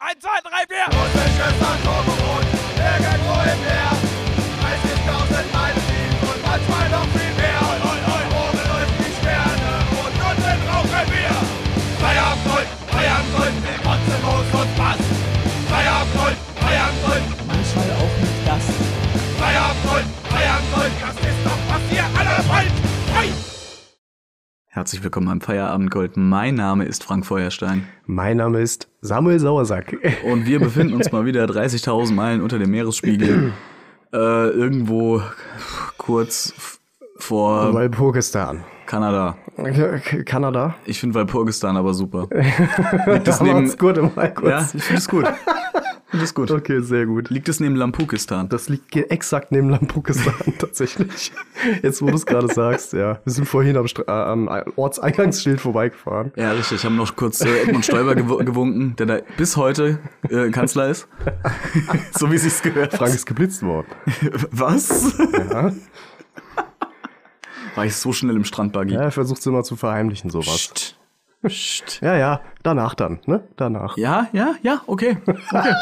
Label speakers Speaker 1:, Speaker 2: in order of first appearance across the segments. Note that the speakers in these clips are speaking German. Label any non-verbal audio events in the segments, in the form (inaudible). Speaker 1: 1, 2, 3, 4.
Speaker 2: Und sind gestern so gewohnt, irgendwo im Meer. 30.000 Meilen tief und manchmal noch viel mehr. Und, und, und, oben läuft die Sterne und unten rauchen wir. Feierabend, Feierabend, der ganze Moos und Bass. Feierabend, Feierabend,
Speaker 3: Manchmal auch nicht das.
Speaker 2: Feierabend, Feierabend, das ist doch, was ihr alle wollt. Hey!
Speaker 4: Herzlich willkommen beim Feierabendgold. Mein Name ist Frank Feuerstein
Speaker 5: Mein Name ist
Speaker 4: (laughs)
Speaker 5: Samuel Sauersack.
Speaker 4: und wir befinden uns mal wieder 30.000 Meilen unter dem Meeresspiegel. Äh, irgendwo kurz f- vor
Speaker 5: Weil Pakistan.
Speaker 4: Kanada.
Speaker 5: K- K- Kanada.
Speaker 4: Ich finde Walpurgistan aber super. Liegt es
Speaker 5: (laughs) Da
Speaker 4: neben,
Speaker 5: macht's gut im
Speaker 4: ja,
Speaker 5: Alkohol.
Speaker 4: ich finde es gut. Finde es gut.
Speaker 5: Okay, sehr gut.
Speaker 4: Liegt es neben Lampukistan?
Speaker 5: Das liegt ge- exakt neben Lampukistan (laughs) tatsächlich. Jetzt, wo du es gerade sagst, ja. Wir sind vorhin am, Stra- äh, am Ortseingangsschild vorbeigefahren.
Speaker 4: Ja, richtig. Haben noch kurz äh, Edmund Stoiber gew gewunken, der da bis heute äh, Kanzler ist. (laughs) so wie sich's gehört.
Speaker 5: Frank ist geblitzt worden.
Speaker 4: Was?
Speaker 5: Ja,
Speaker 4: War ich so schnell im Strandbuggy?
Speaker 5: ja er versucht immer zu verheimlichen, sowas.
Speaker 4: Psst. Psst.
Speaker 5: Ja, ja, danach dann, ne? Danach.
Speaker 4: Ja, ja, ja, okay. (laughs) okay.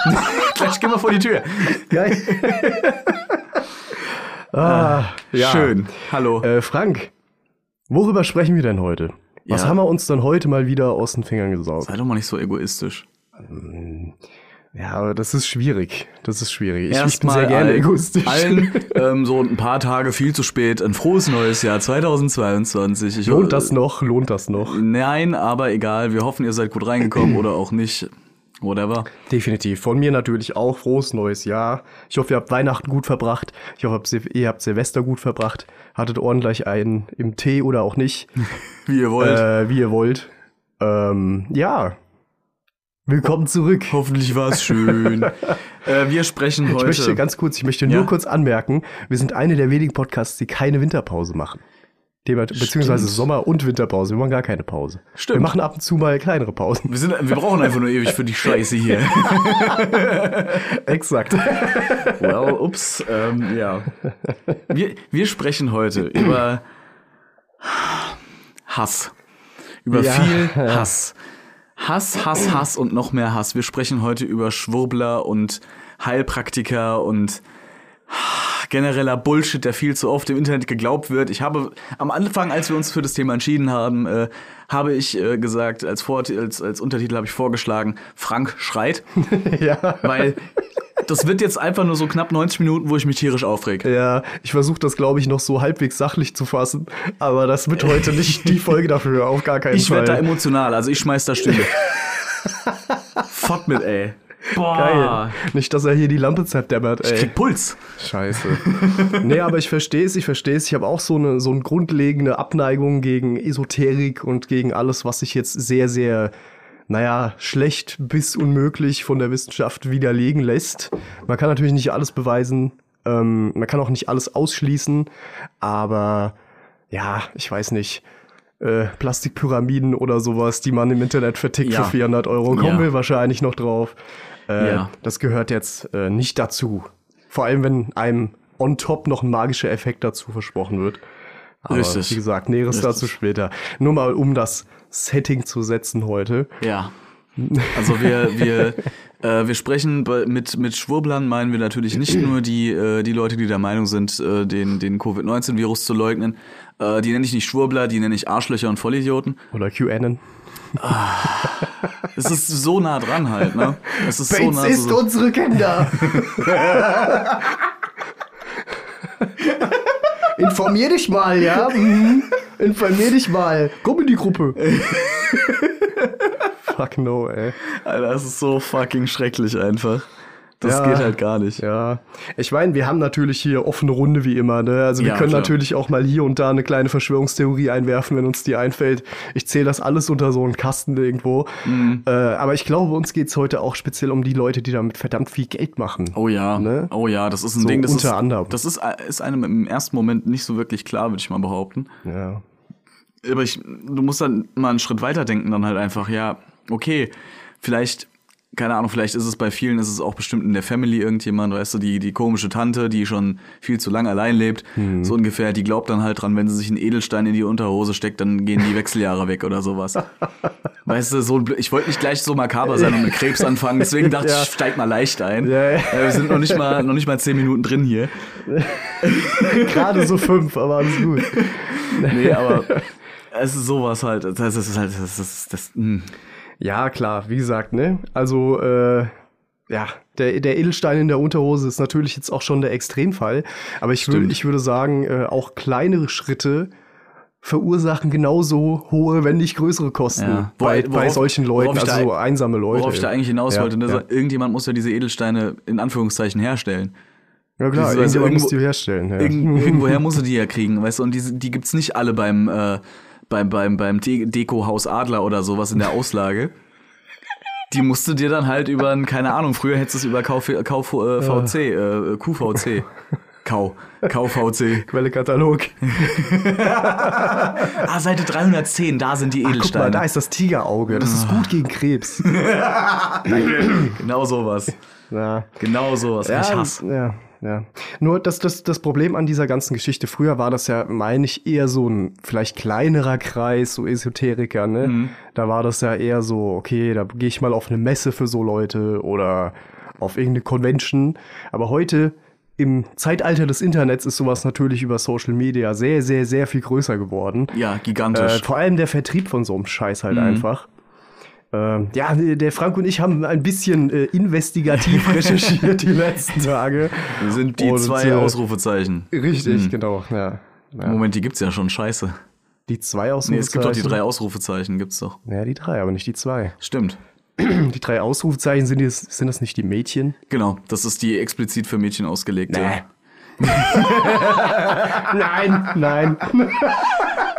Speaker 4: Gleich gehen wir vor die Tür.
Speaker 5: Geil. (laughs) ah, ja.
Speaker 4: Schön. Hallo.
Speaker 5: Äh, Frank, worüber sprechen wir denn heute? Was
Speaker 4: Ja.
Speaker 5: haben wir uns dann heute mal wieder aus den Fingern gesaugt?
Speaker 4: Sei doch mal nicht so egoistisch.
Speaker 5: Ja, aber das ist schwierig. Das ist schwierig. Ich, ich bin
Speaker 4: Erstmal
Speaker 5: sehr gerne
Speaker 4: allen-
Speaker 5: egoistisch. (laughs)
Speaker 4: Allen ähm, so ein paar Tage viel zu spät. Ein frohes neues Jahr 2022. Ich,
Speaker 5: lohnt das noch? Lohnt das noch?
Speaker 4: Nein, aber egal. Wir hoffen, ihr seid gut reingekommen oder auch nicht. Whatever.
Speaker 5: Definitiv. Von mir natürlich auch. Frohes neues Jahr. Ich hoffe, ihr habt Weihnachten gut verbracht. Ich hoffe, Sil- ihr habt Silvester gut verbracht. Hattet ordentlich einen im Tee oder auch nicht.
Speaker 4: Wie ihr wollt.
Speaker 5: Äh, wie ihr wollt. Ähm, ja. Willkommen zurück.
Speaker 4: Hoffentlich war es
Speaker 5: (laughs)
Speaker 4: schön. äh, wir sprechen
Speaker 5: Ich
Speaker 4: heute.
Speaker 5: möchte ganz kurz, ich möchte nur
Speaker 4: Ja.
Speaker 5: kurz anmerken, wir sind eine der wenigen Podcasts, die keine Winterpause machen. Dem- Beziehungsweise Sommer- und Winterpause. Wir machen gar keine Pause.
Speaker 4: Stimmt.
Speaker 5: Wir machen ab und zu mal kleinere
Speaker 4: (laughs)
Speaker 5: Pausen.
Speaker 4: wir, sind, wir brauchen einfach nur ewig für die Scheiße hier.
Speaker 5: Exakt.
Speaker 4: Well, ups, ähm, ja. Wir, wir sprechen heute über Hass. Über
Speaker 5: Ja.
Speaker 4: viel Hass. Hass, Hass, Hass und noch mehr Hass. Wir sprechen heute über Schwurbler und Heilpraktiker und genereller Bullshit, der viel zu oft im Internet geglaubt wird. Ich habe am Anfang, als wir uns für das Thema entschieden haben, äh, habe ich äh, gesagt, als, Vor als, als Untertitel habe ich vorgeschlagen, Frank schreit.
Speaker 5: (laughs) ja.
Speaker 4: Weil
Speaker 5: (laughs)
Speaker 4: das wird jetzt einfach nur so knapp 90 Minuten, wo ich mich tierisch aufreg.
Speaker 5: Ja, ich versuche das, glaube ich, noch so halbwegs sachlich zu fassen, aber das wird heute
Speaker 4: (laughs)
Speaker 5: nicht die Folge dafür, auf gar keinen
Speaker 4: Ich
Speaker 5: Fall.
Speaker 4: werd da emotional, also ich schmeiß da Stühle.
Speaker 5: (laughs)
Speaker 4: Fort mit, ey. Boah.
Speaker 5: Geil. Nicht, dass er hier die Lampe zerdämmert,
Speaker 4: Ah. Ich
Speaker 5: ey.
Speaker 4: krieg Puls.
Speaker 5: Scheiße. (laughs) nee, aber ich verstehe es, ich verstehe es. Ich habe auch so eine, so eine grundlegende Abneigung gegen Esoterik und gegen alles, was sich jetzt sehr, sehr, naja, schlecht bis unmöglich von der Wissenschaft widerlegen lässt. Man kann natürlich nicht alles beweisen, ähm, man kann auch nicht alles ausschließen, aber ja, ich weiß nicht. Äh, Plastikpyramiden oder sowas, die man im Internet vertickt
Speaker 4: Ja.
Speaker 5: für 400 Euro. Kommen
Speaker 4: Ja.
Speaker 5: wir wahrscheinlich noch drauf. Äh,
Speaker 4: Ja.
Speaker 5: Das gehört jetzt äh, nicht dazu. Vor allem, wenn einem on top noch ein magischer Effekt dazu versprochen wird. Aber
Speaker 4: Richtig.
Speaker 5: wie gesagt, Näheres
Speaker 4: Richtig.
Speaker 5: dazu später. Nur mal, um das Setting zu setzen heute.
Speaker 4: Ja. Also wir,
Speaker 5: (laughs)
Speaker 4: wir, äh, wir sprechen bei- mit, mit Schwurblern, meinen wir natürlich nicht nur die, äh, die Leute, die der Meinung sind, äh, den, den Covid-19-Virus zu leugnen. Äh, die nenne ich nicht Schwurbler, die nenne ich Arschlöcher und Vollidioten.
Speaker 5: Oder QAnon.
Speaker 4: Es ist so nah dran halt, ne? Es ist so nah so- (laughs)
Speaker 5: unsere Kinder. Informier dich mal, ja? Mhm. Informier dich mal. Komm in die Gruppe. (laughs) Fuck no, ey.
Speaker 4: Alter, das ist so fucking schrecklich einfach. Das
Speaker 5: Ja.
Speaker 4: geht halt gar nicht.
Speaker 5: Ja, ich meine, wir haben natürlich hier offene Runde wie immer. Ne? Also wir
Speaker 4: Ja,
Speaker 5: können
Speaker 4: klar.
Speaker 5: natürlich auch mal hier und da eine kleine Verschwörungstheorie einwerfen, wenn uns die einfällt. Ich zähle das alles unter so einen Kasten irgendwo.
Speaker 4: Mhm.
Speaker 5: Äh, aber ich glaube, uns geht's heute auch speziell um die Leute, die damit verdammt viel Geld machen.
Speaker 4: Oh ja,
Speaker 5: Ne?
Speaker 4: oh ja, das ist ein
Speaker 5: So
Speaker 4: Ding, das ist,
Speaker 5: unter anderem.
Speaker 4: das ist, äh, ist einem im ersten Moment nicht so wirklich klar, würde ich mal behaupten.
Speaker 5: Ja.
Speaker 4: Aber ich, du musst dann mal einen Schritt weiter denken, dann halt einfach, ja, okay, vielleicht keine Ahnung, vielleicht ist es bei vielen, ist es auch bestimmt in der Family irgendjemand, weißt du, die, die komische Tante, die schon viel zu lange allein lebt,
Speaker 5: Mhm.
Speaker 4: so ungefähr, die glaubt dann halt dran, wenn sie sich einen Edelstein in die Unterhose steckt, dann gehen die Wechseljahre weg oder sowas.
Speaker 5: (laughs)
Speaker 4: weißt du, so ein, Blö- ich wollte nicht gleich so makaber sein und mit Krebs anfangen, deswegen dachte
Speaker 5: Ja.
Speaker 4: ich, steig mal leicht ein.
Speaker 5: Ja, ja.
Speaker 4: Äh, wir sind noch nicht mal, noch nicht mal zehn Minuten drin hier.
Speaker 5: Gerade so fünf, aber alles gut.
Speaker 4: Nee,
Speaker 5: (laughs)
Speaker 4: aber es ist sowas halt, das ist halt, das ist, das, mh.
Speaker 5: Ja, klar, wie gesagt, ne? Also, äh, ja, der, der Edelstein in der Unterhose ist natürlich jetzt auch schon der Extremfall. Aber ich, würd,
Speaker 4: Stimmt.
Speaker 5: ich würde sagen, äh, auch kleinere Schritte verursachen genauso hohe, wenn nicht größere Kosten
Speaker 4: Ja.
Speaker 5: bei,
Speaker 4: Wobei-
Speaker 5: bei
Speaker 4: worauf-
Speaker 5: solchen Leuten,
Speaker 4: worauf ich da-
Speaker 5: also so einsame Leute.
Speaker 4: worauf ich da eigentlich hinaus
Speaker 5: ja,
Speaker 4: wollte, ne?
Speaker 5: Ja,
Speaker 4: so, irgendjemand muss ja diese Edelsteine in Anführungszeichen herstellen.
Speaker 5: ja klar,
Speaker 4: Diese- also
Speaker 5: irgendjemand muss die
Speaker 4: irgendwo-
Speaker 5: herstellen. Ja. (laughs)
Speaker 4: Irgend, irgendwoher muss er die ja kriegen, weißt du, und die, die gibt's nicht alle beim, äh, beim, beim, beim De Deko-Haus Adler oder sowas in der Auslage. Die musst du dir dann halt über, ein- keine Ahnung, früher hättest du es über Kauf, Kauf, äh, VC, äh, QVC, Kau, KVC.
Speaker 5: Quelle-Katalog.
Speaker 4: Ah, Seite 310, da sind die
Speaker 5: Guck mal,
Speaker 4: Edelsteine.
Speaker 5: da ist das Tigerauge. Das ist gut
Speaker 4: (laughs)
Speaker 5: gegen Krebs.
Speaker 4: genau sowas.
Speaker 5: ja.
Speaker 4: Genau sowas. ich hasse.
Speaker 5: Ja, ja. Nur das, das, das Problem an dieser ganzen Geschichte, früher war das ja, meine ich, eher so ein vielleicht kleinerer Kreis, so Esoteriker, ne?
Speaker 4: Mhm.
Speaker 5: Da war das ja eher so, okay, da gehe ich mal auf eine Messe für so Leute oder auf irgendeine Convention. Aber heute. Im Zeitalter des Internets ist sowas natürlich über Social Media sehr, sehr, sehr viel größer geworden.
Speaker 4: Ja, gigantisch.
Speaker 5: Äh, vor allem der Vertrieb von so einem Scheiß
Speaker 4: Mhm.
Speaker 5: halt einfach. Ähm, ja, der Frank und ich haben ein bisschen
Speaker 4: (laughs)
Speaker 5: äh, investigativ recherchiert die letzten Tage.
Speaker 4: Das sind die
Speaker 5: Und,
Speaker 4: zwei
Speaker 5: äh,
Speaker 4: Ausrufezeichen.
Speaker 5: Richtig, genau. Ja. ja.
Speaker 4: Moment, die gibt's ja schon, scheiße.
Speaker 5: Die zwei Ausrufezeichen.
Speaker 4: Nee, es gibt doch die drei Ausrufezeichen, gibt's doch.
Speaker 5: Ja, die drei, aber nicht die zwei. (clears throat)
Speaker 4: Stimmt.
Speaker 5: Die drei Ausrufezeichen sind, die, sind das nicht die Mädchen?
Speaker 4: Genau, das ist die explizit für Mädchen ausgelegte.
Speaker 5: (laughs) nein, nein.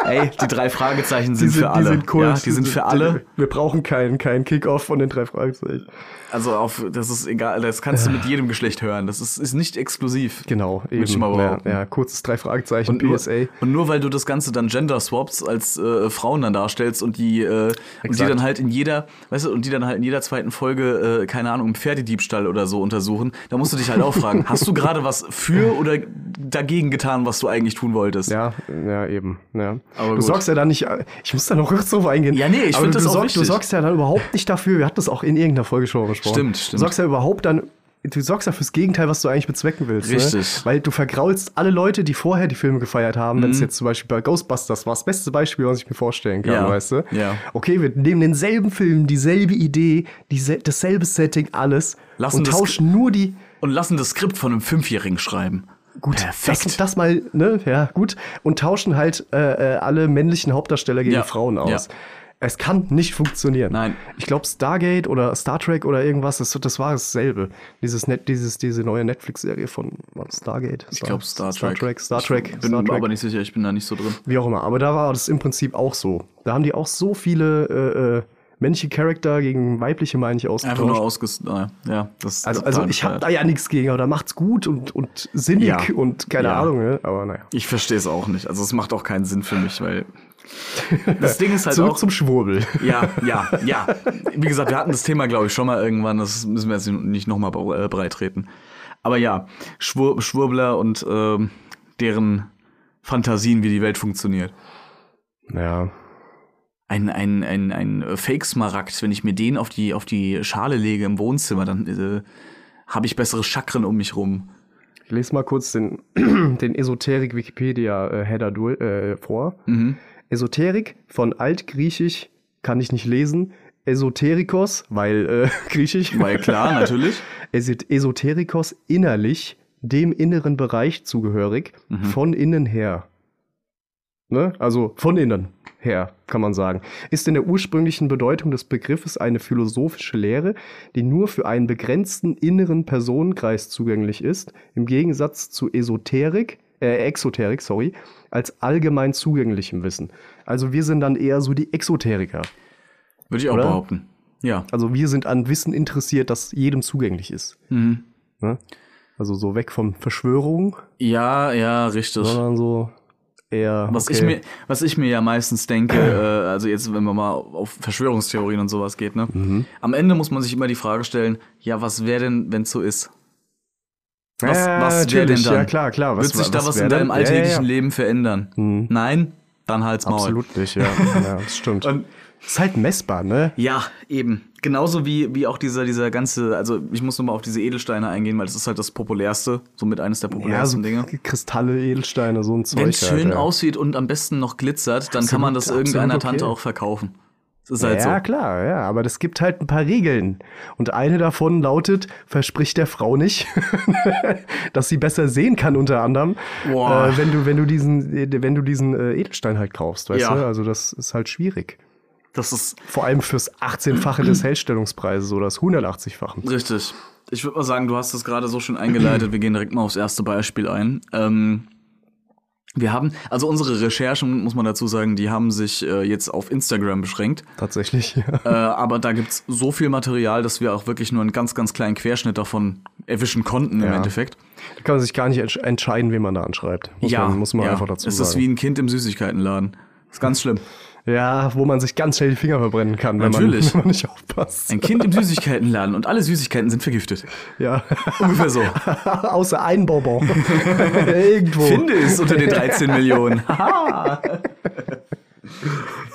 Speaker 4: Ey, die drei Fragezeichen sind,
Speaker 5: Die sind,
Speaker 4: für alle.
Speaker 5: die sind Kult.
Speaker 4: Ja, die sind für alle.
Speaker 5: Wir brauchen keinen, keinen Kickoff von den drei Fragezeichen.
Speaker 4: Also auf, das ist egal, das kannst du mit jedem Geschlecht hören. Das ist, ist nicht exklusiv.
Speaker 5: Genau, eben.
Speaker 4: Möchte ich mal
Speaker 5: ja,
Speaker 4: behaupten.
Speaker 5: ja, kurzes drei Fragezeichen
Speaker 4: Und nur,
Speaker 5: PSA.
Speaker 4: und nur weil du das Ganze dann gender swaps als äh, Frauen dann darstellst und die äh, und die
Speaker 5: Exakt.
Speaker 4: dann halt in jeder, weißt du, und die dann halt in jeder zweiten Folge äh, keine Ahnung, im Pferdediebstahl oder so untersuchen, da musst du dich halt auch
Speaker 5: (laughs)
Speaker 4: fragen, hast du gerade was für oder dagegen getan, was du eigentlich tun wolltest?
Speaker 5: Ja, ja, eben. Ja.
Speaker 4: Aber
Speaker 5: du
Speaker 4: gut.
Speaker 5: sorgst ja da nicht. Ich muss da noch kurz drauf eingehen.
Speaker 4: Ja, nee, ich
Speaker 5: Aber
Speaker 4: find
Speaker 5: du
Speaker 4: das auch
Speaker 5: sorgst, Du
Speaker 4: wichtig.
Speaker 5: sorgst ja dann überhaupt nicht dafür. Wir hatten das auch in irgendeiner Folge schon mal besprochen.
Speaker 4: Stimmt, stimmt.
Speaker 5: Du sorgst ja überhaupt dann. Du sorgst ja fürs Gegenteil, was du eigentlich bezwecken willst. Ne?
Speaker 4: Richtig.
Speaker 5: Weil du vergraulst alle Leute, die vorher die Filme gefeiert haben.
Speaker 4: Mhm.
Speaker 5: Wenn es jetzt zum Beispiel bei Ghostbusters war, das beste Beispiel, was ich mir vorstellen kann,
Speaker 4: Ja,
Speaker 5: weißt du?
Speaker 4: ja.
Speaker 5: Okay, wir nehmen denselben Film, dieselbe Idee, diesel dasselbe Setting, alles.
Speaker 4: Lassen
Speaker 5: und
Speaker 4: das-
Speaker 5: tauschen nur die
Speaker 4: Und lassen das Skript von einem Fünfjährigen schreiben. Gut,
Speaker 5: Lass uns das mal, ne, ja, gut. Und tauschen halt äh, äh, alle männlichen Hauptdarsteller gegen
Speaker 4: Ja,
Speaker 5: Frauen aus.
Speaker 4: ja.
Speaker 5: Es kann nicht funktionieren.
Speaker 4: Nein.
Speaker 5: Ich glaube, Stargate oder Star Trek oder irgendwas, das, das war dasselbe. Dieses Net, dieses, diese neue Netflix-Serie von war das Stargate.
Speaker 4: Ich glaube Star,
Speaker 5: Star Trek, Star Trek,
Speaker 4: Ich bin
Speaker 5: Star Trek
Speaker 4: aber nicht sicher, ich bin da nicht so drin.
Speaker 5: wie auch immer. Aber da war das im Prinzip auch so. Da haben die auch so viele äh, äh, männliche Charakter gegen weibliche, meine ich,
Speaker 4: Einfach nur
Speaker 5: ausgetauscht.
Speaker 4: ausges... ah, Ja, das
Speaker 5: Also, also ich habe da ja nichts gegen, aber da macht's gut und, und sinnig
Speaker 4: Ja.
Speaker 5: und keine
Speaker 4: Ja.
Speaker 5: Ahnung, ne? aber naja.
Speaker 4: Ich verstehe es auch nicht. Also es macht auch keinen Sinn für mich,
Speaker 5: (laughs)
Speaker 4: weil das Ding ist halt
Speaker 5: Zurück
Speaker 4: auch
Speaker 5: zum Schwurbel.
Speaker 4: ja, ja, ja. Wie gesagt, wir hatten das Thema, glaube ich, schon mal irgendwann. Das müssen wir jetzt nicht nochmal breit treten. Aber ja, Schwur Schwurbler und ähm, deren Fantasien, wie die Welt funktioniert.
Speaker 5: (laughs) Ja.
Speaker 4: Ein, ein, ein, ein Fake-Smaragd, wenn ich mir den auf die, auf die Schale lege im Wohnzimmer, dann äh, habe ich bessere Chakren um mich rum.
Speaker 5: Ich lese mal kurz den, (clears throat) den Esoterik-Wikipedia-Header du- äh, vor. Esoterik von altgriechisch kann ich nicht lesen. Esoterikos, weil äh, (laughs) griechisch.
Speaker 4: Weil
Speaker 5: (laughs)
Speaker 4: klar, natürlich.
Speaker 5: Es ist Esoterikos innerlich, dem inneren Bereich zugehörig, von innen her. Ne? Also von innen her, kann man sagen. Ist in der ursprünglichen Bedeutung des Begriffes eine philosophische Lehre, die nur für einen begrenzten inneren Personenkreis zugänglich ist, im Gegensatz zu Esoterik, äh, Exoterik, sorry, als allgemein zugänglichem Wissen. Also wir sind dann eher so die Exoteriker.
Speaker 4: Würde ich auch
Speaker 5: Oder?
Speaker 4: behaupten. Ja.
Speaker 5: Also wir sind an Wissen interessiert, das jedem zugänglich ist.
Speaker 4: Mhm.
Speaker 5: Ne? Also so weg von Verschwörung,
Speaker 4: Ja, ja, richtig.
Speaker 5: sondern so eher.
Speaker 4: Was,
Speaker 5: okay.
Speaker 4: ich mir, was ich mir ja meistens
Speaker 5: (clears throat)
Speaker 4: denke, äh, also jetzt, wenn man mal auf Verschwörungstheorien und sowas geht, ne?
Speaker 5: Mhm.
Speaker 4: Am Ende muss man sich immer die Frage stellen, ja, was wäre denn, wenn es so ist? Was,
Speaker 5: Ja,
Speaker 4: was wäre denn
Speaker 5: natürlich.
Speaker 4: dann?
Speaker 5: Ja, klar, klar. Was
Speaker 4: Wird sich da
Speaker 5: wa- was
Speaker 4: was
Speaker 5: wär
Speaker 4: in deinem
Speaker 5: dann? Ja, ja,
Speaker 4: alltäglichen
Speaker 5: ja. Mhm.
Speaker 4: Leben verändern? Nein? Dann halt's Maul.
Speaker 5: Absolut
Speaker 4: (laughs)
Speaker 5: nicht, ja. ja das stimmt.
Speaker 4: Und-
Speaker 5: ist halt messbar, ne?
Speaker 4: Ja, eben. Genauso wie, wie auch dieser, dieser ganze, also ich muss nochmal auf diese Edelsteine eingehen, weil das ist halt das populärste, somit eines der
Speaker 5: Ja, so
Speaker 4: populärsten Dinge.
Speaker 5: Kristalle, Edelsteine, so ein Zeug.
Speaker 4: Wenn es
Speaker 5: halt,
Speaker 4: schön
Speaker 5: ja.
Speaker 4: aussieht und am besten noch glitzert, dann kann
Speaker 5: Absolut,
Speaker 4: man das irgendeiner
Speaker 5: absolut okay.
Speaker 4: Tante auch verkaufen. Das ist halt
Speaker 5: ja,
Speaker 4: so.
Speaker 5: klar, ja, aber das gibt halt ein paar Regeln. Und eine davon lautet, verspricht der Frau nicht, (laughs) dass sie besser sehen kann unter anderem,
Speaker 4: Boah.
Speaker 5: äh, wenn du wenn du diesen äh, wenn du diesen äh, Edelstein halt kaufst, weißt
Speaker 4: Ja.
Speaker 5: du? Also das ist halt schwierig.
Speaker 4: Das ist
Speaker 5: Vor allem fürs 18-fache des Herstellungspreises oder das 180-fachen.
Speaker 4: richtig. Ich würde mal sagen, du hast das gerade so schön
Speaker 5: (clears throat)
Speaker 4: eingeleitet. Wir gehen direkt mal aufs erste Beispiel ein. Ähm, wir haben, also unsere Recherchen, muss man dazu sagen, die haben sich äh, jetzt auf Instagram beschränkt.
Speaker 5: Tatsächlich. (laughs) Ja.
Speaker 4: Äh, aber da gibt's so viel Material, dass wir auch wirklich nur einen ganz, ganz kleinen Querschnitt davon erwischen konnten im
Speaker 5: Ja.
Speaker 4: Endeffekt.
Speaker 5: Da kann man sich gar nicht entsch- entscheiden, wen man da anschreibt. Muss man, muss man
Speaker 4: ja.
Speaker 5: einfach dazu
Speaker 4: Es ist
Speaker 5: sagen.
Speaker 4: wie ein Kind im Süßigkeitenladen. Ist ganz schlimm.
Speaker 5: ja, wo man sich ganz schnell die Finger verbrennen kann, wenn, man,
Speaker 4: Natürlich.
Speaker 5: (laughs) wenn man nicht aufpasst.
Speaker 4: Ein
Speaker 5: (laughs)
Speaker 4: Kind im Süßigkeitenladen und alle Süßigkeiten sind vergiftet.
Speaker 5: Ja. (laughs)
Speaker 4: Ungefähr so.
Speaker 5: Oh. Außer ein Bonbon. (laughs) Irgendwo.
Speaker 4: Finde es unter
Speaker 5: (laughs)
Speaker 4: den 13 Millionen.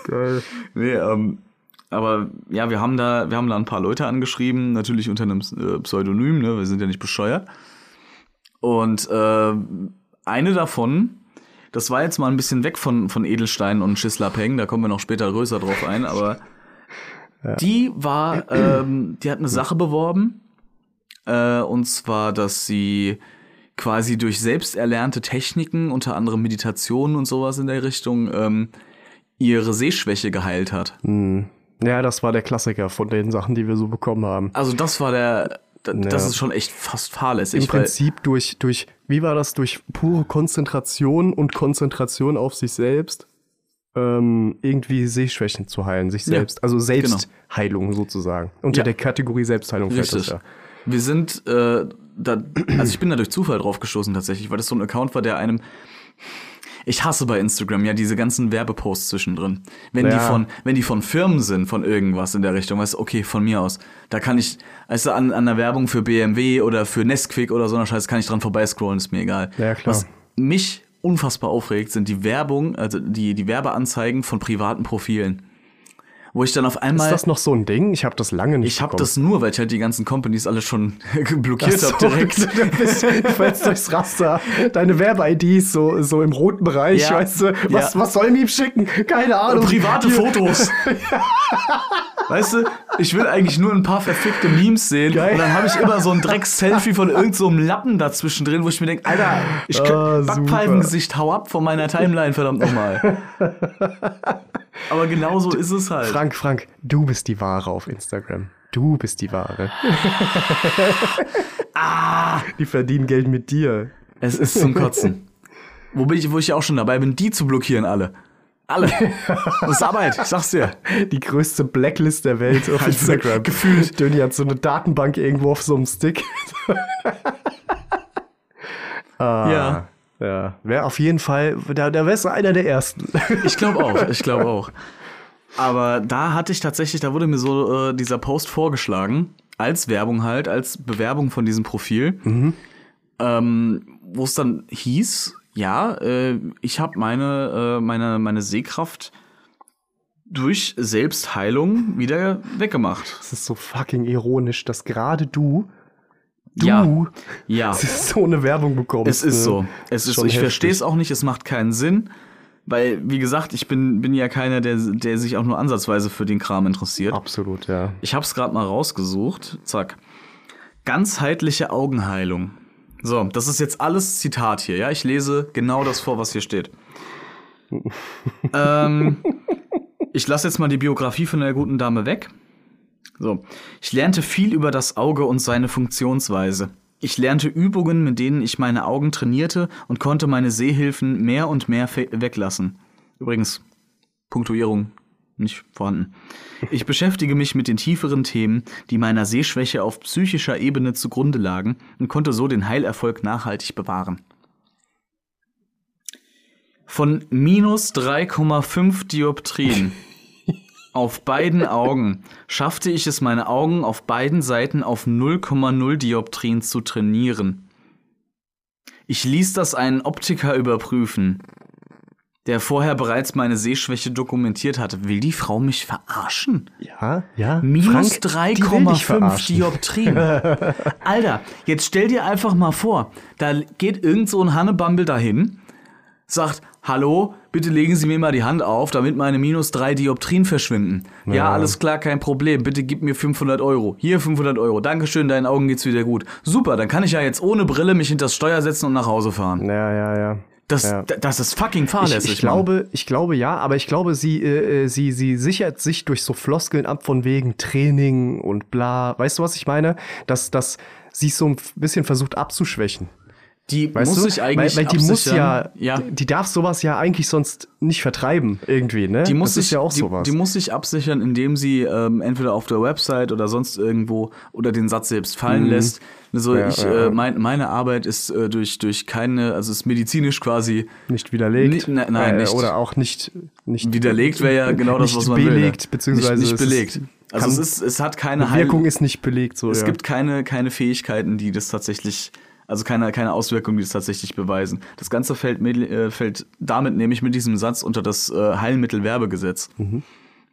Speaker 5: Geil.
Speaker 4: nee, ähm, aber ja, wir haben da, wir haben da ein paar Leute angeschrieben, natürlich unter einem äh, Pseudonym, ne? Wir sind ja nicht bescheuert. Und äh, eine davon, das war jetzt mal ein bisschen weg von, von Edelstein und Schisslapeng, da kommen wir noch später größer drauf ein, aber die war, ähm, die hat eine Sache beworben. Äh, und zwar, dass sie quasi durch selbst erlernte Techniken, unter anderem Meditationen und sowas in der Richtung, ähm, ihre Sehschwäche geheilt hat.
Speaker 5: Ja, das war der Klassiker von den Sachen, die wir so bekommen haben.
Speaker 4: Also das war der, d- das
Speaker 5: Ja.
Speaker 4: ist schon echt fast
Speaker 5: Im
Speaker 4: fahrlässig. weil-
Speaker 5: Prinzip durch, durch, wie war das, durch pure Konzentration und Konzentration auf sich selbst, ähm, irgendwie Sehschwächen zu heilen, sich
Speaker 4: Ja, genau.
Speaker 5: selbst, also Selbstheilung sozusagen. Unter
Speaker 4: Ja.
Speaker 5: der Kategorie Selbstheilung fällt das
Speaker 4: Richtig.
Speaker 5: ja.
Speaker 4: Wir sind, äh, da, also ich bin da durch Zufall drauf gestoßen tatsächlich, weil das so ein Account war, der einem. Ich hasse bei Instagram ja diese ganzen Werbeposts zwischendrin. Wenn die
Speaker 5: Ja.
Speaker 4: von, wenn die von Firmen sind, von irgendwas in der Richtung, weißt du, okay, von mir aus. Da kann ich, also an, an der Werbung für BMW oder für Nesquik oder so einer Scheiße kann ich dran vorbeiscrollen, ist mir egal.
Speaker 5: Ja, klar.
Speaker 4: Was mich unfassbar aufregt, sind die Werbung, also die, die Werbeanzeigen von privaten Profilen. Wo ich dann auf einmal.
Speaker 5: Ist das noch so ein Ding? Ich habe das lange nicht
Speaker 4: Ich habe
Speaker 5: bekommen.
Speaker 4: das nur, weil ich halt die ganzen Companies alle schon (laughs) blockiert
Speaker 5: Ach
Speaker 4: habe
Speaker 5: (laughs) so,
Speaker 4: direkt.
Speaker 5: Du bist, du fällst durchs Raster. Deine Werbe-ID ist so, so im roten Bereich,
Speaker 4: Ja.
Speaker 5: weißt du? Was,
Speaker 4: Ja.
Speaker 5: was soll mir schicken? Keine Ahnung.
Speaker 4: Private
Speaker 5: Hier- (laughs)
Speaker 4: Fotos. weißt du, ich will eigentlich nur ein paar verfickte Memes sehen.
Speaker 5: Geil.
Speaker 4: Und dann habe ich immer
Speaker 5: (laughs)
Speaker 4: so ein Drecks-Selfie von irgendeinem so einem Lappen dazwischen drin, wo ich mir denke, Alter, ich
Speaker 5: Ah,
Speaker 4: oh,
Speaker 5: super.
Speaker 4: Backpfeifengesicht, hau ab von meiner Timeline, verdammt
Speaker 5: (laughs)
Speaker 4: nochmal. Aber genau so ist es halt.
Speaker 5: Frank, Frank, du bist die Ware auf Instagram. Du bist die
Speaker 4: (laughs)
Speaker 5: Ware.
Speaker 4: Ah.
Speaker 5: Die verdienen Geld mit dir.
Speaker 4: Es ist zum Kotzen. Wo, bin ich, wo ich ja auch schon dabei bin, die zu blockieren, alle. Alle.
Speaker 5: (laughs)
Speaker 4: Das ist Arbeit, ich sag's dir.
Speaker 5: Die größte Blacklist der Welt auf
Speaker 4: (laughs) Also,
Speaker 5: Instagram. Gefühlt. Döni hat so eine Datenbank irgendwo auf so einem Stick. (laughs) Ah.
Speaker 4: Ja.
Speaker 5: Ja. Wäre auf jeden Fall, da, da wärst du einer der ersten. (laughs)
Speaker 4: Ich glaube auch, ich glaube auch. Aber da hatte ich tatsächlich, da wurde mir so äh, dieser Post vorgeschlagen, als Werbung halt, als Bewerbung von diesem Profil,
Speaker 5: Mhm.
Speaker 4: ähm, wo es dann hieß, ja, äh, ich habe meine, äh, meine, meine Sehkraft durch Selbstheilung wieder weggemacht.
Speaker 5: Das ist so fucking ironisch, dass gerade du, du,
Speaker 4: Ja. Ja,
Speaker 5: (laughs) so eine Werbung bekommst.
Speaker 4: es ist
Speaker 5: ne?
Speaker 4: so. Es ist,
Speaker 5: schon
Speaker 4: ich
Speaker 5: heftig.
Speaker 4: verstehe es auch nicht, es macht keinen Sinn. Weil, wie gesagt, ich bin, bin ja keiner, der, der sich auch nur ansatzweise für den Kram interessiert.
Speaker 5: Absolut, ja.
Speaker 4: Ich hab's gerade mal rausgesucht. Zack. Ganzheitliche Augenheilung. So, das ist jetzt alles Zitat hier, ja? Ich lese genau das vor, was hier steht. ähm, ich lasse jetzt mal die Biografie von der guten Dame weg. So, ich lernte viel über das Auge und seine Funktionsweise. Ich lernte Übungen, mit denen ich meine Augen trainierte und konnte meine Sehhilfen mehr und mehr fe- weglassen. Übrigens, Punktuierung nicht vorhanden. Ich beschäftige mich mit den tieferen Themen, die meiner Sehschwäche auf psychischer Ebene zugrunde lagen und konnte so den Heilerfolg nachhaltig bewahren. von minus 3,5 Dioptrien auf beiden Augen schaffte ich es, meine Augen auf beiden Seiten auf 0,0 Dioptrien zu trainieren. Ich ließ das einen Optiker überprüfen, der vorher bereits meine Sehschwäche dokumentiert hatte. Will die Frau mich verarschen?
Speaker 5: Ja, ja.
Speaker 4: Minus
Speaker 5: Frank, die will
Speaker 4: 3,5
Speaker 5: dich verarschen. (laughs)
Speaker 4: Dioptrien. Alter, jetzt stell dir einfach mal vor, da geht irgend so ein Hannebumble dahin, sagt, hallo, bitte legen Sie mir mal die Hand auf, damit meine minus 3 Dioptrien verschwinden. Ja. alles klar, kein Problem, bitte gib mir 500 Euro. Hier 500 Euro, Dankeschön, deinen Augen geht's wieder gut. Super, dann kann ich ja jetzt ohne Brille mich hinters Steuer setzen und nach Hause fahren.
Speaker 5: Ja, ja, ja.
Speaker 4: Das,
Speaker 5: Ja.
Speaker 4: d- das ist fucking
Speaker 5: Ich,
Speaker 4: fahrlässig.
Speaker 5: ich,
Speaker 4: Mann.
Speaker 5: glaube, ich glaube ja, aber ich glaube, sie, äh, äh, sie, sie sichert sich durch so Floskeln ab von wegen Training und bla. Weißt du, was ich meine? Dass, dass sie es so ein bisschen versucht abzuschwächen.
Speaker 4: die
Speaker 5: Weißt
Speaker 4: muss
Speaker 5: du?
Speaker 4: ich eigentlich
Speaker 5: weil, weil die muss ja,
Speaker 4: absichern. ja.
Speaker 5: Die, die darf sowas ja eigentlich sonst nicht vertreiben, irgendwie, ne?
Speaker 4: Die muss
Speaker 5: das
Speaker 4: sich,
Speaker 5: ist ja auch
Speaker 4: die,
Speaker 5: sowas.
Speaker 4: die muss sich absichern, indem sie ähm, entweder auf der Website oder sonst irgendwo oder den Satz selbst fallen lässt. Also
Speaker 5: Mhm. Ja,
Speaker 4: ich,
Speaker 5: ja.
Speaker 4: Äh, mein, meine Arbeit ist äh, durch, durch keine, also ist medizinisch quasi
Speaker 5: nicht widerlegt.
Speaker 4: Ni- ne- nein,
Speaker 5: äh,
Speaker 4: nicht.
Speaker 5: Oder auch nicht, nicht
Speaker 4: widerlegt, wäre
Speaker 5: (laughs)
Speaker 4: ja genau das,
Speaker 5: nicht
Speaker 4: was man will.
Speaker 5: belegt, beziehungsweise
Speaker 4: nicht,
Speaker 5: es
Speaker 4: nicht
Speaker 5: ist-
Speaker 4: belegt. Also
Speaker 5: kann-
Speaker 4: es, ist, es hat keine Heil-
Speaker 5: Wirkung ist nicht belegt. So,
Speaker 4: Es
Speaker 5: ja.
Speaker 4: gibt keine, keine Fähigkeiten, die das tatsächlich, also keine, keine Auswirkungen, die das tatsächlich beweisen. Das Ganze fällt, mit- äh, fällt damit nämlich mit diesem Satz unter das äh, Heilmittelwerbegesetz.
Speaker 5: Mhm.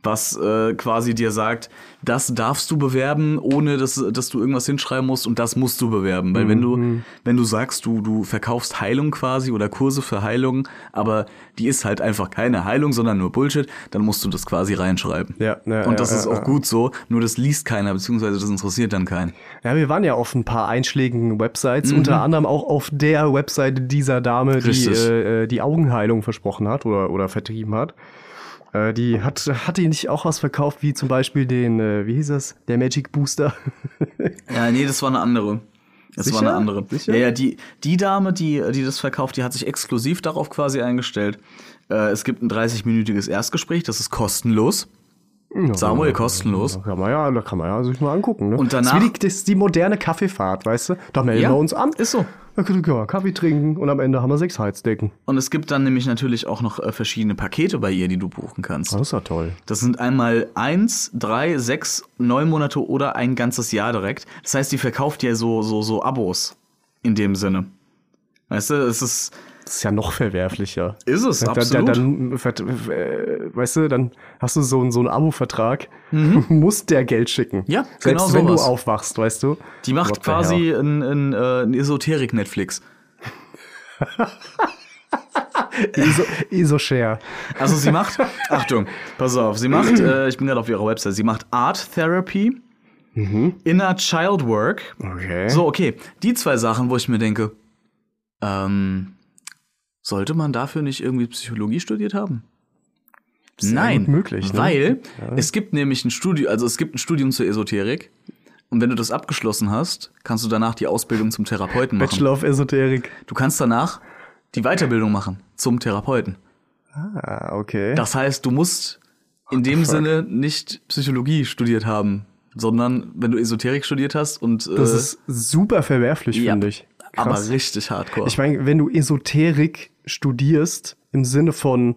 Speaker 4: Was äh, quasi dir sagt, das darfst du bewerben, ohne dass, dass du irgendwas hinschreiben musst und das musst du bewerben. Weil wenn
Speaker 5: Mhm.
Speaker 4: du, wenn du sagst, du, du verkaufst Heilung quasi oder Kurse für Heilung, aber die ist halt einfach keine Heilung, sondern nur Bullshit, dann musst du das quasi reinschreiben.
Speaker 5: Ja, ja, ja,
Speaker 4: und das
Speaker 5: ja,
Speaker 4: ist
Speaker 5: ja.
Speaker 4: auch gut so, nur das liest keiner, beziehungsweise das interessiert dann keinen.
Speaker 5: Ja, wir waren ja auf ein paar einschlägigen Websites, unter anderem auch auf der Webseite dieser Dame, die
Speaker 4: Mhm. Richtig.
Speaker 5: äh, äh, die Augenheilung versprochen hat oder, oder vertrieben hat. Äh, die hat, hat die nicht auch was verkauft, wie zum Beispiel den, äh, wie hieß das, der
Speaker 4: (laughs)
Speaker 5: Magic Booster?
Speaker 4: Ja, nee, das war eine andere. Das
Speaker 5: Sicher?
Speaker 4: war eine andere.
Speaker 5: Sicher?
Speaker 4: Ja, ja, die, die Dame, die, die das verkauft, die hat sich exklusiv darauf quasi eingestellt. Äh, es gibt ein 30-minütiges Erstgespräch, das ist kostenlos. Samuel, kostenlos.
Speaker 5: Da kann man ja, da kann man ja sich mal angucken. Ne?
Speaker 4: Und danach-
Speaker 5: das ist, wie die, das ist die moderne Kaffeefahrt, weißt du? Da melden
Speaker 4: Ja,
Speaker 5: wir uns an.
Speaker 4: ist so.
Speaker 5: Dann können wir Kaffee trinken und am Ende haben wir sechs Heizdecken.
Speaker 4: Und es gibt dann nämlich natürlich auch noch äh, verschiedene Pakete bei ihr, die du buchen kannst.
Speaker 5: Das ist ja toll.
Speaker 4: Das sind einmal eins, drei, sechs, neun Monate oder ein ganzes Jahr direkt. Das heißt, die verkauft ja so, so, so Abos in dem Sinne. Weißt du, es ist,
Speaker 5: Das ist ja noch verwerflicher.
Speaker 4: ist es,
Speaker 5: Dann-
Speaker 4: absolut.
Speaker 5: Dann, dann, vert- äh, weißt du, dann hast du so, einen- so einen Abo-Vertrag, (laughs) musst der Geld schicken.
Speaker 4: Mhm. Ja,
Speaker 5: Selbst
Speaker 4: genau
Speaker 5: wenn
Speaker 4: sowas.
Speaker 5: du aufwachst, weißt du.
Speaker 4: Die macht
Speaker 5: What the hell.
Speaker 4: quasi ein, ein, äh, ein Esoterik-Netflix. (laughs)
Speaker 5: ISO, ISO-Share.
Speaker 4: Also sie macht,
Speaker 5: (laughs)
Speaker 4: Achtung, pass auf, sie macht, äh, ich bin gerade auf ihrer Website, sie macht Art Therapy,
Speaker 5: Mhm.
Speaker 4: Inner Child Work.
Speaker 5: Okay.
Speaker 4: So, okay, die zwei Sachen, wo ich mir denke, ähm, sollte man dafür nicht irgendwie Psychologie studiert haben? Nein,
Speaker 5: gut möglich, ne?
Speaker 4: weil es gibt nämlich ein Studium, also es gibt ein Studium zur Esoterik und wenn du das abgeschlossen hast, kannst du danach die Ausbildung zum Therapeuten machen.
Speaker 5: Bachelor of Esoterik.
Speaker 4: Du kannst danach die Weiterbildung machen zum Therapeuten.
Speaker 5: Ah, okay.
Speaker 4: Das heißt, du musst in dem Sinne nicht Psychologie studiert haben, sondern wenn du Esoterik studiert hast und äh,
Speaker 5: Das ist super verwerflich,
Speaker 4: ja,
Speaker 5: finde ich.
Speaker 4: aber richtig hardcore.
Speaker 5: Ich meine, wenn du Esoterik studierst, im Sinne von,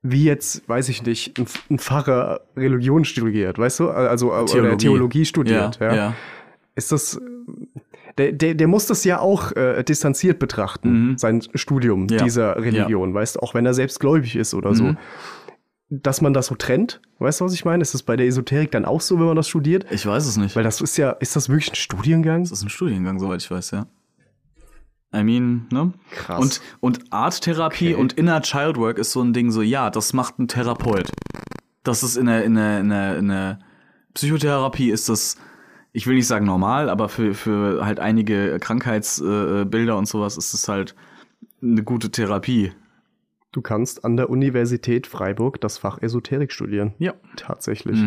Speaker 5: wie jetzt, weiß ich nicht, ein, ein Pfarrer Religion studiert, weißt du? Also Theologie, oder Theologie studiert, ja.
Speaker 4: ja. ja.
Speaker 5: Ist das. Der, der, der muss das ja auch äh, distanziert betrachten, sein Studium
Speaker 4: Mhm. Ja. Mhm.
Speaker 5: dieser Religion, weißt du, auch wenn er selbst gläubig ist oder so. Dass man das so trennt, weißt du, was ich meine? Ist das bei der Esoterik dann auch so, wenn man das studiert?
Speaker 4: Ich weiß es nicht.
Speaker 5: Weil das ist ja, ist das wirklich ein Studiengang?
Speaker 4: Das ist ein Studiengang, soweit ich weiß, ja. I mean, ne?
Speaker 5: Krass.
Speaker 4: Und, und Arttherapie und Inner Childwork ist so ein Ding, so, ja, das macht ein Therapeut. Das ist in der, in der, in der, in der Psychotherapie ist das, ich will nicht sagen normal, aber für, für halt einige Krankheitsbilder äh, Bilder und sowas ist es halt eine gute Therapie.
Speaker 5: Du kannst an der Universität Freiburg das Fach Esoterik studieren.
Speaker 4: Ja. Mhm.
Speaker 5: Tatsächlich.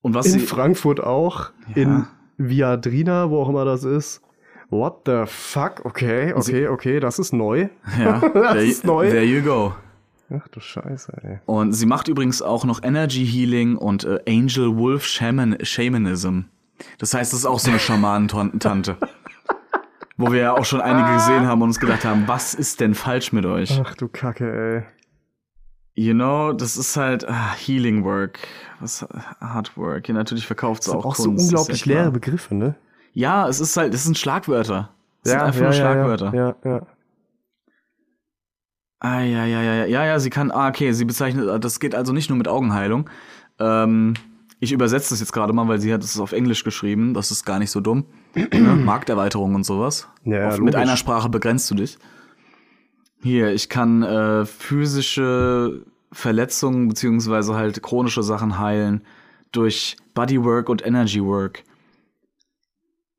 Speaker 4: Und was
Speaker 5: In
Speaker 4: sie,
Speaker 5: Frankfurt auch,
Speaker 4: Ja.
Speaker 5: in Viadrina, wo auch immer das ist. What the fuck? Okay,
Speaker 4: Also
Speaker 5: okay, okay, das ist neu.
Speaker 4: ja,
Speaker 5: (laughs) Das
Speaker 4: there,
Speaker 5: ist neu.
Speaker 4: there you go.
Speaker 5: Ach du Scheiße, ey.
Speaker 4: Und sie macht übrigens auch noch Energy Healing und äh, Angel
Speaker 5: (laughs)
Speaker 4: Wolf Shaman Shamanism. Das heißt, das ist auch so eine Schamanentante. Wo wir ja auch schon einige
Speaker 5: Ah.
Speaker 4: gesehen haben und uns gedacht haben, was ist denn falsch mit euch?
Speaker 5: Ach du Kacke, ey.
Speaker 4: You know, das ist halt ah, Healing Work. Was, Hard Work. Ja, natürlich verkauft es
Speaker 5: Auch,
Speaker 4: auch,
Speaker 5: auch so
Speaker 4: Kunst, ist ja
Speaker 5: unglaublich
Speaker 4: klar.
Speaker 5: leere Begriffe, ne?
Speaker 4: Ja, es ist halt, es sind Schlagwörter. Es sind einfach nur Schlagwörter.
Speaker 5: Ja, ja.
Speaker 4: Ah, ja, ja, ja, ja, ja, ja, sie kann, ah, okay, sie bezeichnet, das geht also nicht nur mit Augenheilung. Ähm, ich übersetze das jetzt gerade mal, weil sie hat es auf Englisch geschrieben, das ist gar nicht so dumm. (clears throat) ne? Markterweiterung und sowas.
Speaker 5: Ja, ja,
Speaker 4: Oft mit
Speaker 5: logisch.
Speaker 4: einer Sprache begrenzt du dich. Hier, ich kann äh, physische Verletzungen beziehungsweise halt chronische Sachen heilen durch Bodywork und Energywork.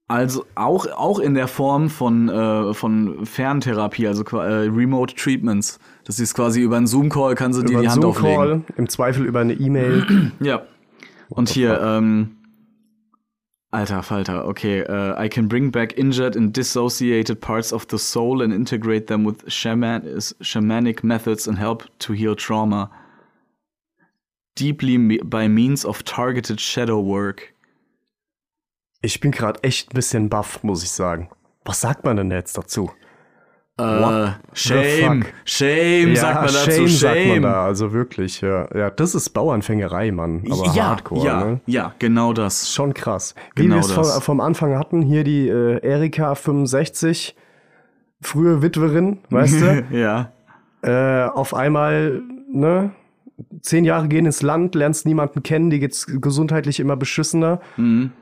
Speaker 4: Also auch, auch in der Form von, äh, von Ferntherapie, also qua- äh, Remote Treatments. Das ist quasi über einen Zoom-Call kann sie dir
Speaker 5: Über
Speaker 4: die
Speaker 5: einen
Speaker 4: Hand auflegen.
Speaker 5: Zoom-Call, im Zweifel über eine E-Mail.
Speaker 4: Ja. (laughs) Und hier, ähm, alter Falter, okay. äh, I can bring back injured and dissociated parts of the soul and integrate them with shaman shamanic methods and help to heal trauma. Deeply me by means of targeted shadow work.
Speaker 5: Ich bin gerade echt ein bisschen baff, muss ich sagen. Was sagt man denn jetzt dazu?
Speaker 4: Äh, shame,
Speaker 5: fuck?
Speaker 4: shame, sagt man dazu, shame.
Speaker 5: Shame sagt man da, also wirklich, ja. ja das ist Bauernfängerei, Mann, aber
Speaker 4: ja,
Speaker 5: Hardcore,
Speaker 4: ja,
Speaker 5: ne?
Speaker 4: ja, genau das.
Speaker 5: Schon krass. Wie
Speaker 4: Genau
Speaker 5: wir es vom,
Speaker 4: das.
Speaker 5: vom Anfang hatten, hier die äh, Erika 65, frühe Witwerin, weißt
Speaker 4: (laughs)
Speaker 5: du?
Speaker 4: ja,
Speaker 5: äh, auf einmal, ne? Zehn Jahre gehen ins Land, lernst niemanden kennen, dir geht's gesundheitlich immer beschissener.
Speaker 4: Mhm.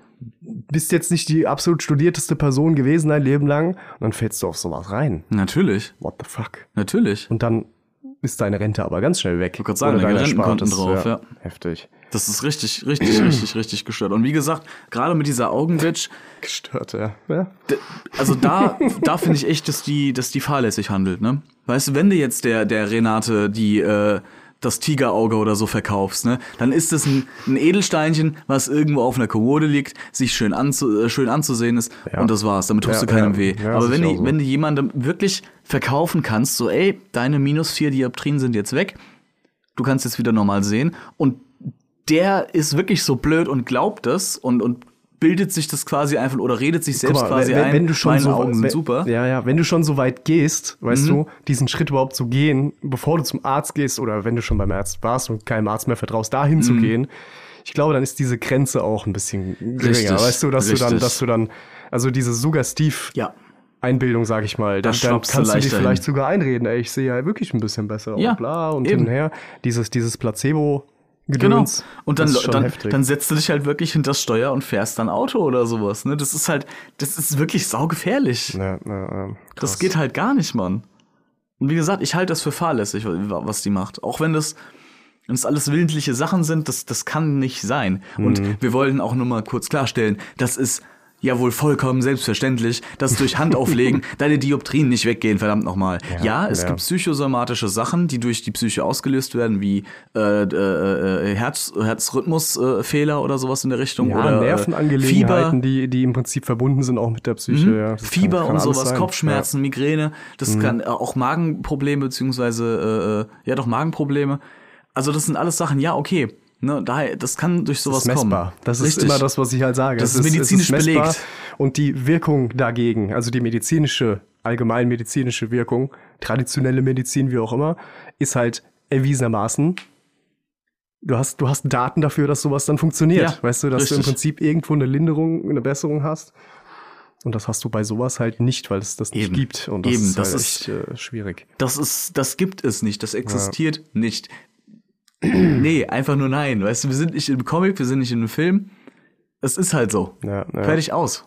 Speaker 5: Bist jetzt nicht die absolut studierteste Person gewesen dein Leben lang und dann fällst du auf sowas rein.
Speaker 4: natürlich,
Speaker 5: What the fuck?
Speaker 4: natürlich.
Speaker 5: Und dann ist deine Rente aber ganz schnell weg. Ich
Speaker 4: grad sagen, da geht Rentenkonten drauf, ja.
Speaker 5: Heftig.
Speaker 4: Das ist richtig, richtig, richtig, richtig gestört. Und wie gesagt, gerade mit dieser Augenwitch,
Speaker 5: Gestört, ja. ja.
Speaker 4: d- also da, da finde ich echt, dass die, dass die fahrlässig handelt, ne? Weißt du, wenn du jetzt der, der Renate die, äh, das Tigerauge oder so verkaufst, ne? Dann ist es ein, ein Edelsteinchen, was irgendwo auf einer Kommode liegt, sich schön, anzu, äh, schön anzusehen ist
Speaker 5: Ja.
Speaker 4: und das war's. Damit tust
Speaker 5: Ja,
Speaker 4: du keinem
Speaker 5: ja.
Speaker 4: weh.
Speaker 5: Ja,
Speaker 4: Aber
Speaker 5: sehe
Speaker 4: wenn
Speaker 5: ich
Speaker 4: du,
Speaker 5: auch so.
Speaker 4: wenn du jemandem wirklich verkaufen kannst, so, ey, deine minus vier Dioptrien sind jetzt weg, du kannst jetzt wieder normal sehen. Und der ist wirklich so blöd und glaubt das und, und bildet sich das quasi einfach oder redet sich selbst
Speaker 5: Guck mal,
Speaker 4: quasi
Speaker 5: wenn,
Speaker 4: ein.
Speaker 5: wenn du schon
Speaker 4: Meine
Speaker 5: so,
Speaker 4: Augen sind
Speaker 5: wenn,
Speaker 4: super. Mhm.
Speaker 5: Ja, ja, wenn du schon so weit gehst, weißt du, diesen Schritt überhaupt zu gehen, bevor du zum Arzt gehst oder wenn du schon beim Arzt warst und keinem Arzt mehr vertraust, dahin
Speaker 4: Mhm.
Speaker 5: zu gehen, ich glaube, dann ist diese Grenze auch ein bisschen geringer,
Speaker 4: Richtig,
Speaker 5: weißt du, dass du dann,
Speaker 4: richtig.
Speaker 5: dass du dann, also diese suggestiv
Speaker 4: Ja.
Speaker 5: Einbildung, sag ich mal, dann, dann
Speaker 4: schraubst du
Speaker 5: kannst du dich
Speaker 4: leichter
Speaker 5: vielleicht
Speaker 4: hin.
Speaker 5: sogar einreden, ey, ich sehe ja wirklich ein bisschen besser
Speaker 4: Ja,
Speaker 5: und bla und
Speaker 4: eben.
Speaker 5: hin und her, dieses, dieses Placebo.
Speaker 4: Genau.
Speaker 5: Gedöns,
Speaker 4: Und dann,
Speaker 5: das ist schon
Speaker 4: dann,
Speaker 5: heftig.
Speaker 4: dann setzt du dich halt wirklich hinter das Steuer und fährst dann Auto oder sowas. Ne? Das ist halt, das ist wirklich saugefährlich.
Speaker 5: ja, ja, ja,
Speaker 4: Das
Speaker 5: krass.
Speaker 4: geht halt gar nicht, Mann. Und wie gesagt, ich halte das für fahrlässig, wa- was die macht. Auch wenn das, wenn das alles willentliche Sachen sind, das, das kann nicht sein.
Speaker 5: Mhm.
Speaker 4: Und wir wollten auch nur mal kurz klarstellen, das ist ja wohl vollkommen selbstverständlich, dass durch Handauflegen
Speaker 5: (laughs)
Speaker 4: deine Dioptrien nicht weggehen, verdammt nochmal. Ja, es
Speaker 5: ja.
Speaker 4: gibt psychosomatische Sachen, die durch die Psyche ausgelöst werden, wie äh, äh, äh, Herz, Herzrhythmusfehler oder sowas in der Richtung.
Speaker 5: Ja,
Speaker 4: oder äh, Fieber. Hm?
Speaker 5: Nervenangelegenheiten, die, die im Prinzip verbunden sind auch mit der Psyche. Ja, Das kann-
Speaker 4: Fieber
Speaker 5: kann
Speaker 4: und
Speaker 5: alles
Speaker 4: sowas,
Speaker 5: sein. Mhm.
Speaker 4: Kopfschmerzen, Migräne, das kann äh, auch Magenprobleme, beziehungsweise, äh, äh, ja doch, Magenprobleme. Also, das sind alles Sachen, ja, okay. Ne, daher, das kann durch sowas
Speaker 5: Das ist messbar.
Speaker 4: kommen.
Speaker 5: Das ist
Speaker 4: Richtig.
Speaker 5: immer das, was ich halt sage.
Speaker 4: Das
Speaker 5: Es
Speaker 4: ist
Speaker 5: es
Speaker 4: medizinisch
Speaker 5: messbar.
Speaker 4: belegt.
Speaker 5: Und die Wirkung dagegen, also die medizinische, allgemein medizinische Wirkung, traditionelle Medizin, wie auch immer, ist halt erwiesenermaßen. Du hast, du hast Daten dafür, dass sowas dann funktioniert.
Speaker 4: Ja,
Speaker 5: weißt du, dass du im
Speaker 4: richtig.
Speaker 5: Prinzip irgendwo eine Linderung, eine Besserung hast. Und das hast du bei sowas halt nicht, weil es das nicht
Speaker 4: Eben.
Speaker 5: gibt. Und das
Speaker 4: Eben,
Speaker 5: ist, halt
Speaker 4: das
Speaker 5: echt, äh, schwierig.
Speaker 4: Das ist, das gibt es nicht, das existiert nicht. (clears throat) nee, einfach nur nein. Weißt du, wir sind nicht im Comic, wir sind nicht in einem Film. Es ist halt so.
Speaker 5: Ja, ja.
Speaker 4: Fertig aus.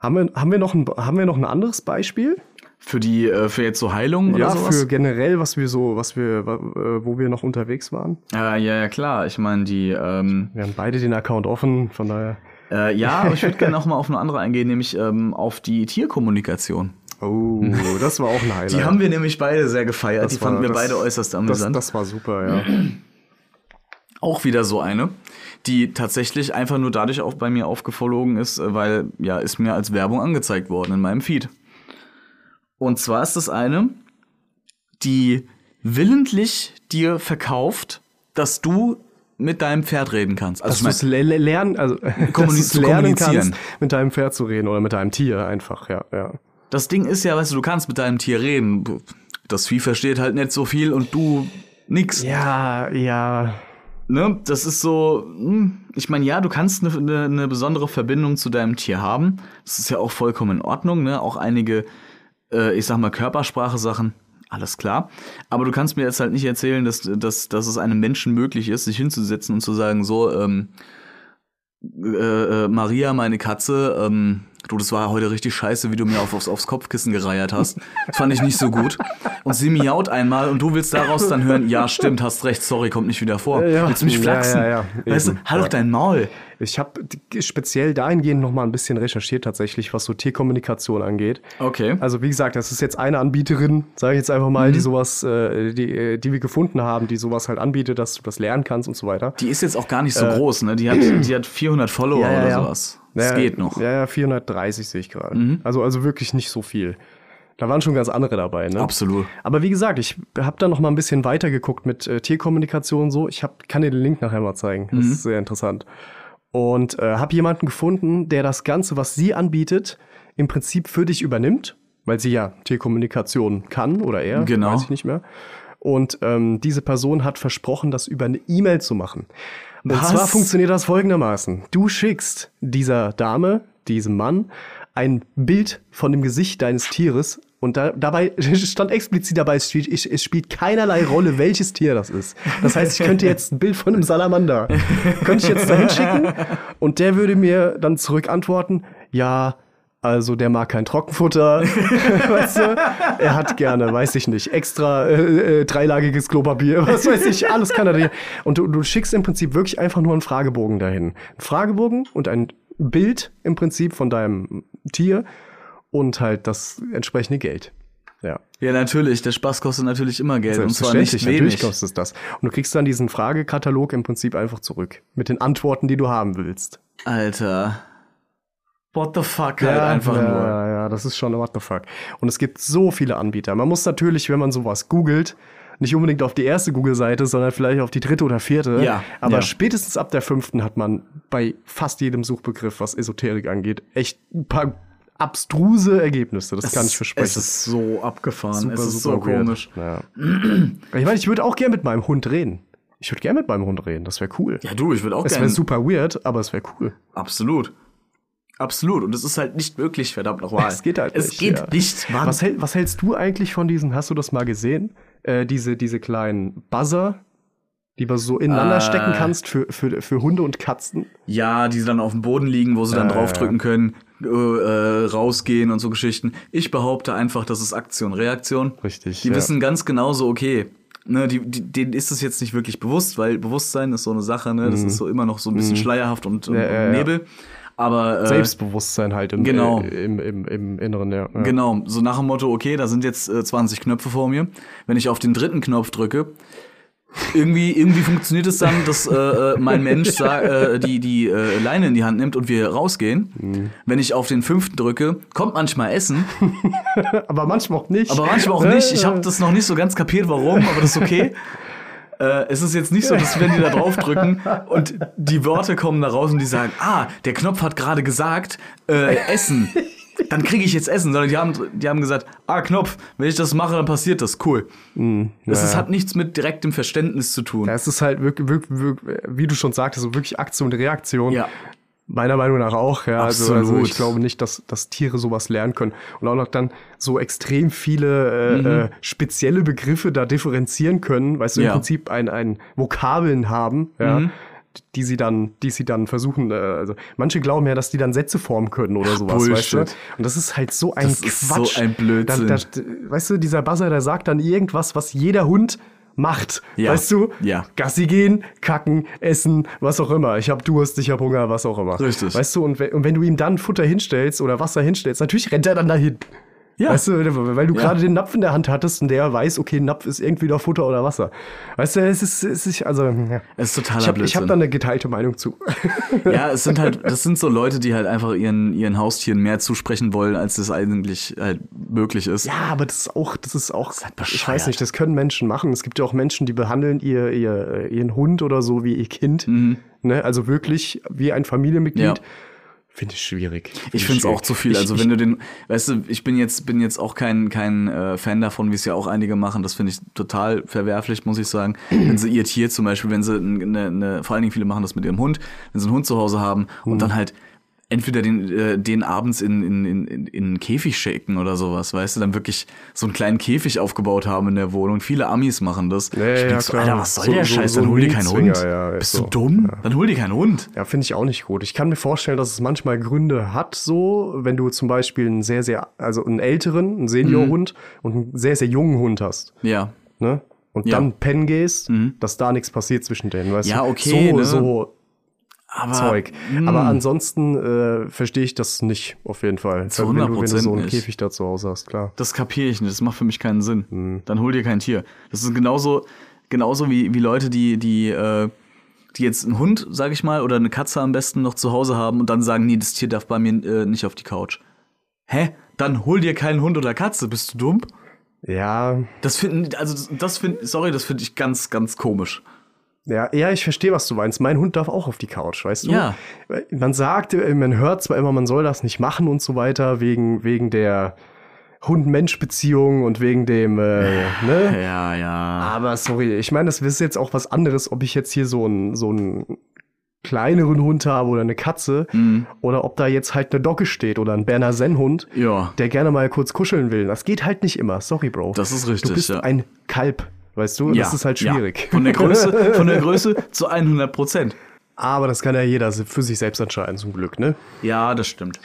Speaker 5: Haben wir, haben, wir noch ein, haben wir noch ein anderes Beispiel?
Speaker 4: Für die, äh, für jetzt so Heilung
Speaker 5: Ja,
Speaker 4: oder sowas?
Speaker 5: für generell, was wir so, was wir, wa- äh, wo wir noch unterwegs waren.
Speaker 4: Äh, ja, ja, klar. Ich meine, die, ähm,
Speaker 5: Wir haben beide den Account offen, von daher.
Speaker 4: Äh, ja, aber ich würde gerne noch mal auf eine andere eingehen, nämlich ähm, auf die Tierkommunikation.
Speaker 5: Oh, (laughs) das war auch ein Highlight.
Speaker 4: Die haben wir nämlich beide sehr gefeiert.
Speaker 5: Das
Speaker 4: die fanden
Speaker 5: war-
Speaker 4: wir
Speaker 5: das-
Speaker 4: beide äußerst
Speaker 5: das,
Speaker 4: amüsant.
Speaker 5: das war super, ja.
Speaker 4: Auch wieder so eine, die tatsächlich einfach nur dadurch auch bei mir aufgeflogen ist, äh, weil ja ist mir als Werbung angezeigt worden in meinem Feed. Und zwar ist das eine, die willentlich dir verkauft, dass du mit deinem Pferd reden kannst. Also
Speaker 5: Dass du es le le- lernen, also (laughs) dass
Speaker 4: Kommuni-
Speaker 5: du's
Speaker 4: zu
Speaker 5: lernen
Speaker 4: kommunizieren.
Speaker 5: kannst, mit deinem Pferd zu reden oder mit deinem Tier einfach, ja, ja.
Speaker 4: Das Ding ist ja, weißt du, du kannst mit deinem Tier reden. Das Vieh versteht halt nicht so viel und du nix.
Speaker 5: Ja, ja.
Speaker 4: Ne? Das ist so, hm, ich meine, ja, du kannst eine ne, ne besondere Verbindung zu deinem Tier haben. Das ist ja auch vollkommen in Ordnung, ne? Auch einige, äh, ich sag mal, Körpersprache-Sachen, alles klar. Aber du kannst mir jetzt halt nicht erzählen, dass, dass, dass es einem Menschen möglich ist, sich hinzusetzen und zu sagen, so, ähm, äh, äh, Maria, meine Katze, ähm, du, das war heute richtig scheiße, wie du mir auf, aufs, aufs Kopfkissen gereiert hast. Das fand ich nicht so gut. Und sie miaut einmal und du willst daraus dann hören, ja, stimmt, hast recht, sorry, kommt nicht wieder vor.
Speaker 5: Ja, ja.
Speaker 4: Willst du mich
Speaker 5: Ja,
Speaker 4: flachsen?
Speaker 5: ja, ja,
Speaker 4: Weißt du,
Speaker 5: eben,
Speaker 4: halt
Speaker 5: ja.
Speaker 4: doch dein Maul.
Speaker 5: Ich habe speziell dahingehend noch mal ein bisschen recherchiert tatsächlich, was so Tierkommunikation angeht.
Speaker 4: Okay.
Speaker 5: Also wie gesagt, das ist jetzt eine Anbieterin, sage ich jetzt einfach mal, die sowas, äh, die, äh, die wir gefunden haben, die sowas halt anbietet, dass du das lernen kannst und so weiter.
Speaker 4: Die ist jetzt auch gar nicht so groß, ne? Die hat, die hat 400 Follower
Speaker 5: Äh. Ja, ja,
Speaker 4: oder
Speaker 5: ja.
Speaker 4: sowas. Das
Speaker 5: Ja,
Speaker 4: geht noch. Mhm.
Speaker 5: Ja, ja, 430 sehe ich gerade. Also, also wirklich nicht so viel. Da waren schon ganz andere dabei, ne?
Speaker 4: Absolut.
Speaker 5: Aber wie gesagt, ich habe da noch mal ein bisschen weiter geguckt mit äh, Tierkommunikation und so. Ich hab, kann dir den Link nachher mal zeigen.
Speaker 4: Mhm.
Speaker 5: Das ist sehr interessant. Und äh, habe jemanden gefunden, der das Ganze, was sie anbietet, im Prinzip für dich übernimmt, weil sie ja Tierkommunikation kann oder er,
Speaker 4: Genau.
Speaker 5: weiß ich nicht mehr. Und ähm, diese Person hat versprochen, das über eine E-Mail zu machen. Und
Speaker 4: Was?
Speaker 5: zwar funktioniert das folgendermaßen. Du schickst dieser Dame, diesem Mann, ein Bild von dem Gesicht deines Tieres und da, dabei (laughs) stand explizit dabei, es spielt, ich, es spielt keinerlei Rolle, welches Tier das ist. Das heißt, ich könnte jetzt ein Bild von einem Salamander, könnte ich jetzt dahin schicken und der würde mir dann zurück antworten, ja, also der mag kein Trockenfutter, (laughs) weißt du, er hat gerne, weiß ich nicht, extra äh, äh, dreilagiges Klopapier, (laughs) was weiß ich, alles kann er dir. Und du, du schickst im Prinzip wirklich einfach nur einen Fragebogen dahin. Ein Fragebogen und ein Bild im Prinzip von deinem Tier und halt das entsprechende Geld. Ja,
Speaker 4: Ja, natürlich. Der Spaß kostet natürlich immer Geld. Und zwar
Speaker 5: selbstverständlich,
Speaker 4: nicht
Speaker 5: natürlich
Speaker 4: wenig.
Speaker 5: kostet es das. Und du kriegst dann diesen Fragekatalog im Prinzip einfach zurück mit den Antworten, die du haben willst.
Speaker 4: Alter. What the fuck halt einfach
Speaker 5: ja,
Speaker 4: nur.
Speaker 5: Ja, ja, das ist schon what the fuck. Und es gibt so viele Anbieter. Man muss natürlich, wenn man sowas googelt, nicht unbedingt auf die erste Google-Seite, sondern vielleicht auf die dritte oder vierte.
Speaker 4: Ja,
Speaker 5: Aber
Speaker 4: ja.
Speaker 5: spätestens ab der fünften hat man bei fast jedem Suchbegriff, was Esoterik angeht, echt ein paar abstruse Ergebnisse. Das, kann ich versprechen.
Speaker 4: Es ist so abgefahren. es ist so
Speaker 5: weird.
Speaker 4: komisch.
Speaker 5: Ja. ich meine, ich würde auch gern mit meinem Hund reden. Ich würde gern mit meinem Hund reden. Das wäre cool.
Speaker 4: Ja, du, ich würde auch
Speaker 5: es wäre
Speaker 4: gerne.
Speaker 5: super weird, aber es wäre cool.
Speaker 4: Absolut. Absolut. Und es ist halt nicht möglich, verdammt nochmal.
Speaker 5: Es geht halt
Speaker 4: es
Speaker 5: nicht.
Speaker 4: Geht
Speaker 5: ja.
Speaker 4: nicht Mann.
Speaker 5: Was, hält, was hältst du eigentlich von diesen, hast du das mal gesehen? Äh, diese, diese kleinen Buzzer, die man so ineinander
Speaker 4: Ah.
Speaker 5: stecken kannst für, für, für Hunde und Katzen.
Speaker 4: Ja, die dann auf dem Boden liegen, wo sie dann
Speaker 5: Ja,
Speaker 4: draufdrücken können, äh, äh, rausgehen und so Geschichten. Ich behaupte einfach, das ist Aktion, Reaktion.
Speaker 5: Richtig,
Speaker 4: Die
Speaker 5: ja.
Speaker 4: wissen ganz genau so, okay. Ne, die, die, denen ist es jetzt nicht wirklich bewusst, weil Bewusstsein ist so eine Sache, ne? Das ist so immer noch so ein bisschen schleierhaft und, und,
Speaker 5: Mhm. Ja, ja,
Speaker 4: und
Speaker 5: ja.
Speaker 4: Nebel. Aber äh,
Speaker 5: Selbstbewusstsein halt im,
Speaker 4: genau.
Speaker 5: äh, im, im, im Inneren, ja. ja.
Speaker 4: Genau, so nach dem Motto, okay, da sind jetzt äh, 20 Knöpfe vor mir. Wenn ich auf den dritten Knopf drücke, irgendwie, irgendwie funktioniert es dann, dass äh, äh, mein Mensch sa- äh, die, die äh, Leine in die Hand nimmt und wir rausgehen. Wenn ich auf den fünften drücke, kommt manchmal Essen,
Speaker 5: Aber manchmal auch nicht. Ne?
Speaker 4: aber manchmal auch nicht. Ich habe das noch nicht so ganz kapiert, warum, aber das ist okay. Äh, es ist jetzt nicht so, dass wenn die da drauf drücken und die Worte kommen da raus und die sagen, ah, der Knopf hat gerade gesagt, äh, Essen. Dann kriege ich jetzt Essen, sondern die haben, die haben gesagt, ah, Knopf, wenn ich das mache, dann passiert das, cool. das ist, hat nichts mit direktem Verständnis zu tun.
Speaker 5: Ja, es ist halt wirklich, wirklich, wirklich, wie du schon sagtest, so wirklich Aktion und Reaktion.
Speaker 4: Ja.
Speaker 5: Meiner Meinung nach auch, ja. Also, also
Speaker 4: Absolut.
Speaker 5: ich glaube nicht, dass, dass Tiere sowas lernen können. Und auch noch dann so extrem viele äh,
Speaker 4: Mhm.
Speaker 5: äh, spezielle Begriffe da differenzieren können, weißt du, im
Speaker 4: Ja. Mhm.
Speaker 5: Prinzip ein, ein Vokabeln haben, ja. Die sie dann, die sie dann versuchen, äh, also manche glauben ja, dass die dann Sätze formen können oder sowas, weißt
Speaker 4: Bullshit.
Speaker 5: du? Und das ist halt so ein
Speaker 4: Das ist so
Speaker 5: Quatsch.
Speaker 4: ein Blödsinn.
Speaker 5: Da, da, weißt du, dieser Buzzer, der sagt dann irgendwas, was jeder Hund macht.
Speaker 4: Ja.
Speaker 5: Weißt du?
Speaker 4: Ja.
Speaker 5: Gassi gehen, kacken, essen, was auch immer. Ich hab Durst, ich hab Hunger, was auch immer.
Speaker 4: Richtig.
Speaker 5: Weißt du, und, we und wenn du ihm dann Futter hinstellst oder Wasser hinstellst, natürlich rennt er dann dahin.
Speaker 4: Ja.
Speaker 5: Weißt du, weil du
Speaker 4: Ja.
Speaker 5: gerade den Napf in der Hand hattest und der weiß, okay, Napf ist irgendwie doch Futter oder Wasser. Weißt du, es ist, es ist also. Ja.
Speaker 4: Es ist totaler
Speaker 5: Ich hab- Ich
Speaker 4: Blödsinn.
Speaker 5: habe da eine geteilte Meinung zu.
Speaker 4: Ja, es sind halt, das sind so Leute, die halt einfach ihren, ihren Haustieren mehr zusprechen wollen, als das eigentlich halt möglich ist.
Speaker 5: Ja, aber das ist auch, das ist auch,
Speaker 4: halt
Speaker 5: ich
Speaker 4: bescheuert.
Speaker 5: weiß nicht, das können Menschen machen. Es gibt ja auch Menschen, die behandeln ihr, äh, ihr ihren Hund oder so wie ihr Kind. Ne? Also wirklich wie ein Familienmitglied.
Speaker 4: Mhm. Ja.
Speaker 1: Finde ich schwierig.
Speaker 4: Ich finde es auch zu viel.
Speaker 1: Ich-
Speaker 4: also
Speaker 1: ich-
Speaker 4: wenn du den, weißt du, ich bin jetzt bin jetzt auch kein kein äh, Fan davon, wie es ja auch einige machen. Das finde ich total verwerflich, muss ich sagen. Wenn sie ihr Tier zum Beispiel, wenn sie eine, ne, vor allen Dingen viele machen das mit ihrem Hund, wenn sie einen Hund zu Hause haben und
Speaker 5: Mhm.
Speaker 4: dann halt entweder den äh, den abends in in in in in einen Käfig shaken oder sowas, weißt du, dann wirklich so einen kleinen Käfig aufgebaut haben in der Wohnung. Viele Amis machen das.
Speaker 5: Ja,
Speaker 4: ich
Speaker 5: ja,
Speaker 4: denk
Speaker 5: ja,
Speaker 4: so,
Speaker 5: klar.
Speaker 4: Alter, was soll
Speaker 5: So-
Speaker 4: der
Speaker 5: so-
Speaker 4: Scheiß?
Speaker 5: so
Speaker 4: dann
Speaker 5: ein
Speaker 4: hol dir keinen Hund.
Speaker 5: Mietezwinger, ja, ist
Speaker 4: Bist
Speaker 5: so.
Speaker 4: du dumm? Dann hol dir keinen Hund.
Speaker 5: Ja, finde ich auch nicht gut. Ich kann mir vorstellen, dass es manchmal Gründe hat, so, wenn du zum Beispiel einen sehr, sehr, also einen älteren, einen Seniorhund und einen sehr, sehr jungen Hund hast,
Speaker 4: Ja.
Speaker 5: ne? Und
Speaker 4: Mhm. Ja. Mhm.
Speaker 5: dann pennen gehst, dass da nichts passiert zwischen denen, weißt
Speaker 4: Ja,
Speaker 5: du?
Speaker 4: okay,
Speaker 5: So,
Speaker 4: ne?
Speaker 5: so
Speaker 4: Aber, hm.
Speaker 5: Zeug.
Speaker 4: mh.
Speaker 5: Aber ansonsten äh, verstehe ich das nicht, auf jeden Fall.
Speaker 4: Zu
Speaker 5: wenn, du, wenn du
Speaker 4: 100%
Speaker 5: so einen
Speaker 4: nicht.
Speaker 5: Käfig da zu Hause hast, klar.
Speaker 4: Das kapiere ich nicht. Das macht für mich keinen Sinn.
Speaker 5: Mhm.
Speaker 4: Dann hol dir kein Tier. Das ist genauso, genauso wie, wie Leute, die, die, äh, die jetzt einen Hund, sag ich mal, oder eine Katze am besten noch zu Hause haben und dann sagen, nee, das Tier darf bei mir äh, nicht auf die Couch. Hä? Dann hol dir keinen Hund oder Katze. Bist du dumm?
Speaker 5: Ja,
Speaker 4: Das finden, also das- das finde, sorry, das finde ich ganz, ganz komisch.
Speaker 5: Ja, ja, ich verstehe, was du meinst. Mein Hund darf auch auf die Couch, weißt du?
Speaker 4: Ja.
Speaker 5: Man sagt, äh, man hört zwar immer, man soll das nicht machen und so weiter, wegen, wegen der Hund-Mensch-Beziehung und wegen dem, äh,
Speaker 4: (laughs)
Speaker 5: ne?
Speaker 4: Ja, ja.
Speaker 5: Aber sorry, ich meine, das ist jetzt auch was anderes, ob ich jetzt hier so einen, so einen kleineren Hund habe oder eine Katze
Speaker 4: Mhm.
Speaker 5: oder ob da jetzt halt eine Dogge steht oder ein Berner Sennhund,
Speaker 4: Ja.
Speaker 5: der gerne mal kurz kuscheln will. Das geht halt nicht immer. Sorry, Bro.
Speaker 4: Das ist
Speaker 5: Du
Speaker 4: richtig,
Speaker 5: bist
Speaker 4: ja.
Speaker 5: ein Kalb, weißt du? das ist halt
Speaker 4: ja.
Speaker 5: schwierig.
Speaker 4: Von der Größe, von der Größe zu 100 Prozent.
Speaker 5: (laughs) Aber das kann ja jeder für sich selbst entscheiden, zum Glück, ne?
Speaker 4: Ja, das stimmt.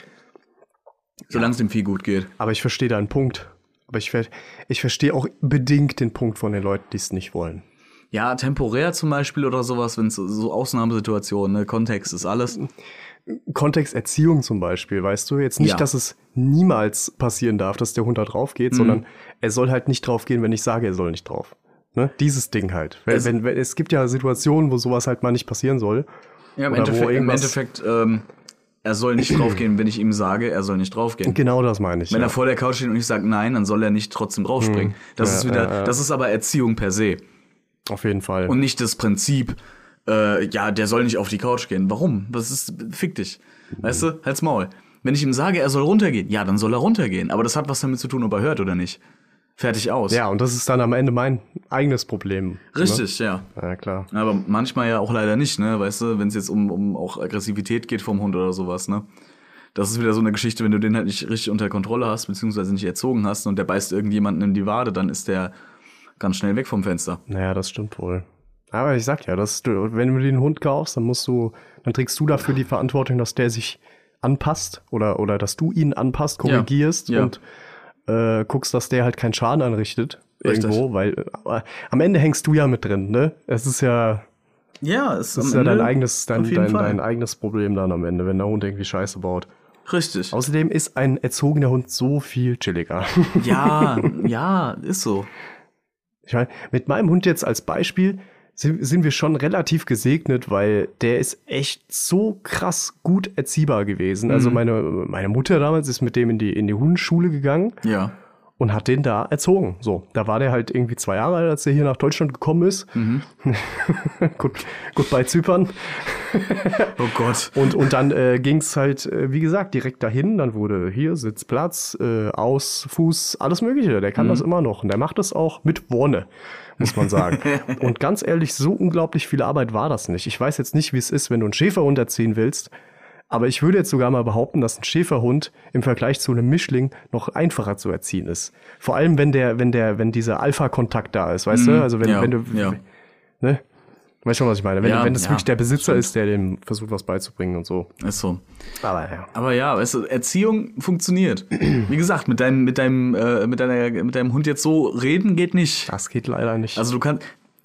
Speaker 4: Solange es dem Vieh gut geht.
Speaker 5: Aber ich verstehe deinen Punkt. Aber ich, ver ich verstehe auch bedingt den Punkt von den Leuten, die es nicht wollen.
Speaker 4: Ja, temporär zum Beispiel oder sowas, wenn es so Ausnahmesituationen, ne? Kontext ist alles.
Speaker 5: Kontext Erziehung zum Beispiel, weißt du? Jetzt nicht,
Speaker 4: Ja. Mhm.
Speaker 5: dass es niemals passieren darf, dass der Hund da drauf geht, sondern er soll halt nicht drauf gehen, wenn ich sage, er soll nicht drauf. Ne? Dieses Ding halt. Wenn,
Speaker 4: Es-
Speaker 5: wenn, wenn, es gibt ja Situationen, wo sowas halt mal nicht passieren soll.
Speaker 4: Ja, im
Speaker 5: Oder wo
Speaker 4: Endeffekt, im
Speaker 5: irgendwas-
Speaker 4: Endeffekt ähm, er soll nicht draufgehen, wenn ich ihm sage, er soll nicht draufgehen.
Speaker 5: Genau das meine ich.
Speaker 4: Wenn
Speaker 5: ja.
Speaker 4: er vor der Couch steht und ich sage nein, dann soll er nicht trotzdem draufspringen. Das ist wieder, das ist aber Erziehung per se
Speaker 5: Auf jeden Fall.
Speaker 4: und nicht das Prinzip, äh, ja, der soll nicht auf die Couch gehen. Warum? Was ist, fick dich. Weißt du, halt's Maul. Wenn ich ihm sage, er soll runtergehen, ja, dann soll er runtergehen. Aber das hat was damit zu tun, ob er hört oder nicht. Fertig aus.
Speaker 5: ja, und das ist dann am Ende mein eigenes Problem.
Speaker 4: Richtig, ja.
Speaker 5: Ne? Ja, klar.
Speaker 4: Aber manchmal ja auch leider nicht, ne? Weißt du, wenn es jetzt um, um auch Aggressivität geht vom Hund oder sowas, ne? Das ist wieder so eine Geschichte, wenn du den halt nicht richtig unter Kontrolle hast, beziehungsweise nicht erzogen hast und der beißt irgendjemanden in die Wade, dann ist der ganz schnell weg vom Fenster.
Speaker 5: Naja, das stimmt wohl. Aber ich sag ja, dass du, wenn du den Hund kaufst, dann musst du, dann trägst du dafür die Verantwortung, dass der sich anpasst oder, oder dass du ihn anpasst, korrigierst
Speaker 4: Ja.
Speaker 5: und äh, guckst, dass der halt keinen Schaden anrichtet.
Speaker 4: Richtig.
Speaker 5: Irgendwo, weil äh, aber am Ende hängst du ja mit drin, ne? Es ist ja,
Speaker 4: Ja, es
Speaker 5: es
Speaker 4: am
Speaker 5: ist ja
Speaker 4: Ende
Speaker 5: dein eigenes, dein,
Speaker 4: auf jeden
Speaker 5: dein,
Speaker 4: Fall.
Speaker 5: dein eigenes Problem dann am Ende, wenn der Hund irgendwie Scheiße baut.
Speaker 4: Richtig.
Speaker 5: Außerdem ist ein erzogener Hund so viel chilliger. (laughs)
Speaker 4: Ja, ja, ist so.
Speaker 5: Ich meine, mit meinem Hund jetzt als Beispiel sind, sind wir schon relativ gesegnet, weil der ist echt so krass gut erziehbar gewesen. Also meine, meine Mutter damals ist mit dem in die, in die Hundeschule gegangen
Speaker 4: Ja.
Speaker 5: und hat den da erzogen. So, da war der halt irgendwie zwei Jahre alt, als er hier nach Deutschland gekommen ist. (laughs) gut, gut bei Zypern.
Speaker 4: Oh Gott.
Speaker 5: Und, und dann äh, ging es halt, äh, wie gesagt, direkt dahin. Dann wurde hier Sitz, Platz, äh, Aus, Fuß, alles Mögliche. Der kann das
Speaker 4: Mhm.
Speaker 5: immer noch. Und der macht das auch mit Wonne, muss
Speaker 4: (laughs)
Speaker 5: man sagen. und ganz ehrlich, so unglaublich viel Arbeit war das nicht. Ich weiß jetzt nicht, wie es ist, wenn du einen Schäferhund erziehen willst. Aber ich würde jetzt sogar mal behaupten, dass ein Schäferhund im Vergleich zu einem Mischling noch einfacher zu erziehen ist. Vor allem, wenn der, wenn der, wenn dieser Alpha-Kontakt da ist, weißt du? Also wenn,
Speaker 4: Mhm. ja,
Speaker 5: wenn du,
Speaker 4: ja.
Speaker 5: ne? Weißt schon, was ich meine? Wenn,
Speaker 4: Ja,
Speaker 5: wenn es
Speaker 4: ja,
Speaker 5: wirklich der Besitzer ist, der dem versucht, was beizubringen und so.
Speaker 4: Ist so.
Speaker 5: Aber ja.
Speaker 4: Aber ja, weißt du, Erziehung funktioniert. Wie gesagt, mit deinem, mit deinem, äh, mit deiner, mit deinem Hund jetzt so reden geht nicht.
Speaker 5: Das geht leider nicht.
Speaker 4: Also du kannst,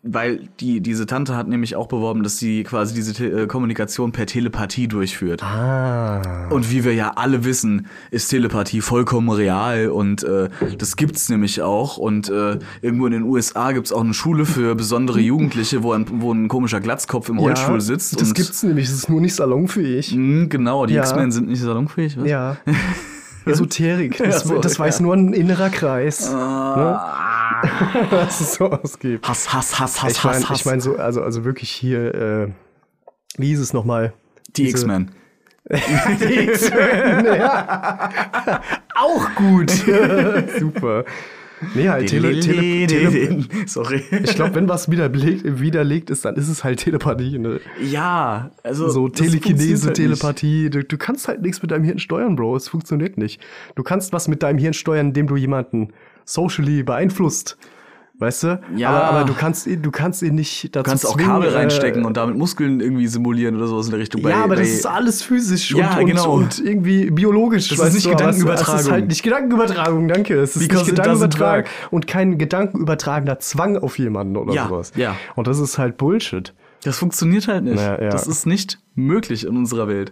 Speaker 4: weil die, diese Tante hat nämlich auch beworben, dass sie quasi diese Te äh, Kommunikation per Telepathie durchführt.
Speaker 5: ah.
Speaker 4: Und wie wir ja alle wissen, ist Telepathie vollkommen real und äh, das gibt's nämlich auch. Und äh, irgendwo in den USA gibt's auch eine Schule für besondere Jugendliche, wo ein, wo ein komischer Glatzkopf im Rollstuhl sitzt.
Speaker 5: Das
Speaker 4: und,
Speaker 5: gibt's nämlich, es ist nur nicht salonfähig.
Speaker 4: Mh, genau, die
Speaker 5: Ja.
Speaker 4: X-Men sind nicht salonfähig, was? (laughs)
Speaker 5: Ja. Esoterik, das,
Speaker 4: Ja, so,
Speaker 5: das weiß
Speaker 4: ja.
Speaker 5: nur ein innerer Kreis, (laughs) dass es sowas gibt.
Speaker 4: Hass, Hass, Hass, Hass,
Speaker 5: Ich
Speaker 4: Hass,
Speaker 5: meine,
Speaker 4: Hass.
Speaker 5: ich mein so, also, also wirklich hier, äh, wie hieß es nochmal?
Speaker 4: die
Speaker 5: diese-
Speaker 4: X-Men.
Speaker 5: Die Zöne, ja. Auch gut. (laughs) Super. Nee, halt Tele, Tele, Tele,
Speaker 4: (laughs) Sorry.
Speaker 5: (laughs) ich glaube, wenn was widerlegt, widerlegt ist, dann ist es halt Telepathie. Ne?
Speaker 4: Ja, also.
Speaker 5: So
Speaker 4: das funktioniert
Speaker 5: Telekinese,
Speaker 4: halt nicht.
Speaker 5: Telepathie. Du, du kannst halt nichts mit deinem Hirn steuern, Bro. Es funktioniert nicht. Du kannst was mit deinem Hirn steuern, indem du jemanden socially beeinflusst. Weißt du?
Speaker 4: Ja.
Speaker 5: Aber, aber du kannst ihn, du kannst ihn nicht dazu
Speaker 4: Du kannst auch
Speaker 5: zwingen,
Speaker 4: Kabel
Speaker 5: äh,
Speaker 4: reinstecken und damit Muskeln irgendwie simulieren oder sowas in der Richtung.
Speaker 5: ja, aber das
Speaker 4: bei-
Speaker 5: ist alles physisch
Speaker 4: Ja,
Speaker 5: und, und,
Speaker 4: genau.
Speaker 5: und irgendwie biologisch.
Speaker 4: Das ist
Speaker 5: weißt
Speaker 4: nicht
Speaker 5: du, aber
Speaker 4: Gedankenübertragung.
Speaker 5: Es ist halt nicht Gedankenübertragung, danke. Es ist
Speaker 4: Because
Speaker 5: nicht
Speaker 4: it doesn't
Speaker 5: Gedankenübertragung
Speaker 4: work.
Speaker 5: und kein gedankenübertragender Zwang auf jemanden oder
Speaker 4: Ja,
Speaker 5: sowas.
Speaker 4: ja.
Speaker 5: Und das ist halt Bullshit.
Speaker 4: Das funktioniert halt nicht.
Speaker 5: Ja, ja.
Speaker 4: Das ist nicht möglich in unserer Welt.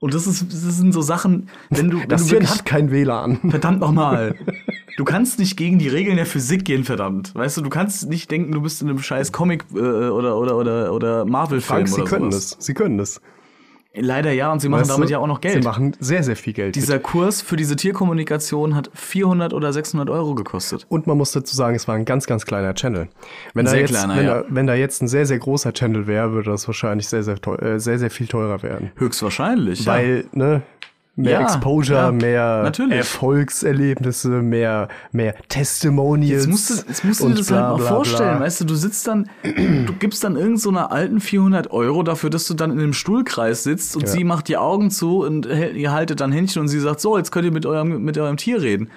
Speaker 4: Und das, ist, das sind so Sachen, wenn du, wenn
Speaker 5: Das
Speaker 4: du
Speaker 5: Hirn
Speaker 4: wirklich-
Speaker 5: hat kein WLAN.
Speaker 4: verdammt nochmal. Du kannst nicht gegen die Regeln der Physik gehen, verdammt. Weißt du, du kannst nicht denken, du bist in einem scheiß Comic äh, oder oder oder oder Marvel-Film
Speaker 5: Frank,
Speaker 4: oder
Speaker 5: sie können
Speaker 4: sowas.
Speaker 5: es. Sie können es.
Speaker 4: Leider ja, und sie machen
Speaker 5: Weißt du,
Speaker 4: damit ja auch noch Geld.
Speaker 5: Sie machen sehr, sehr viel Geld.
Speaker 4: Dieser Kurs für diese Tierkommunikation hat 400 oder 600 Euro gekostet.
Speaker 5: Und man muss dazu sagen, es war ein ganz, ganz kleiner Channel. Wenn da
Speaker 4: Sehr
Speaker 5: jetzt,
Speaker 4: kleiner,
Speaker 5: wenn,
Speaker 4: ja.
Speaker 5: da, wenn da jetzt ein sehr, sehr großer Channel wäre, würde das wahrscheinlich sehr, sehr, teuer, äh, sehr, sehr viel teurer werden.
Speaker 4: Höchstwahrscheinlich. ja.
Speaker 5: Weil, ne, mehr
Speaker 4: Ja,
Speaker 5: Exposure,
Speaker 4: ja,
Speaker 5: mehr
Speaker 4: natürlich.
Speaker 5: Erfolgserlebnisse, mehr, mehr Testimonials.
Speaker 4: Jetzt musst, du, jetzt musst du dir
Speaker 5: und
Speaker 4: das
Speaker 5: bla,
Speaker 4: halt mal
Speaker 5: bla,
Speaker 4: vorstellen,
Speaker 5: bla.
Speaker 4: weißt du, du sitzt dann, du gibst dann irgend so einer alten 400 Euro dafür, dass du dann in einem Stuhlkreis sitzt und sie macht die Augen zu und hält- ihr haltet dann Händchen und sie sagt, so, jetzt könnt ihr mit eurem, mit eurem Tier reden.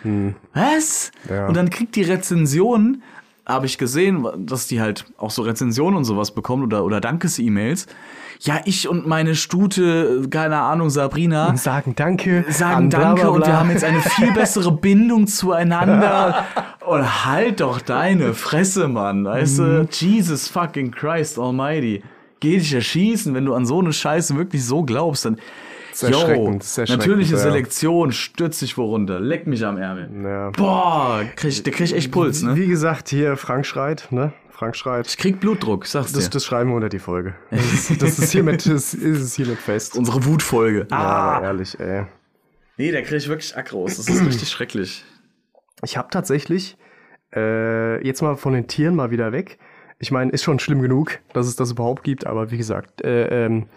Speaker 4: Was?
Speaker 5: Hm. Ja.
Speaker 4: Und dann kriegt die Rezension, habe ich gesehen, dass die halt auch so Rezensionen und sowas bekommt oder, oder Dankes-E-Mails. Ja, ich und meine Stute, keine Ahnung, Sabrina,
Speaker 5: Und sagen Danke.
Speaker 4: sagen
Speaker 5: an bla,
Speaker 4: Danke
Speaker 5: bla,
Speaker 4: und
Speaker 5: bla.
Speaker 4: wir haben jetzt eine viel
Speaker 5: (laughs)
Speaker 4: bessere Bindung zueinander. Und halt doch deine Fresse, Mann. Weißt
Speaker 5: Mhm.
Speaker 4: du, Jesus fucking Christ Almighty. Geh dich erschießen, wenn du an so eine Scheiße wirklich so glaubst, dann.
Speaker 5: Sehr erschreckend, sehr erschreckend,
Speaker 4: natürliche
Speaker 5: ja.
Speaker 4: Selektion stürzt dich worunter. Leck mich am Ärmel.
Speaker 5: Ja.
Speaker 4: Boah, krieg, ich- da krieg ich echt Puls, ne?
Speaker 5: Wie gesagt, hier Frank schreit, ne? Frank schreit.
Speaker 4: Ich krieg Blutdruck, ich sag's dir.
Speaker 5: Das, das schreiben wir unter die
Speaker 4: (laughs)
Speaker 5: Folge. Das ist, das ist hiermit, das ist es hiermit fest.
Speaker 4: unsere Wutfolge.
Speaker 5: Ja,
Speaker 4: Ah,
Speaker 5: aber ehrlich, ey.
Speaker 4: nee, da krieg ich wirklich Akros. Das
Speaker 5: (clears throat)
Speaker 4: ist richtig schrecklich.
Speaker 5: Ich habe tatsächlich, äh, jetzt mal von den Tieren mal wieder weg. Ich meine, ist schon schlimm genug, dass es das überhaupt gibt, aber wie gesagt, äh, ähm,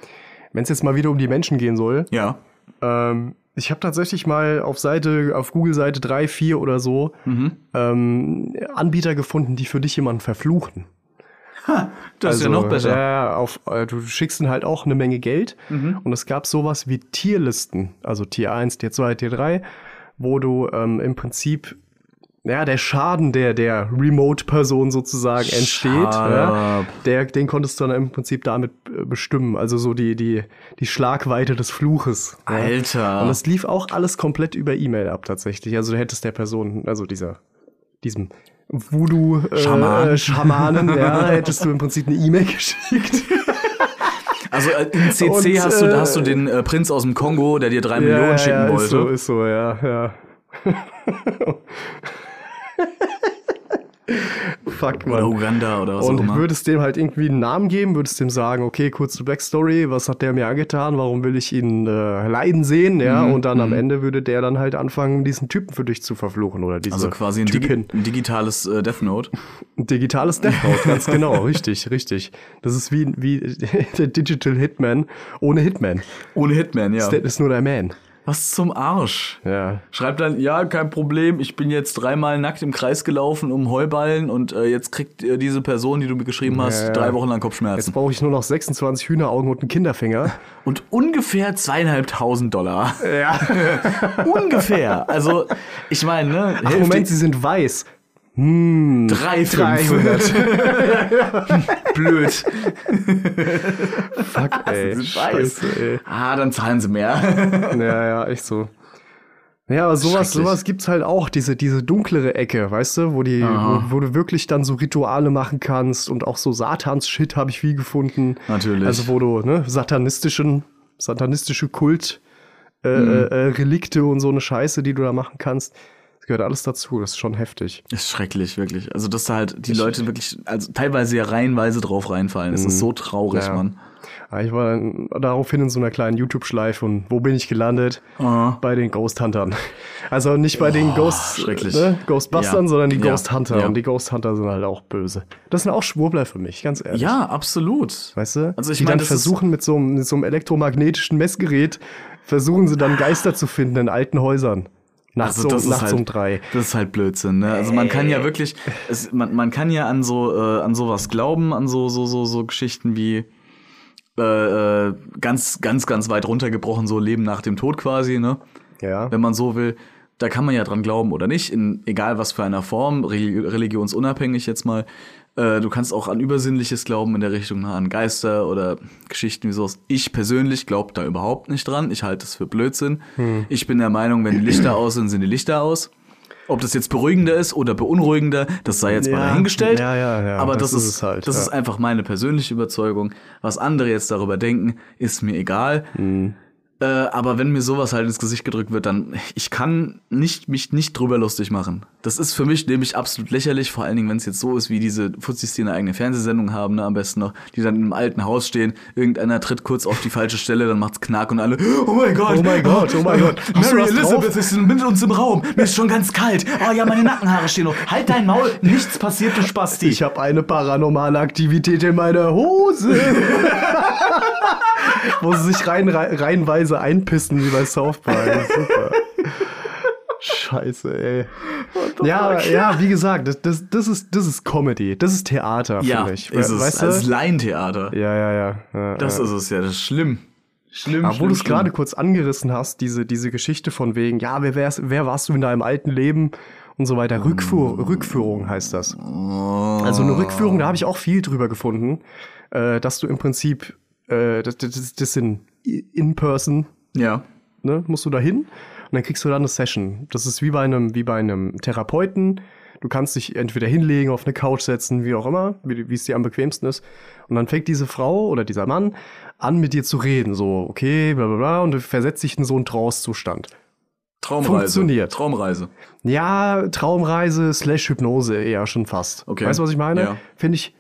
Speaker 5: wenn es jetzt mal wieder um die Menschen gehen soll,
Speaker 4: Ja.
Speaker 5: ähm, ich habe tatsächlich mal auf Seite, auf Google-Seite 3, 4 oder so, ähm, Anbieter gefunden, die für dich jemanden verfluchen.
Speaker 4: Das ist ja noch besser.
Speaker 5: Also, Ja, ja, auf, äh, du schickst ihnen halt auch eine Menge Geld.
Speaker 4: Mhm.
Speaker 5: Und es gab sowas wie Tierlisten, also Tier 1, Tier 2, Tier 3, wo du ähm, im Prinzip, ja, der Schaden der, der Remote-Person sozusagen entsteht. Ja,
Speaker 4: Schade.
Speaker 5: der, den konntest du dann im Prinzip damit äh, bestimmen. Also so die, die, die Schlagweite des Fluches. ja.
Speaker 4: Alter.
Speaker 5: Und das lief auch alles komplett über E-Mail ab tatsächlich. Also du hättest der Person, also dieser, diesem Voodoo äh,
Speaker 4: Schaman.
Speaker 5: Schamanen,
Speaker 4: (laughs)
Speaker 5: ja, hättest du im Prinzip eine E-Mail geschickt.
Speaker 4: Also äh, im CC
Speaker 5: Und,
Speaker 4: hast, du,
Speaker 5: äh,
Speaker 4: hast du den äh, Prinz aus dem Kongo, der dir drei Millionen schicken wollte.
Speaker 5: Ist so, ist so, ja, ja. (laughs) Fuck,
Speaker 4: Oder
Speaker 5: man.
Speaker 4: Uganda oder was auch
Speaker 5: Und
Speaker 4: immer.
Speaker 5: würdest dem halt irgendwie einen Namen geben, würdest dem sagen, okay, kurze Backstory, was hat der mir angetan, warum will ich ihn äh, leiden sehen, ja,
Speaker 4: Mhm,
Speaker 5: und dann am Ende würde der dann halt anfangen, diesen Typen für dich zu verfluchen oder diese
Speaker 4: also quasi ein,
Speaker 5: Typin.
Speaker 4: Digi ein digitales äh, Death Note.
Speaker 5: Ein digitales Death Note, ganz
Speaker 4: (laughs)
Speaker 5: genau, richtig, richtig. Das ist wie, wie (laughs) der Digital Hitman ohne Hitman.
Speaker 4: Ohne Hitman, ja.
Speaker 5: Stat ist nur der Man.
Speaker 4: Was zum Arsch.
Speaker 5: Ja.
Speaker 4: Schreibt dann, ja, kein Problem, ich bin jetzt dreimal nackt im Kreis gelaufen um Heuballen und äh, jetzt kriegt äh, diese Person, die du mir geschrieben hast,
Speaker 5: ja.
Speaker 4: drei Wochen lang
Speaker 5: Jetzt
Speaker 4: Kopfschmerzen.
Speaker 5: brauche ich nur noch 26 Hühneraugen und einen Kinderfinger.
Speaker 4: Und ungefähr zweieinhalbtausend Dollar.
Speaker 5: Ja.
Speaker 4: ungefähr. Also, ich meine, ne,
Speaker 5: Ach,
Speaker 4: Hälfte-
Speaker 5: Moment, sie sind weiß.
Speaker 4: drei, fünf. (laughs)
Speaker 5: 300.
Speaker 4: Blöd. (laughs)
Speaker 5: Fuck, ey.
Speaker 4: sind weiß.
Speaker 5: Scheiße, ey.
Speaker 4: Ah, dann zahlen sie mehr.
Speaker 5: Ja, ja, echt so. Ja, aber
Speaker 4: Schrecklich.
Speaker 5: sowas, sowas gibt's halt auch, diese, diese dunklere Ecke, weißt du, wo die, wo, wo du wirklich dann so Rituale machen kannst und auch so Satans-Shit habe ich wie gefunden.
Speaker 4: Natürlich.
Speaker 5: Also wo du, ne, satanistischen,
Speaker 4: Mhm.
Speaker 5: satanistische Kult, äh, äh, äh, Relikte und so eine Scheiße, die du da machen kannst. Das gehört alles dazu, das ist schon heftig.
Speaker 4: Ist schrecklich, wirklich. Also, dass da halt die Leute wirklich, also teilweise ja reihenweise drauf reinfallen. Es ist so traurig,
Speaker 5: Mhm. Ja.
Speaker 4: Mann.
Speaker 5: Aber ich war dann daraufhin in so einer kleinen YouTube-Schleife und wo bin ich gelandet?
Speaker 4: Ah.
Speaker 5: Bei den Ghost Huntern. Also nicht bei den Ghost,
Speaker 4: schrecklich.
Speaker 5: ne, Ghostbustern,
Speaker 4: Ja.
Speaker 5: sondern die
Speaker 4: Ja.
Speaker 5: Ghost Hunter.
Speaker 4: Ja.
Speaker 5: Und die Ghost Hunter sind halt auch böse. Das sind auch Schwurbler für mich, ganz ehrlich.
Speaker 4: Ja, absolut.
Speaker 5: Weißt du?
Speaker 4: Also, ich
Speaker 5: die
Speaker 4: meine,
Speaker 5: dann
Speaker 4: das ist-
Speaker 5: versuchen mit so, einem, mit so einem elektromagnetischen Messgerät, versuchen sie dann Geister zu finden in alten Häusern. Nachts,
Speaker 4: Also das ist
Speaker 5: um, nachts
Speaker 4: halt,
Speaker 5: um drei.
Speaker 4: Das ist halt Blödsinn, ne? Also man kann ja wirklich, es, man, man kann ja an so äh, an sowas glauben, an so so so so Geschichten wie äh, äh, ganz ganz ganz weit runtergebrochen so Leben nach dem Tod quasi, ne?
Speaker 5: Ja.
Speaker 4: Wenn man so will, da kann man ja dran glauben oder nicht, in egal was für einer Form, reli- religionsunabhängig jetzt mal. Äh, Du kannst auch an Übersinnliches glauben in der Richtung na, an Geister oder Geschichten wie sowas. Ich persönlich glaube da überhaupt nicht dran. Ich halte es für Blödsinn.
Speaker 5: Hm.
Speaker 4: Ich bin der Meinung, wenn die Lichter aus sind, sind die Lichter aus. Ob das jetzt beruhigender ist oder beunruhigender, das sei jetzt mal
Speaker 5: Ja,
Speaker 4: dahingestellt.
Speaker 5: ja, ja, ja,
Speaker 4: Aber das,
Speaker 5: das
Speaker 4: ist,
Speaker 5: ist es halt,
Speaker 4: das
Speaker 5: ja.
Speaker 4: ist einfach meine persönliche Überzeugung. Was andere jetzt darüber denken, ist mir egal. Äh, aber wenn mir sowas halt ins Gesicht gedrückt wird, dann ich kann nicht mich nicht drüber lustig machen. Das ist für mich nämlich absolut lächerlich, vor allen Dingen, wenn es jetzt so ist, wie diese Fuzis, die eine eigene Fernsehsendung haben, ne, am besten noch, die dann im alten Haus stehen, irgendeiner tritt kurz auf die falsche Stelle, dann macht's Knack und alle, oh mein Gott,
Speaker 5: Oh mein Gott, oh mein Gott. Hast du
Speaker 4: Mary
Speaker 5: was
Speaker 4: Elizabeth
Speaker 5: drauf?
Speaker 4: ist mit uns im Raum, mir ist schon ganz kalt. Oh ja, meine Nackenhaare stehen noch. Halt dein Maul, nichts passiert, du Spasti.
Speaker 5: Ich habe eine paranormale Aktivität in meiner Hose. (laughs) Wo sie sich rein, rein, reihenweise einpissen, wie bei South Park. Das ist Super. Scheiße, ey. Ja, ja, wie gesagt, das, das, das, ist, das ist Comedy. Das ist Theater
Speaker 4: ja,
Speaker 5: für mich.
Speaker 4: ist es,
Speaker 5: Weißt
Speaker 4: es ist
Speaker 5: du?
Speaker 4: Laientheater.
Speaker 5: Ja, ja, ja. ja
Speaker 4: Das
Speaker 5: ja.
Speaker 4: ist es ja, das ist schlimm. Schlimm,
Speaker 5: Aber wo
Speaker 4: schlimm,
Speaker 5: du es
Speaker 4: schlimm.
Speaker 5: gerade kurz angerissen hast, diese, diese Geschichte von wegen, ja, wer, wär's, wer warst du in deinem alten Leben und so weiter.
Speaker 4: Mm.
Speaker 5: Rückfuhr, Rückführung heißt das. Also eine Rückführung, da habe ich auch viel drüber gefunden, äh, dass du im Prinzip, äh, das, das, das sind In-Person,
Speaker 4: Ja.
Speaker 5: ne, musst du da hin und dann kriegst du da eine Session. Das ist wie bei einem, wie bei einem Therapeuten. Du kannst dich entweder hinlegen, auf eine Couch setzen, wie auch immer, wie wie es dir am bequemsten ist. Und dann fängt diese Frau oder dieser Mann an, mit dir zu reden. So, okay, bla bla bla, und du versetzt dich in so einen Trauszustand.
Speaker 4: Traumreise.
Speaker 5: Funktioniert.
Speaker 4: Traumreise.
Speaker 5: Ja, Traumreise slash Hypnose eher schon fast.
Speaker 4: Okay.
Speaker 5: Weißt du, was ich meine?
Speaker 4: Ja.
Speaker 5: Finde ich.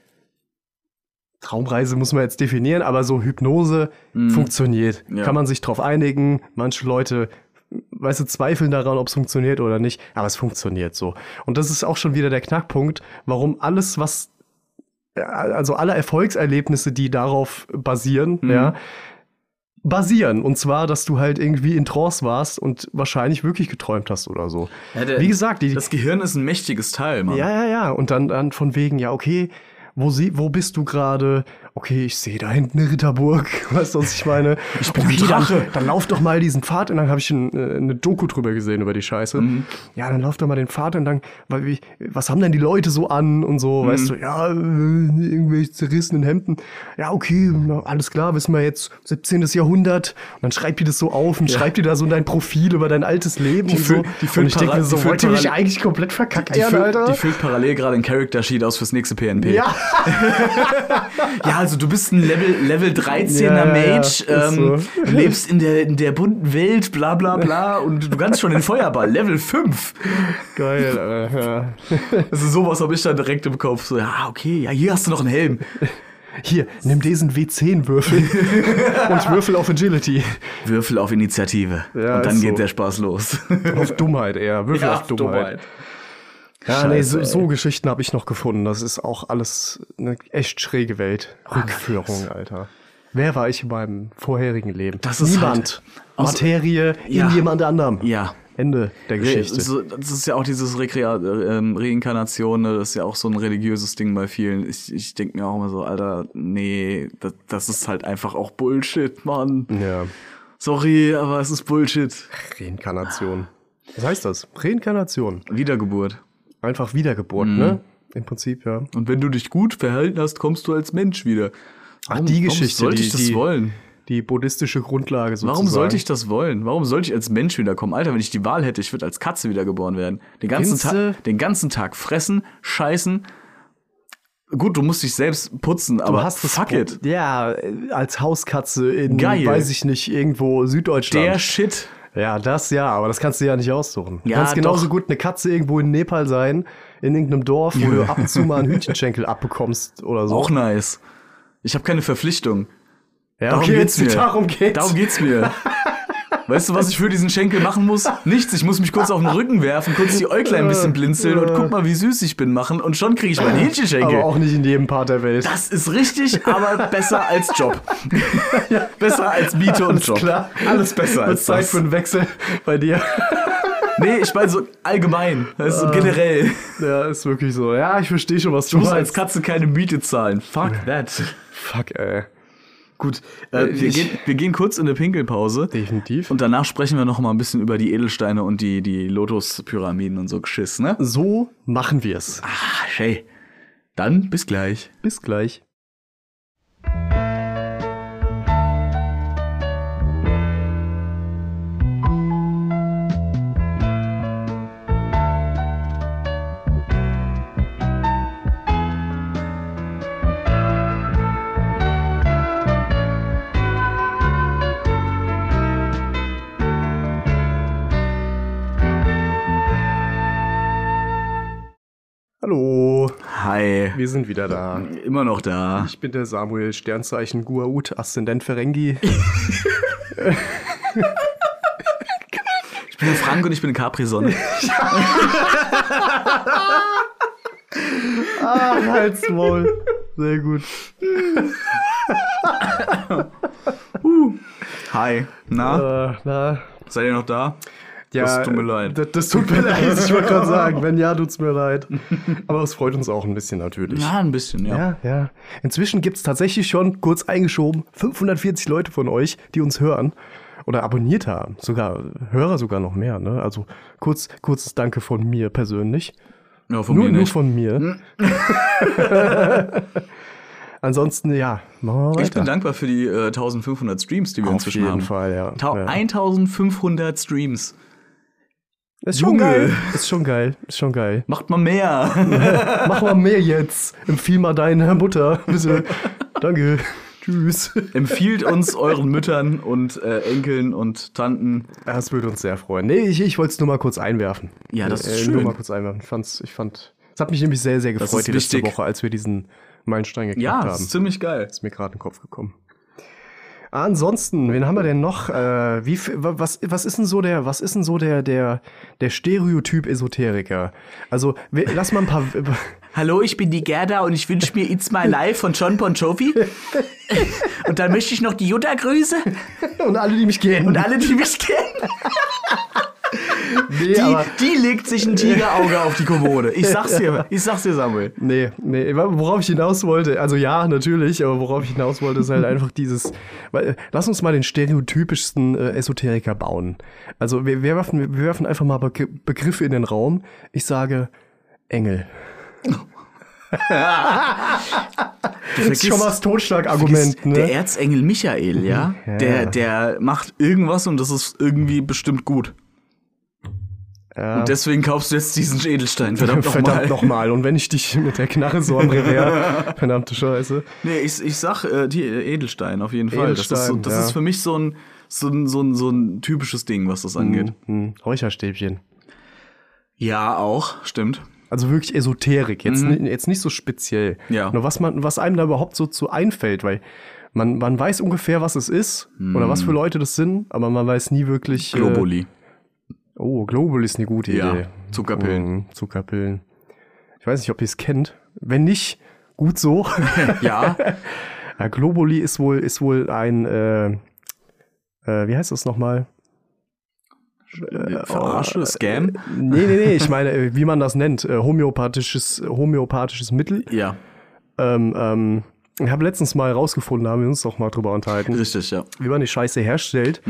Speaker 5: Traumreise muss man jetzt definieren, aber so Hypnose funktioniert.
Speaker 4: Mhm. Ja.
Speaker 5: Kann man sich drauf einigen. Manche Leute, weißt du, zweifeln daran, ob es funktioniert oder nicht, aber es funktioniert so. Und das ist auch schon wieder der Knackpunkt, warum alles, was also alle Erfolgserlebnisse, die darauf basieren,
Speaker 4: Mhm.
Speaker 5: ja, basieren. Und zwar, dass du halt irgendwie in Trance warst und wahrscheinlich wirklich geträumt hast oder so.
Speaker 4: Ja, der-
Speaker 5: Wie gesagt, die,
Speaker 4: Das Gehirn ist ein mächtiges Teil, Mann.
Speaker 5: ja, ja, ja. Und dann, dann von wegen, ja, okay, wo, sie, wo bist du gerade? Okay, ich sehe da hinten eine Ritterburg. (laughs) Weißt du, was ich
Speaker 4: (laughs)
Speaker 5: meine? Ich
Speaker 4: bin
Speaker 5: okay,
Speaker 4: ein Drache.
Speaker 5: Dann, dann lauf doch mal diesen Pfad. Und dann habe ich ein, äh, eine Doku drüber gesehen über die Scheiße.
Speaker 4: Mhm.
Speaker 5: Ja, dann lauf doch mal den Pfad und dann, weil wie, was haben denn die Leute so an und so,
Speaker 4: Mhm.
Speaker 5: weißt du? Ja, äh, irgendwelche zerrissenen Hemden. Ja, okay, na, alles klar, wissen wir jetzt, 17. Jahrhundert. Und dann schreibt die das so auf und schreibt die da so in dein Profil über dein altes Leben und
Speaker 4: füllen-
Speaker 5: so.
Speaker 4: die
Speaker 5: und
Speaker 4: füllen
Speaker 5: ich denke mir
Speaker 4: paral- die
Speaker 5: so,
Speaker 4: füllen
Speaker 5: wollt ihr mich
Speaker 4: paral-
Speaker 5: eigentlich komplett verkackt
Speaker 4: Die,
Speaker 5: werden,
Speaker 4: füllt-
Speaker 5: Alter?
Speaker 4: die füllt parallel gerade ein Character Sheet aus fürs nächste PNP.
Speaker 5: Ja.
Speaker 4: Ja, also du bist ein Level, Level 13er
Speaker 5: Ja, ja, ja,
Speaker 4: Mage,
Speaker 5: ist
Speaker 4: ähm,
Speaker 5: so.
Speaker 4: lebst in der, in der bunten Welt, bla bla bla und du kannst schon den Feuerball, Level 5.
Speaker 5: (laughs) Geil, äh, ja.
Speaker 4: Also sowas habe ich da direkt im Kopf. So, ja, okay, ja, hier hast du noch einen Helm.
Speaker 5: Hier, nimm diesen
Speaker 4: (laughs)
Speaker 5: W10-Würfel und würfel auf Agility.
Speaker 4: Würfel auf Initiative.
Speaker 5: Ja,
Speaker 4: und dann
Speaker 5: ist
Speaker 4: geht
Speaker 5: so.
Speaker 4: der Spaß
Speaker 5: (laughs)
Speaker 4: los.
Speaker 5: Auf Dummheit eher. Würfel auf Dummheit. Ja, nee, so,
Speaker 4: Scheiße,
Speaker 5: so Geschichten habe ich noch gefunden. Das ist auch alles eine echt schräge Welt.
Speaker 4: Ah,
Speaker 5: Rückführung, Alter. Wer war ich in meinem vorherigen Leben?
Speaker 4: Das ist
Speaker 5: Niemand.
Speaker 4: halt-
Speaker 5: Materie
Speaker 4: Ja.
Speaker 5: in jemand anderem.
Speaker 4: Ja.
Speaker 5: Ende der
Speaker 4: Re-
Speaker 5: Geschichte.
Speaker 4: So, das ist ja auch dieses Rekrea äh, ähm, Reinkarnation, ne? das ist ja auch so ein religiöses Ding bei vielen. Ich, ich denke mir auch immer so, Alter, nee, das, das ist halt einfach auch Bullshit, Mann.
Speaker 5: ja.
Speaker 4: Sorry, aber es ist Bullshit.
Speaker 5: Reinkarnation.
Speaker 4: Ah.
Speaker 5: Was heißt das? Reinkarnation.
Speaker 4: Wiedergeburt.
Speaker 5: Einfach Wiedergeburt,
Speaker 4: Mhm.
Speaker 5: ne? Im Prinzip, ja.
Speaker 4: Und wenn du dich gut verhalten hast, kommst du als Mensch wieder. Warum-
Speaker 5: die
Speaker 4: Warum
Speaker 5: Geschichte,
Speaker 4: sollte
Speaker 5: die-
Speaker 4: ich das
Speaker 5: die-
Speaker 4: wollen?
Speaker 5: Die buddhistische Grundlage sozusagen.
Speaker 4: Warum sollte ich das wollen? Warum sollte ich als Mensch wiederkommen? Alter, wenn ich die Wahl hätte, ich würde als Katze wiedergeboren werden. Den ganzen,
Speaker 5: Findste?
Speaker 4: Tag, den ganzen Tag fressen, scheißen. Gut, du musst dich selbst putzen, aber
Speaker 5: Du hast das
Speaker 4: fuck
Speaker 5: Pro-
Speaker 4: it.
Speaker 5: Ja, als Hauskatze in,
Speaker 4: Geil.
Speaker 5: weiß ich nicht, irgendwo Süddeutschland.
Speaker 4: Der Shit.
Speaker 5: Ja, das ja, aber das kannst du ja nicht aussuchen. Du
Speaker 4: Ja,
Speaker 5: kannst genauso
Speaker 4: doch.
Speaker 5: gut eine Katze irgendwo in Nepal sein, in irgendeinem Dorf, wo du ab und zu
Speaker 4: (laughs)
Speaker 5: mal einen Hühnchenschenkel abbekommst oder so.
Speaker 4: Auch nice. Ich habe keine Verpflichtung.
Speaker 5: ja,
Speaker 4: Darum
Speaker 5: okay, (laughs)
Speaker 4: geht's mir.
Speaker 5: Darum geht's.
Speaker 4: Darum geht's mir. Weißt du, was ich für diesen Schenkel machen muss? Nichts. Ich muss mich kurz auf den Rücken werfen, kurz die Äuglein ein bisschen blinzeln und guck mal, wie süß ich bin machen. Und schon kriege ich meinen
Speaker 5: Äh. aber
Speaker 4: Hähnchenschenkel.
Speaker 5: auch nicht in jedem Part der Welt.
Speaker 4: Das ist richtig, aber besser als (laughs) Job. besser als Miete und
Speaker 5: Alles
Speaker 4: Job.
Speaker 5: klar.
Speaker 4: Alles besser
Speaker 5: Wird
Speaker 4: als
Speaker 5: Zeit
Speaker 4: das.
Speaker 5: für einen Wechsel
Speaker 4: (laughs)
Speaker 5: bei dir.
Speaker 4: Nee, ich meine so allgemein. Also so generell.
Speaker 5: ja, ist wirklich so. Ja, ich verstehe schon, was du
Speaker 4: Du musst als
Speaker 5: meinst.
Speaker 4: Katze keine Miete zahlen. Fuck that.
Speaker 5: Fuck, ey.
Speaker 4: Gut, äh, wir,
Speaker 5: ich-
Speaker 4: gehen, wir gehen kurz in eine Pinkelpause.
Speaker 5: Definitiv.
Speaker 4: Und danach sprechen wir noch mal ein bisschen über die Edelsteine und die, die Lotus-Pyramiden und so Geschiss, ne?
Speaker 5: So machen wir es.
Speaker 4: Ah, hey. Dann bis gleich.
Speaker 5: Bis gleich. Hallo,
Speaker 4: Hi.
Speaker 5: wir sind wieder da.
Speaker 4: Immer noch da.
Speaker 5: Ich bin der Samuel, Sternzeichen Guaut, Aszendent Ferengi.
Speaker 4: Ich bin Frank und ich bin Capri-Sonne.
Speaker 5: (laughs) Ah, Halsmaul. Sehr gut.
Speaker 4: Hi. Na,
Speaker 5: Äh, na,
Speaker 4: seid ihr noch da?
Speaker 5: ja,
Speaker 4: äh, Das tut mir leid.
Speaker 5: Das, das tut mir leid, (laughs) ich wollte gerade sagen. Wenn ja, tut's mir leid. (laughs) Aber es freut uns auch ein bisschen natürlich.
Speaker 4: Ja, ein bisschen, ja.
Speaker 5: Ja, ja. Inzwischen gibt's tatsächlich schon, kurz eingeschoben, 540 Leute von euch, die uns hören oder abonniert haben. Sogar Hörer sogar noch mehr, ne? Also kurz, kurzes Danke von mir persönlich.
Speaker 4: Ja, von
Speaker 5: nur,
Speaker 4: mir
Speaker 5: nur
Speaker 4: nicht.
Speaker 5: von mir. Hm. (laughs) Ansonsten, ja, machen wir weiter.
Speaker 4: ich bin dankbar für die äh, 1500 Streams, die wir
Speaker 5: Auf
Speaker 4: inzwischen
Speaker 5: jeden
Speaker 4: haben.
Speaker 5: Fall, ja.
Speaker 4: Ta
Speaker 5: ja.
Speaker 4: 1500 Streams.
Speaker 5: Ist schon
Speaker 4: Junge.
Speaker 5: geil. Ist schon geil. Ist schon geil.
Speaker 4: Macht mal mehr.
Speaker 5: Mach mal mehr jetzt. Empfiehl mal deine Mutter. Bitte. Danke. Tschüss.
Speaker 4: Empfiehlt uns euren Müttern und äh, Enkeln und Tanten.
Speaker 5: Das würde uns sehr freuen. Nee, ich, ich wollte es nur mal kurz einwerfen. Äh,
Speaker 4: Ja, das ist
Speaker 5: Nur
Speaker 4: schön.
Speaker 5: mal kurz einwerfen. Ich fand's, ich fand, es hat mich nämlich sehr, sehr
Speaker 4: Das
Speaker 5: gefreut
Speaker 4: ist
Speaker 5: die letzte
Speaker 4: wichtig.
Speaker 5: Woche, als wir diesen Meilenstein geknackt
Speaker 4: Ja, das
Speaker 5: haben.
Speaker 4: ist ziemlich geil.
Speaker 5: Ist mir gerade in den Kopf gekommen. Ansonsten, wen haben wir denn noch? Äh, wie, f- wa- was, was ist denn so der, was ist denn so der, der, der Stereotyp Esoteriker? Also, wir, lass mal ein paar.
Speaker 4: Hallo, ich bin die Gerda und ich wünsche mir It's My Life von John Bon Jovi. Und dann möchte ich noch die Jutta grüßen
Speaker 5: (laughs) Und alle, die mich kennen.
Speaker 4: und alle, die mich kennen.
Speaker 5: nee,
Speaker 4: Die,
Speaker 5: aber,
Speaker 4: die legt sich ein Tigerauge auf die Kommode. Ich sag's dir, ich sag's dir, Samuel.
Speaker 5: nee, nee, worauf ich hinaus wollte, also ja, natürlich, aber worauf ich hinaus wollte, ist halt einfach dieses, weil, äh, lass uns mal den stereotypischsten äh, Esoteriker bauen. Also, wir, wir, werfen, wir werfen einfach mal Begr- Begriffe in den Raum. Ich sage Engel.
Speaker 4: Du
Speaker 5: Das ist schon mal das Totschlagargument, ne? Mhm.
Speaker 4: Der Erzengel Michael, ja? Der, der macht irgendwas und das ist irgendwie bestimmt gut. Und deswegen kaufst du jetzt diesen
Speaker 5: (laughs)
Speaker 4: Edelstein, verdammt nochmal.
Speaker 5: Verdammt nochmal. Und wenn ich dich mit der Knarre so am
Speaker 4: (laughs)
Speaker 5: Revier, verdammte Scheiße.
Speaker 4: Nee, ich, ich sag äh, die äh, Edelstein auf jeden Fall. das ist, so,
Speaker 5: Edelstein,
Speaker 4: das
Speaker 5: ja.
Speaker 4: ist für mich so ein, so, ein, so, ein, so ein typisches Ding, was das angeht.
Speaker 5: Hm, Räucherstäbchen.
Speaker 4: Ja, auch, stimmt.
Speaker 5: Also wirklich Esoterik, jetzt, ni- jetzt nicht so speziell.
Speaker 4: Mhm. Ja.
Speaker 5: Nur was, man, was einem da überhaupt so zu einfällt, weil man, man weiß ungefähr, was es ist oder was für Leute das sind, aber man weiß nie wirklich. äh,
Speaker 4: Mhm. Globuli.
Speaker 5: Oh, Global ist eine gute
Speaker 4: Ja,
Speaker 5: Idee.
Speaker 4: Zuckerpillen.
Speaker 5: Mhm, Zuckerpillen. Ich weiß nicht, ob ihr es kennt. Wenn nicht, gut
Speaker 4: (laughs)
Speaker 5: so. (laughs)
Speaker 4: Ja,
Speaker 5: ja, Globuli ist wohl, ist wohl ein, äh, äh, wie heißt das nochmal?
Speaker 4: Verarsche, Scam.
Speaker 5: Nee, nee, nee, ich meine, äh, wie man das nennt, äh, homöopathisches, äh, homöopathisches Mittel.
Speaker 4: Ja,
Speaker 5: Ähm, ähm, ich habe letztens mal rausgefunden, haben wir uns doch mal drüber unterhalten,
Speaker 4: richtig, Mhm. ja.
Speaker 5: wie man die Scheiße herstellt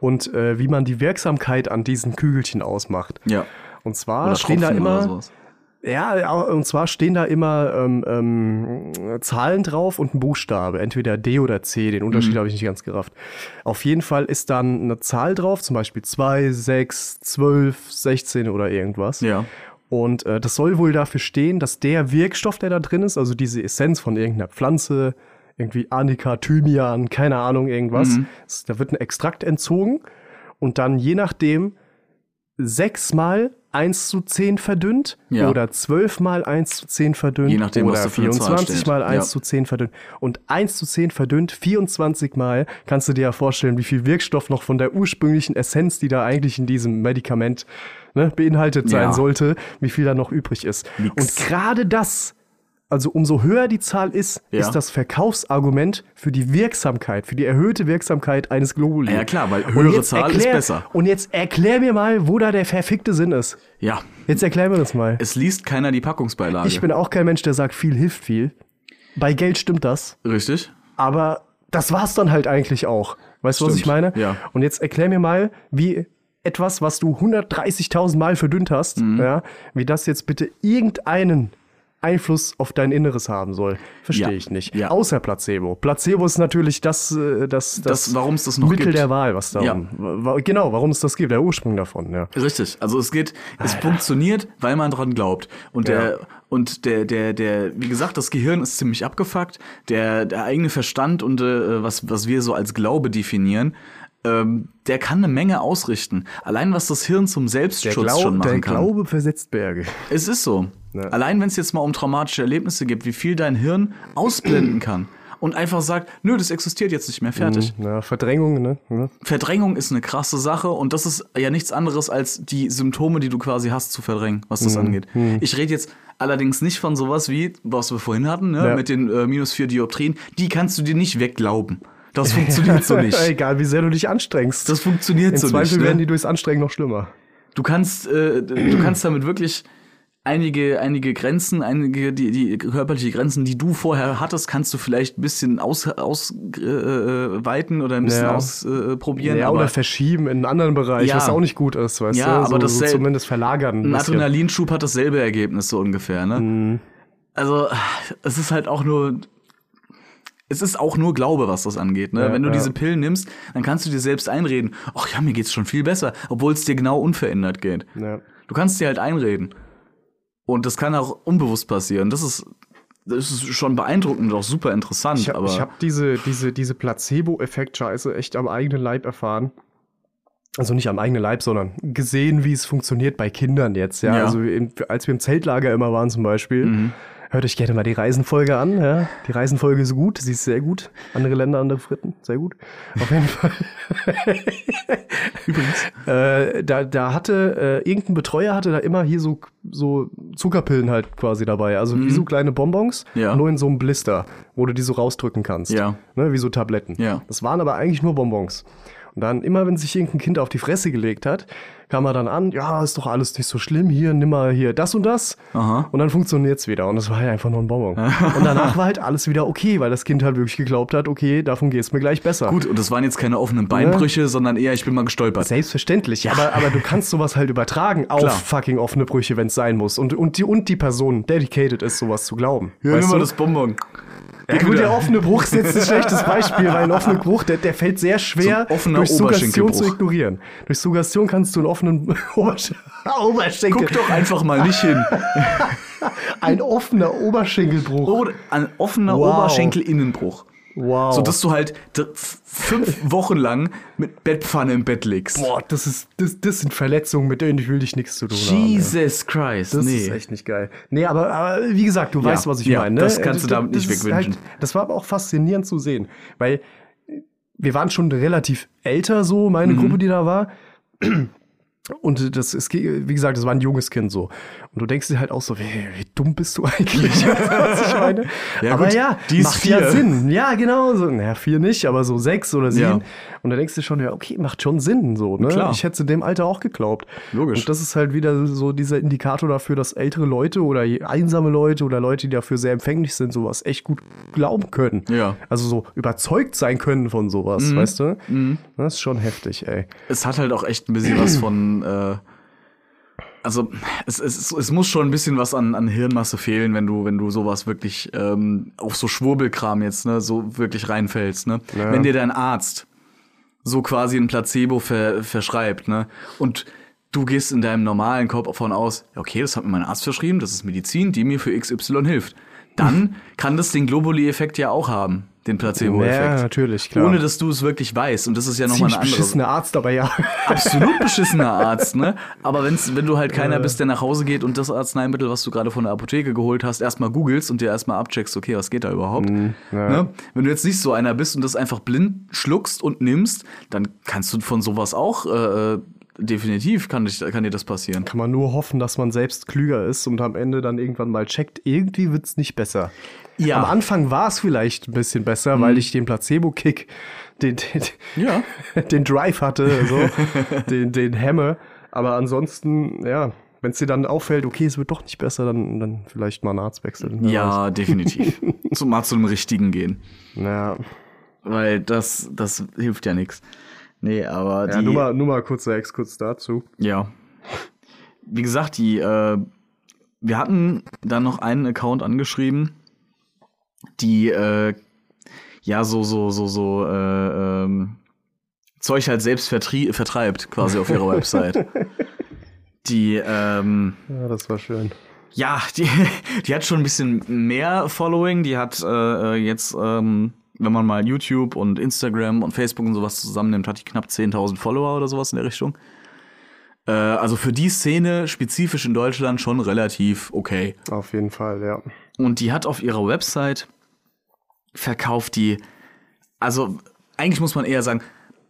Speaker 5: und äh, wie man die Wirksamkeit an diesen Kügelchen ausmacht.
Speaker 4: Ja.
Speaker 5: Und zwar
Speaker 4: Oder
Speaker 5: Ah, stehen da
Speaker 4: Tropfen oder
Speaker 5: immer,
Speaker 4: sowas.
Speaker 5: ja, ja, und zwar stehen da immer ähm, ähm, Zahlen drauf und ein Buchstabe, entweder D oder C, den Unterschied habe ich nicht ganz gerafft. Auf jeden Fall ist dann eine Zahl drauf, zum Beispiel 2, 6, 12, 16 oder irgendwas.
Speaker 4: Ja.
Speaker 5: Und äh, das soll wohl dafür stehen, dass der Wirkstoff, der da drin ist, also diese Essenz von irgendeiner Pflanze, irgendwie Arnika, Thymian, keine Ahnung, irgendwas, es- da wird ein Extrakt entzogen und dann je nachdem sechsmal 1 zu 10 verdünnt
Speaker 4: Ja.
Speaker 5: oder zwölfmal 1 zu 10 verdünnt
Speaker 4: Je nachdem,
Speaker 5: oder
Speaker 4: was da für eine Zahl
Speaker 5: 24 mal
Speaker 4: steht.
Speaker 5: 1
Speaker 4: Ja.
Speaker 5: zu 10 verdünnt. Und 1 zu 10 verdünnt 24 mal, kannst du dir ja vorstellen, wie viel Wirkstoff noch von der ursprünglichen Essenz, die da eigentlich in diesem Medikament ne, beinhaltet sein
Speaker 4: Ja.
Speaker 5: sollte, wie viel da noch übrig ist.
Speaker 4: Nix.
Speaker 5: Und gerade das, also umso höher die Zahl ist,
Speaker 4: Ja.
Speaker 5: ist das Verkaufsargument für die Wirksamkeit, für die erhöhte Wirksamkeit eines Globuli.
Speaker 4: Ja, klar, weil
Speaker 5: Und
Speaker 4: höhere
Speaker 5: jetzt
Speaker 4: Zahl ist besser.
Speaker 5: Und jetzt erklär mir mal, wo da der verfickte Sinn ist.
Speaker 4: Ja,
Speaker 5: Jetzt erklär mir das mal.
Speaker 4: es liest keiner die Packungsbeilage.
Speaker 5: Ich bin auch kein Mensch, der sagt, viel hilft viel. Bei Geld stimmt das,
Speaker 4: Richtig?
Speaker 5: aber das war's dann halt eigentlich auch. Weißt du, was ich
Speaker 4: Stimmt,
Speaker 5: meine?
Speaker 4: ja.
Speaker 5: Und jetzt erklär mir mal, wie etwas, was du 130.000 Mal verdünnt hast,
Speaker 4: Mhm.
Speaker 5: ja, wie das jetzt bitte irgendeinen Einfluss auf dein Inneres haben soll. Verstehe
Speaker 4: Ja,
Speaker 5: ich nicht.
Speaker 4: ja.
Speaker 5: Außer Placebo. Placebo ist natürlich das, äh, das, das,
Speaker 4: Das, warum's das noch
Speaker 5: Mittel
Speaker 4: gibt.
Speaker 5: der Wahl, was da
Speaker 4: Ja.
Speaker 5: wa- Genau, warum es das gibt, der Ursprung davon, ja.
Speaker 4: Richtig. Also es geht, es funktioniert, weil man dran glaubt. Und der, und der, der, der, wie gesagt, das Gehirn ist ziemlich abgefuckt. Der, der eigene Verstand und äh, was, was wir so als Glaube definieren, ähm, der kann eine Menge ausrichten. Allein was das Hirn zum Selbstschutz schon machen
Speaker 5: der
Speaker 4: kann.
Speaker 5: Glaube versetzt Berge. (laughs)
Speaker 4: Es ist so. Allein wenn es jetzt mal um traumatische Erlebnisse gibt, wie viel dein Hirn ausblenden kann und einfach sagt, nö, das existiert jetzt nicht mehr, fertig.
Speaker 5: Na, Verdrängung, ne? Ja.
Speaker 4: Verdrängung ist eine krasse Sache und das ist ja nichts anderes als die Symptome, die du quasi hast, zu verdrängen, was
Speaker 5: Mhm.
Speaker 4: das angeht. Ich rede jetzt allerdings nicht von sowas wie, was wir vorhin hatten, ne,
Speaker 5: Ja.
Speaker 4: mit den äh, minus vier Dioptrien. Die kannst du dir nicht wegglauben. Das funktioniert
Speaker 5: (laughs)
Speaker 4: so nicht.
Speaker 5: Egal, wie sehr du dich anstrengst.
Speaker 4: Das funktioniert
Speaker 5: Im
Speaker 4: so nicht.
Speaker 5: Zweifel
Speaker 4: Ne?
Speaker 5: werden die durchs Anstrengen noch schlimmer.
Speaker 4: du kannst, äh, du kannst damit wirklich einige, einige Grenzen, einige die, die körperliche Grenzen, die du vorher hattest, kannst du vielleicht ein bisschen ausweiten aus, äh, äh, weiten oder ein bisschen
Speaker 5: Ja.
Speaker 4: ausprobieren. Äh, probieren,
Speaker 5: Ja,
Speaker 4: aber
Speaker 5: oder verschieben in einen anderen Bereich,
Speaker 4: Ja.
Speaker 5: was auch nicht gut ist, weißt
Speaker 4: Ja,
Speaker 5: du?
Speaker 4: aber
Speaker 5: so, so
Speaker 4: dasselbe-
Speaker 5: zumindest verlagern.
Speaker 4: ein
Speaker 5: bisschen.
Speaker 4: Adrenalinschub hat dasselbe Ergebnis so ungefähr, ne?
Speaker 5: Mhm.
Speaker 4: Also es ist halt auch nur es ist auch nur Glaube, was das angeht. Ne?
Speaker 5: Ja,
Speaker 4: Wenn du
Speaker 5: ja.
Speaker 4: diese Pillen nimmst, dann kannst du dir selbst einreden, ach ja, mir geht's schon viel besser, obwohl es dir genau unverändert geht.
Speaker 5: Ja.
Speaker 4: Du kannst dir halt einreden. Und das kann auch unbewusst passieren. Das ist, das ist schon beeindruckend und auch super interessant.
Speaker 5: Ich habe
Speaker 4: aber
Speaker 5: hab diese, diese, diese Placebo-Effekt-Scheiße echt am eigenen Leib erfahren. Also nicht am eigenen Leib, sondern gesehen, wie es funktioniert bei Kindern jetzt. Ja,
Speaker 4: Ja.
Speaker 5: also im, als wir im Zeltlager immer waren zum Beispiel. Hört euch gerne mal die Reisenfolge an. Ja. Die Reisenfolge ist gut, sie ist sehr gut. Andere Länder, andere Fritten, sehr gut. Auf jeden Fall. Äh, da, da hatte äh, irgendein Betreuer hatte da immer hier so, so Zuckerpillen halt quasi dabei. Also wie so kleine Bonbons,
Speaker 4: Ja.
Speaker 5: nur in so einem Blister, wo du die so rausdrücken kannst.
Speaker 4: Ja.
Speaker 5: Ne, wie so Tabletten.
Speaker 4: Ja.
Speaker 5: Das waren aber eigentlich nur Bonbons. Und dann, immer wenn sich irgendein Kind auf die Fresse gelegt hat, kam er dann an, ja, ist doch alles nicht so schlimm, hier, nimm mal hier das und das.
Speaker 4: Aha.
Speaker 5: Und dann funktioniert's wieder. Und das war halt einfach nur
Speaker 4: (laughs)
Speaker 5: ein Bonbon. und danach war halt alles wieder okay, weil das Kind halt wirklich geglaubt hat, okay, davon geht's mir gleich besser.
Speaker 4: gut, und das waren jetzt keine offenen Beinbrüche, sondern eher, ich bin mal gestolpert.
Speaker 5: Selbstverständlich, aber, aber du kannst sowas halt übertragen auf
Speaker 4: Klar.
Speaker 5: fucking offene Brüche, wenn es sein muss. Und, und, die, und die Person dedicated ist, sowas zu glauben.
Speaker 4: Ja, nimm
Speaker 5: weißt
Speaker 4: mal
Speaker 5: du?
Speaker 4: das Bonbon.
Speaker 5: ja,
Speaker 4: Gib
Speaker 5: gut,
Speaker 4: wieder.
Speaker 5: der offene Bruch ist jetzt ein schlechtes Beispiel, weil ein offener Bruch, der, der fällt sehr schwer,
Speaker 4: So ein offener
Speaker 5: durch Suggestion zu
Speaker 4: Oberschenkelbruch.
Speaker 5: ignorieren. Durch Suggestion kannst du einen offenen (laughs) Obersch Oberschenkel,
Speaker 4: Guck doch einfach mal nicht
Speaker 5: (laughs)
Speaker 4: hin.
Speaker 5: ein offener Oberschenkelbruch.
Speaker 4: Oder ein offener
Speaker 5: Wow.
Speaker 4: Oberschenkelinnenbruch.
Speaker 5: Wow.
Speaker 4: Sodass du halt d- f-
Speaker 5: (laughs)
Speaker 4: fünf Wochen lang mit Bettpfanne im Bett liegst.
Speaker 5: Boah, das, ist, das, das sind Verletzungen, mit denen ich will dich nichts zu tun haben. ey.
Speaker 4: Jesus Christ,
Speaker 5: Das
Speaker 4: nee.
Speaker 5: ist echt nicht geil. Nee, aber, aber wie gesagt, du weißt, was ich
Speaker 4: ja,
Speaker 5: meine. Ne?
Speaker 4: das kannst du
Speaker 5: Das-
Speaker 4: damit
Speaker 5: das
Speaker 4: nicht
Speaker 5: ist halt,
Speaker 4: wegwünschen.
Speaker 5: das war aber auch faszinierend zu sehen, weil wir waren schon relativ älter, so
Speaker 4: Mhm.
Speaker 5: meine Gruppe, die da war. Und das ist, wie gesagt, das war ein junges Kind so. Und du denkst dir halt auch so, wie, wie dumm bist du eigentlich? (laughs) Weißt du, was ich meine?
Speaker 4: Ja,
Speaker 5: aber
Speaker 4: gut,
Speaker 5: ja,
Speaker 4: die ist
Speaker 5: macht ja
Speaker 4: vier.
Speaker 5: Sinn. Ja, genau. So, naja, vier nicht, aber so sechs oder sieben.
Speaker 4: Ja.
Speaker 5: Und da denkst du schon, ja, okay, macht schon Sinn. So, ne?
Speaker 4: Klar.
Speaker 5: Ich hätte es in dem Alter auch geglaubt.
Speaker 4: Logisch.
Speaker 5: Und das ist halt wieder so dieser Indikator dafür, dass ältere Leute oder einsame Leute oder Leute, die dafür sehr empfänglich sind, sowas echt gut glauben können.
Speaker 4: Ja. Mhm.
Speaker 5: Also so überzeugt sein können von sowas, weißt du? Das ist schon heftig, ey.
Speaker 4: Es hat halt auch echt ein bisschen was von. Äh, also, es, es, es muss schon ein bisschen was an, an Hirnmasse fehlen, wenn du, wenn du sowas wirklich ähm, auf so Schwurbelkram jetzt, ne, so wirklich reinfällst, ne? Wenn dir dein Arzt so quasi ein Placebo ver, verschreibt, ne? Und du gehst in deinem normalen Kopf davon aus, okay, das hat mir mein Arzt
Speaker 5: (laughs)
Speaker 4: verschrieben, das ist Medizin, die mir für XY hilft. Dann kann das den Globuli-Effekt ja auch haben. den Placebo-Effekt.
Speaker 5: Ja, natürlich, klar.
Speaker 4: Ohne dass du es wirklich weißt. Und das ist ja nochmal eine
Speaker 5: Ziemlich
Speaker 4: andere
Speaker 5: beschissener Arzt, aber ja. (laughs)
Speaker 4: absolut beschissener Arzt, ne? Aber wenn's, wenn du halt
Speaker 5: Äh.
Speaker 4: keiner bist, der nach Hause geht und das Arzneimittel, was du gerade von der Apotheke geholt hast, erstmal googelst und dir erstmal abcheckst, okay, was geht da überhaupt?
Speaker 5: Mhm, ja.
Speaker 4: ne? Wenn du jetzt nicht so einer bist und das einfach blind schluckst und nimmst, dann kannst du von sowas auch äh, äh, definitiv, kann, dich, kann dir das passieren.
Speaker 5: Kann man nur hoffen, dass man selbst klüger ist und am Ende dann irgendwann mal checkt, irgendwie wird's nicht besser.
Speaker 4: Ja. Mhm.
Speaker 5: Am Anfang war es vielleicht ein bisschen besser, weil ich den Placebo-Kick, den, den,
Speaker 4: Ja.
Speaker 5: (laughs) den Drive hatte, so,
Speaker 4: (laughs)
Speaker 5: den, den Hammer. Aber ansonsten, ja, wenn's dir dann auffällt, okay, es wird doch nicht besser, dann, dann vielleicht mal einen Arzt wechseln. wer weiß.
Speaker 4: Ja,
Speaker 5: (laughs)
Speaker 4: definitiv. Zum mal zu dem Richtigen gehen.
Speaker 5: Ja,
Speaker 4: Weil das, das hilft ja nichts. Nee, aber
Speaker 5: ja
Speaker 4: die.
Speaker 5: nur, mal, nur mal kurzer Exkurs dazu.
Speaker 4: Ja. Wie gesagt, die, äh, wir hatten dann noch einen Account angeschrieben, die, äh, ja, so, so, so, so, äh, ähm, Zeug halt selbst vertrie vertreibt, quasi auf ihrer Website. Die, ähm,
Speaker 5: Ja, das war schön.
Speaker 4: ja, die, (laughs) die hat schon ein bisschen mehr Following. Die hat äh, äh, jetzt, ähm, wenn man mal YouTube und Instagram und Facebook und sowas zusammennimmt, hat die knapp 10.000 Follower oder sowas in der Richtung. Äh, also für die Szene spezifisch in Deutschland schon relativ okay.
Speaker 5: Auf jeden Fall, ja.
Speaker 4: Und die hat auf ihrer Website verkauft die, also eigentlich muss man eher sagen,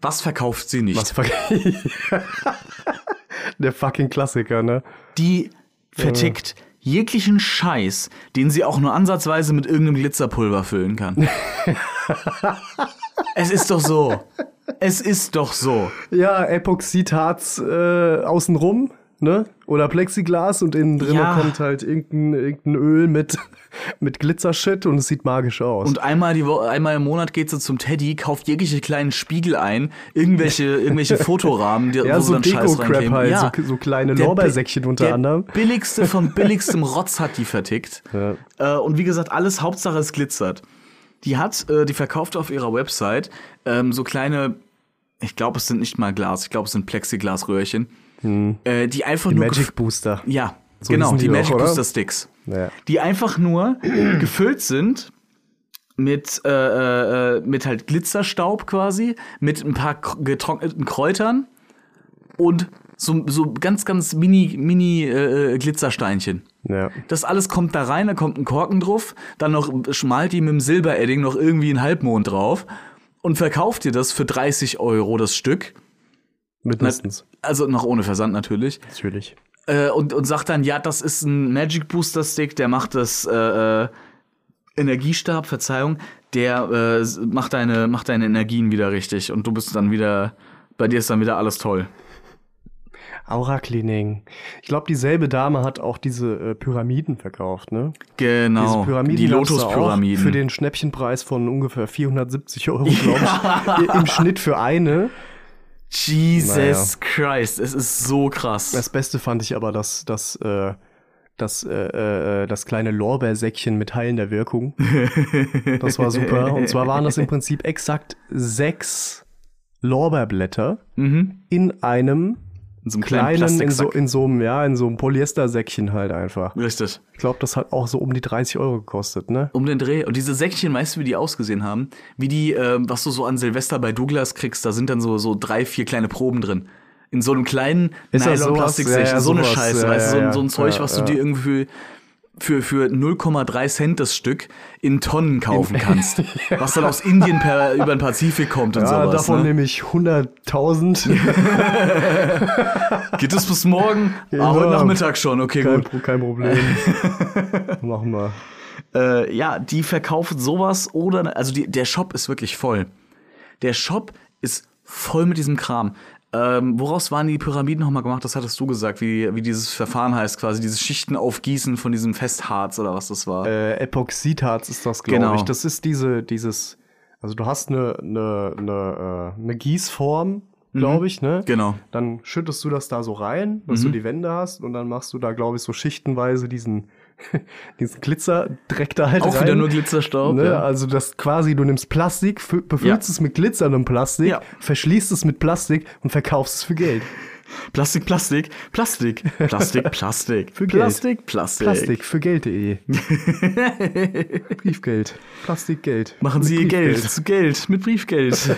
Speaker 4: was verkauft sie nicht?
Speaker 5: Was (laughs) Der fucking Klassiker, ne?
Speaker 4: die vertickt jeglichen Scheiß, den sie auch nur ansatzweise mit irgendeinem Glitzerpulver füllen
Speaker 5: (laughs)
Speaker 4: kann. es ist doch so. Es ist doch so.
Speaker 5: Ja, Epoxidharz äh, außenrum, ne? Oder Plexiglas und innen drin
Speaker 4: Ja.
Speaker 5: kommt halt irgendein, irgendein Öl mit, (laughs) mit Glitzershit und es sieht magisch aus.
Speaker 4: Und einmal, die Wo einmal im Monat geht sie zum Teddy, kauft jegliche kleinen Spiegel ein, irgendwelche,
Speaker 5: (laughs)
Speaker 4: irgendwelche Fotorahmen, die,
Speaker 5: ja,
Speaker 4: wo
Speaker 5: so
Speaker 4: sie dann Scheiß
Speaker 5: Deko-Crap
Speaker 4: reinkämen.
Speaker 5: halt,
Speaker 4: ja,
Speaker 5: so, so kleine
Speaker 4: Der
Speaker 5: Lorbeersäckchen
Speaker 4: bi-
Speaker 5: unter
Speaker 4: der
Speaker 5: anderem.
Speaker 4: Billigste
Speaker 5: (laughs)
Speaker 4: von billigstem Rotz hat die vertickt. Äh, und wie gesagt, alles Hauptsache es glitzert. Die hat, äh, die verkauft auf ihrer Website ähm, so kleine, ich glaube, es sind nicht mal Glas, ich glaube, es sind Plexiglasröhrchen, äh, die einfach nur. gef-
Speaker 5: Hm. Magic Booster.
Speaker 4: Ja,
Speaker 5: So
Speaker 4: genau,
Speaker 5: hießen die
Speaker 4: die
Speaker 5: doch,
Speaker 4: Magic
Speaker 5: oder?
Speaker 4: Booster Sticks.
Speaker 5: Ja.
Speaker 4: Die einfach nur gefüllt sind mit, äh, äh, äh, mit halt Glitzerstaub quasi, mit ein paar kr- getrockneten Kräutern und so, so ganz, ganz mini, mini äh, äh, Glitzersteinchen.
Speaker 5: Ja.
Speaker 4: Das alles kommt da rein, da kommt ein Korken drauf, dann noch schmalt die mit dem Silberedding noch irgendwie einen Halbmond drauf und verkauft dir das für 30 Euro das Stück.
Speaker 5: Mindestens.
Speaker 4: Also noch ohne Versand natürlich.
Speaker 5: Natürlich.
Speaker 4: Äh, und, und sagt dann, ja, das ist ein Magic Booster Stick, der macht das äh, äh, Energiestab, Verzeihung, der äh, s- macht, deine, macht deine Energien wieder richtig und du bist dann wieder, bei dir ist dann wieder alles toll.
Speaker 5: Aura Cleaning. Ich glaube, dieselbe Dame hat auch diese äh, Pyramiden verkauft, ne?
Speaker 4: Genau.
Speaker 5: Diese Pyramiden
Speaker 4: die
Speaker 5: gab's da auch
Speaker 4: Lotus-Pyramiden.
Speaker 5: Für den Schnäppchenpreis von ungefähr
Speaker 4: (laughs)
Speaker 5: 470 Euro, glaube ich. Im Schnitt für eine.
Speaker 4: Jesus Christ, es ist so krass.
Speaker 5: Das Beste fand ich aber, dass das, äh, das, äh, äh, das kleine Lorbeersäckchen mit heilender Wirkung. Das war super. Und zwar waren das im Prinzip exakt sechs Lorbeerblätter in einem
Speaker 4: in so einem Mhm. kleinen
Speaker 5: kleinen, in so,
Speaker 4: Plastiksack.
Speaker 5: in so einem, ja, in so einem Polyestersäckchen halt einfach.
Speaker 4: Richtig.
Speaker 5: Ich glaube, das hat auch so um die 30 Euro gekostet, ne?
Speaker 4: Um den Dreh. Und diese Säckchen, weißt du, wie die ausgesehen haben? Wie die, ähm, was du so an Silvester bei Douglas kriegst, da sind dann so, so drei, vier kleine Proben drin. In so einem kleinen
Speaker 5: Ist das
Speaker 4: Nylon-Plastiksäckchen.
Speaker 5: sowas? Ja, ja,
Speaker 4: so eine
Speaker 5: sowas.
Speaker 4: Scheiße,
Speaker 5: Ja,
Speaker 4: weißt du,
Speaker 5: ja,
Speaker 4: so, ein-
Speaker 5: ja.
Speaker 4: so ein Zeug,
Speaker 5: Ja,
Speaker 4: was
Speaker 5: ja.
Speaker 4: du dir irgendwie für, für, für 0,3 Cent das Stück in Tonnen
Speaker 5: (laughs)
Speaker 4: kaufen kannst. was dann aus Indien per, über den Pazifik kommt und
Speaker 5: Ja,
Speaker 4: sowas.
Speaker 5: davon
Speaker 4: ne?
Speaker 5: nehme
Speaker 4: (laughs)
Speaker 5: ich 100.000.
Speaker 4: Geht es bis morgen? Ah, heute
Speaker 5: (laughs) Ja. genau.
Speaker 4: Nachmittag schon, okay,
Speaker 5: kein,
Speaker 4: gut.
Speaker 5: Pro- kein
Speaker 4: (laughs)
Speaker 5: Problem. Machen wir.
Speaker 4: äh, ja, die verkaufen sowas oder, also die, der Shop ist wirklich voll. Der Shop ist voll mit diesem Kram. Ähm, woraus waren die Pyramiden nochmal gemacht? Das hattest du gesagt, wie, wie dieses Verfahren heißt, quasi dieses Schichten aufgießen von diesem Festharz oder was das war.
Speaker 5: Äh, Epoxidharz ist das, glaube
Speaker 4: Genau.
Speaker 5: ich. Das ist diese, dieses, also du hast eine, eine, eine, äh, eine Gießform, glaube ich, ne?
Speaker 4: Mhm. Genau. Mhm.
Speaker 5: Dann schüttest du das da so rein, dass du die Wände hast und dann machst du da, glaube ich, so schichtenweise diesen, (laughs) diesen Glitzer, direkt da halt
Speaker 4: Auch
Speaker 5: rein.
Speaker 4: wieder nur Glitzerstaub.
Speaker 5: Ne?
Speaker 4: ja.
Speaker 5: Also das quasi, du nimmst Plastik, fü- befüllst
Speaker 4: Ja.
Speaker 5: es mit glitzerndem Plastik,
Speaker 4: Ja.
Speaker 5: verschließt es mit Plastik und verkaufst es für Geld.
Speaker 4: Plastik, Plastik,
Speaker 5: (laughs)
Speaker 4: Plastik, Plastik, Plastik.
Speaker 5: Für Geld.
Speaker 4: Plastik, Plastik.
Speaker 5: Plastik
Speaker 4: (laughs)
Speaker 5: für Geld.de. Briefgeld. Plastikgeld.
Speaker 4: Machen Sie ihr
Speaker 5: Mit
Speaker 4: Geld
Speaker 5: Briefgeld.
Speaker 4: zu Geld mit
Speaker 5: (laughs)
Speaker 4: Briefgeld.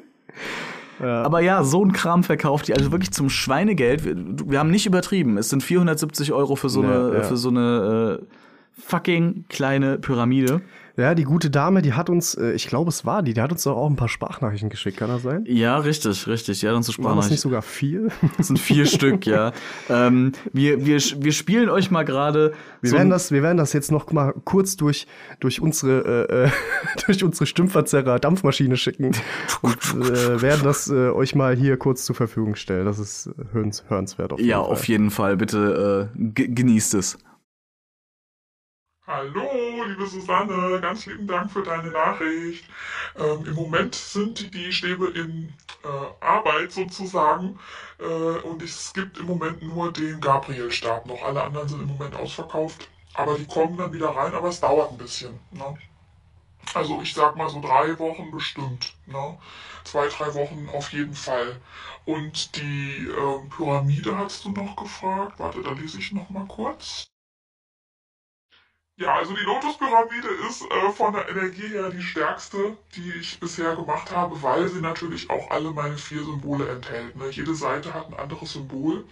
Speaker 4: (laughs) Aber ja, so ein Kram verkauft die also wirklich zum Schweinegeld. Wir, wir haben nicht übertrieben. Es sind 470 Euro für so
Speaker 5: Ja,
Speaker 4: eine,
Speaker 5: ja.
Speaker 4: Für so eine äh, fucking kleine Pyramide.
Speaker 5: Ja, die gute Dame, die hat uns, äh, ich glaube, es war die, die hat uns doch auch ein paar Sprachnachrichten geschickt, kann das sein?
Speaker 4: Ja, richtig, richtig. Ja, dann zu
Speaker 5: Waren das
Speaker 4: Sprachnachrichten.
Speaker 5: nicht
Speaker 4: (laughs)
Speaker 5: sogar vier?
Speaker 4: Das sind
Speaker 5: (laughs)
Speaker 4: vier Stück, ja. Ähm, wir, wir, wir spielen euch mal gerade.
Speaker 5: Wir,
Speaker 4: so ein-
Speaker 5: werden das, wir werden das jetzt noch mal kurz durch, durch unsere, äh, (laughs) äh, durch unsere Stimmverzerrer-Dampfmaschine schicken und äh, werden das äh, euch mal hier kurz zur Verfügung stellen. Das ist äh, hörens, hörenswert auf jeden
Speaker 4: Ja,
Speaker 5: Fall.
Speaker 4: auf jeden Fall. Bitte äh, ge- genießt es.
Speaker 1: Hallo, liebe Susanne, ganz lieben Dank für deine Nachricht. Ähm, Im Moment sind die Stäbe in äh, Arbeit sozusagen äh, und es gibt im Moment nur den Gabriel-Stab noch. Alle anderen sind im Moment ausverkauft, aber die kommen dann wieder rein, aber es dauert ein bisschen. Ne? Also ich sag mal so drei Wochen bestimmt. Ne? Zwei, drei Wochen auf jeden Fall. Und die ähm, Pyramide hast du noch gefragt. Warte, da lese ich noch mal kurz. Ja, also die Lotus-Pyramide ist äh, von der Energie her die stärkste, die ich bisher gemacht habe, weil sie natürlich auch alle meine vier Symbole enthält. Ne? Jede Seite hat ein anderes Symbol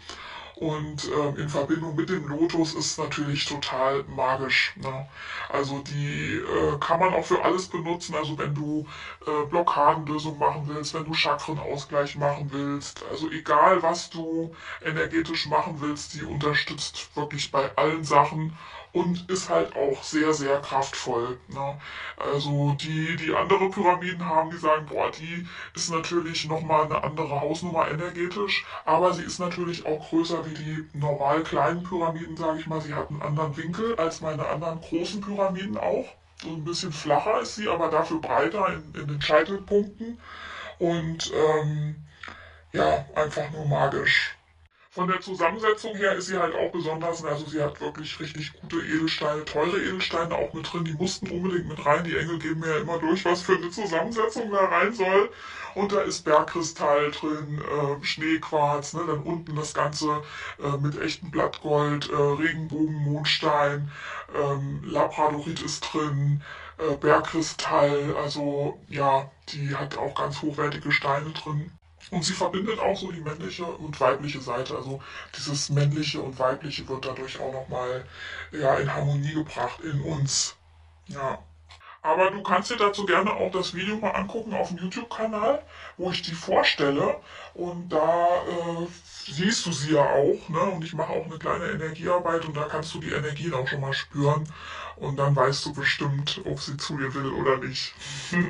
Speaker 1: und ähm, in Verbindung mit dem Lotus ist es natürlich total magisch. Ne? Also die äh, kann man auch für alles benutzen, also wenn du äh, Blockadenlösung machen willst, wenn du Chakrenausgleich machen willst, also egal was du energetisch machen willst, die unterstützt wirklich bei allen Sachen und ist halt auch sehr, sehr kraftvoll. Ne? Also die, die andere Pyramiden haben, die sagen, boah, die ist natürlich nochmal eine andere Hausnummer energetisch, aber sie ist natürlich auch größer wie die normal kleinen Pyramiden, sage ich mal. Sie hat einen anderen Winkel als meine anderen großen Pyramiden auch. So ein bisschen flacher ist sie, aber dafür breiter in, in den Scheitelpunkten. Und ähm, ja, einfach nur magisch. Von der Zusammensetzung her ist sie halt auch besonders, also sie hat wirklich richtig gute Edelsteine, teure Edelsteine auch mit drin, die mussten unbedingt mit rein, die Engel geben mir ja immer durch, was für eine Zusammensetzung da rein soll. Und da ist Bergkristall drin, ähm, Schneequarz, ne? dann unten das Ganze äh, mit echtem Blattgold, äh, Regenbogenmondstein, ähm, Labradorit ist drin, äh, Bergkristall, also ja, die hat auch ganz hochwertige Steine drin. Und sie verbindet auch so die männliche und weibliche Seite. Also dieses männliche und weibliche wird dadurch auch nochmal ja, in Harmonie gebracht in uns. Ja. Aber du kannst dir dazu gerne auch das Video mal angucken auf dem YouTube-Kanal, wo ich die vorstelle. Und da äh, siehst du sie ja auch. Ne? Und ich mache auch eine kleine Energiearbeit und da kannst du die Energien auch schon mal spüren. Und dann weißt du bestimmt, ob sie zu dir will oder nicht.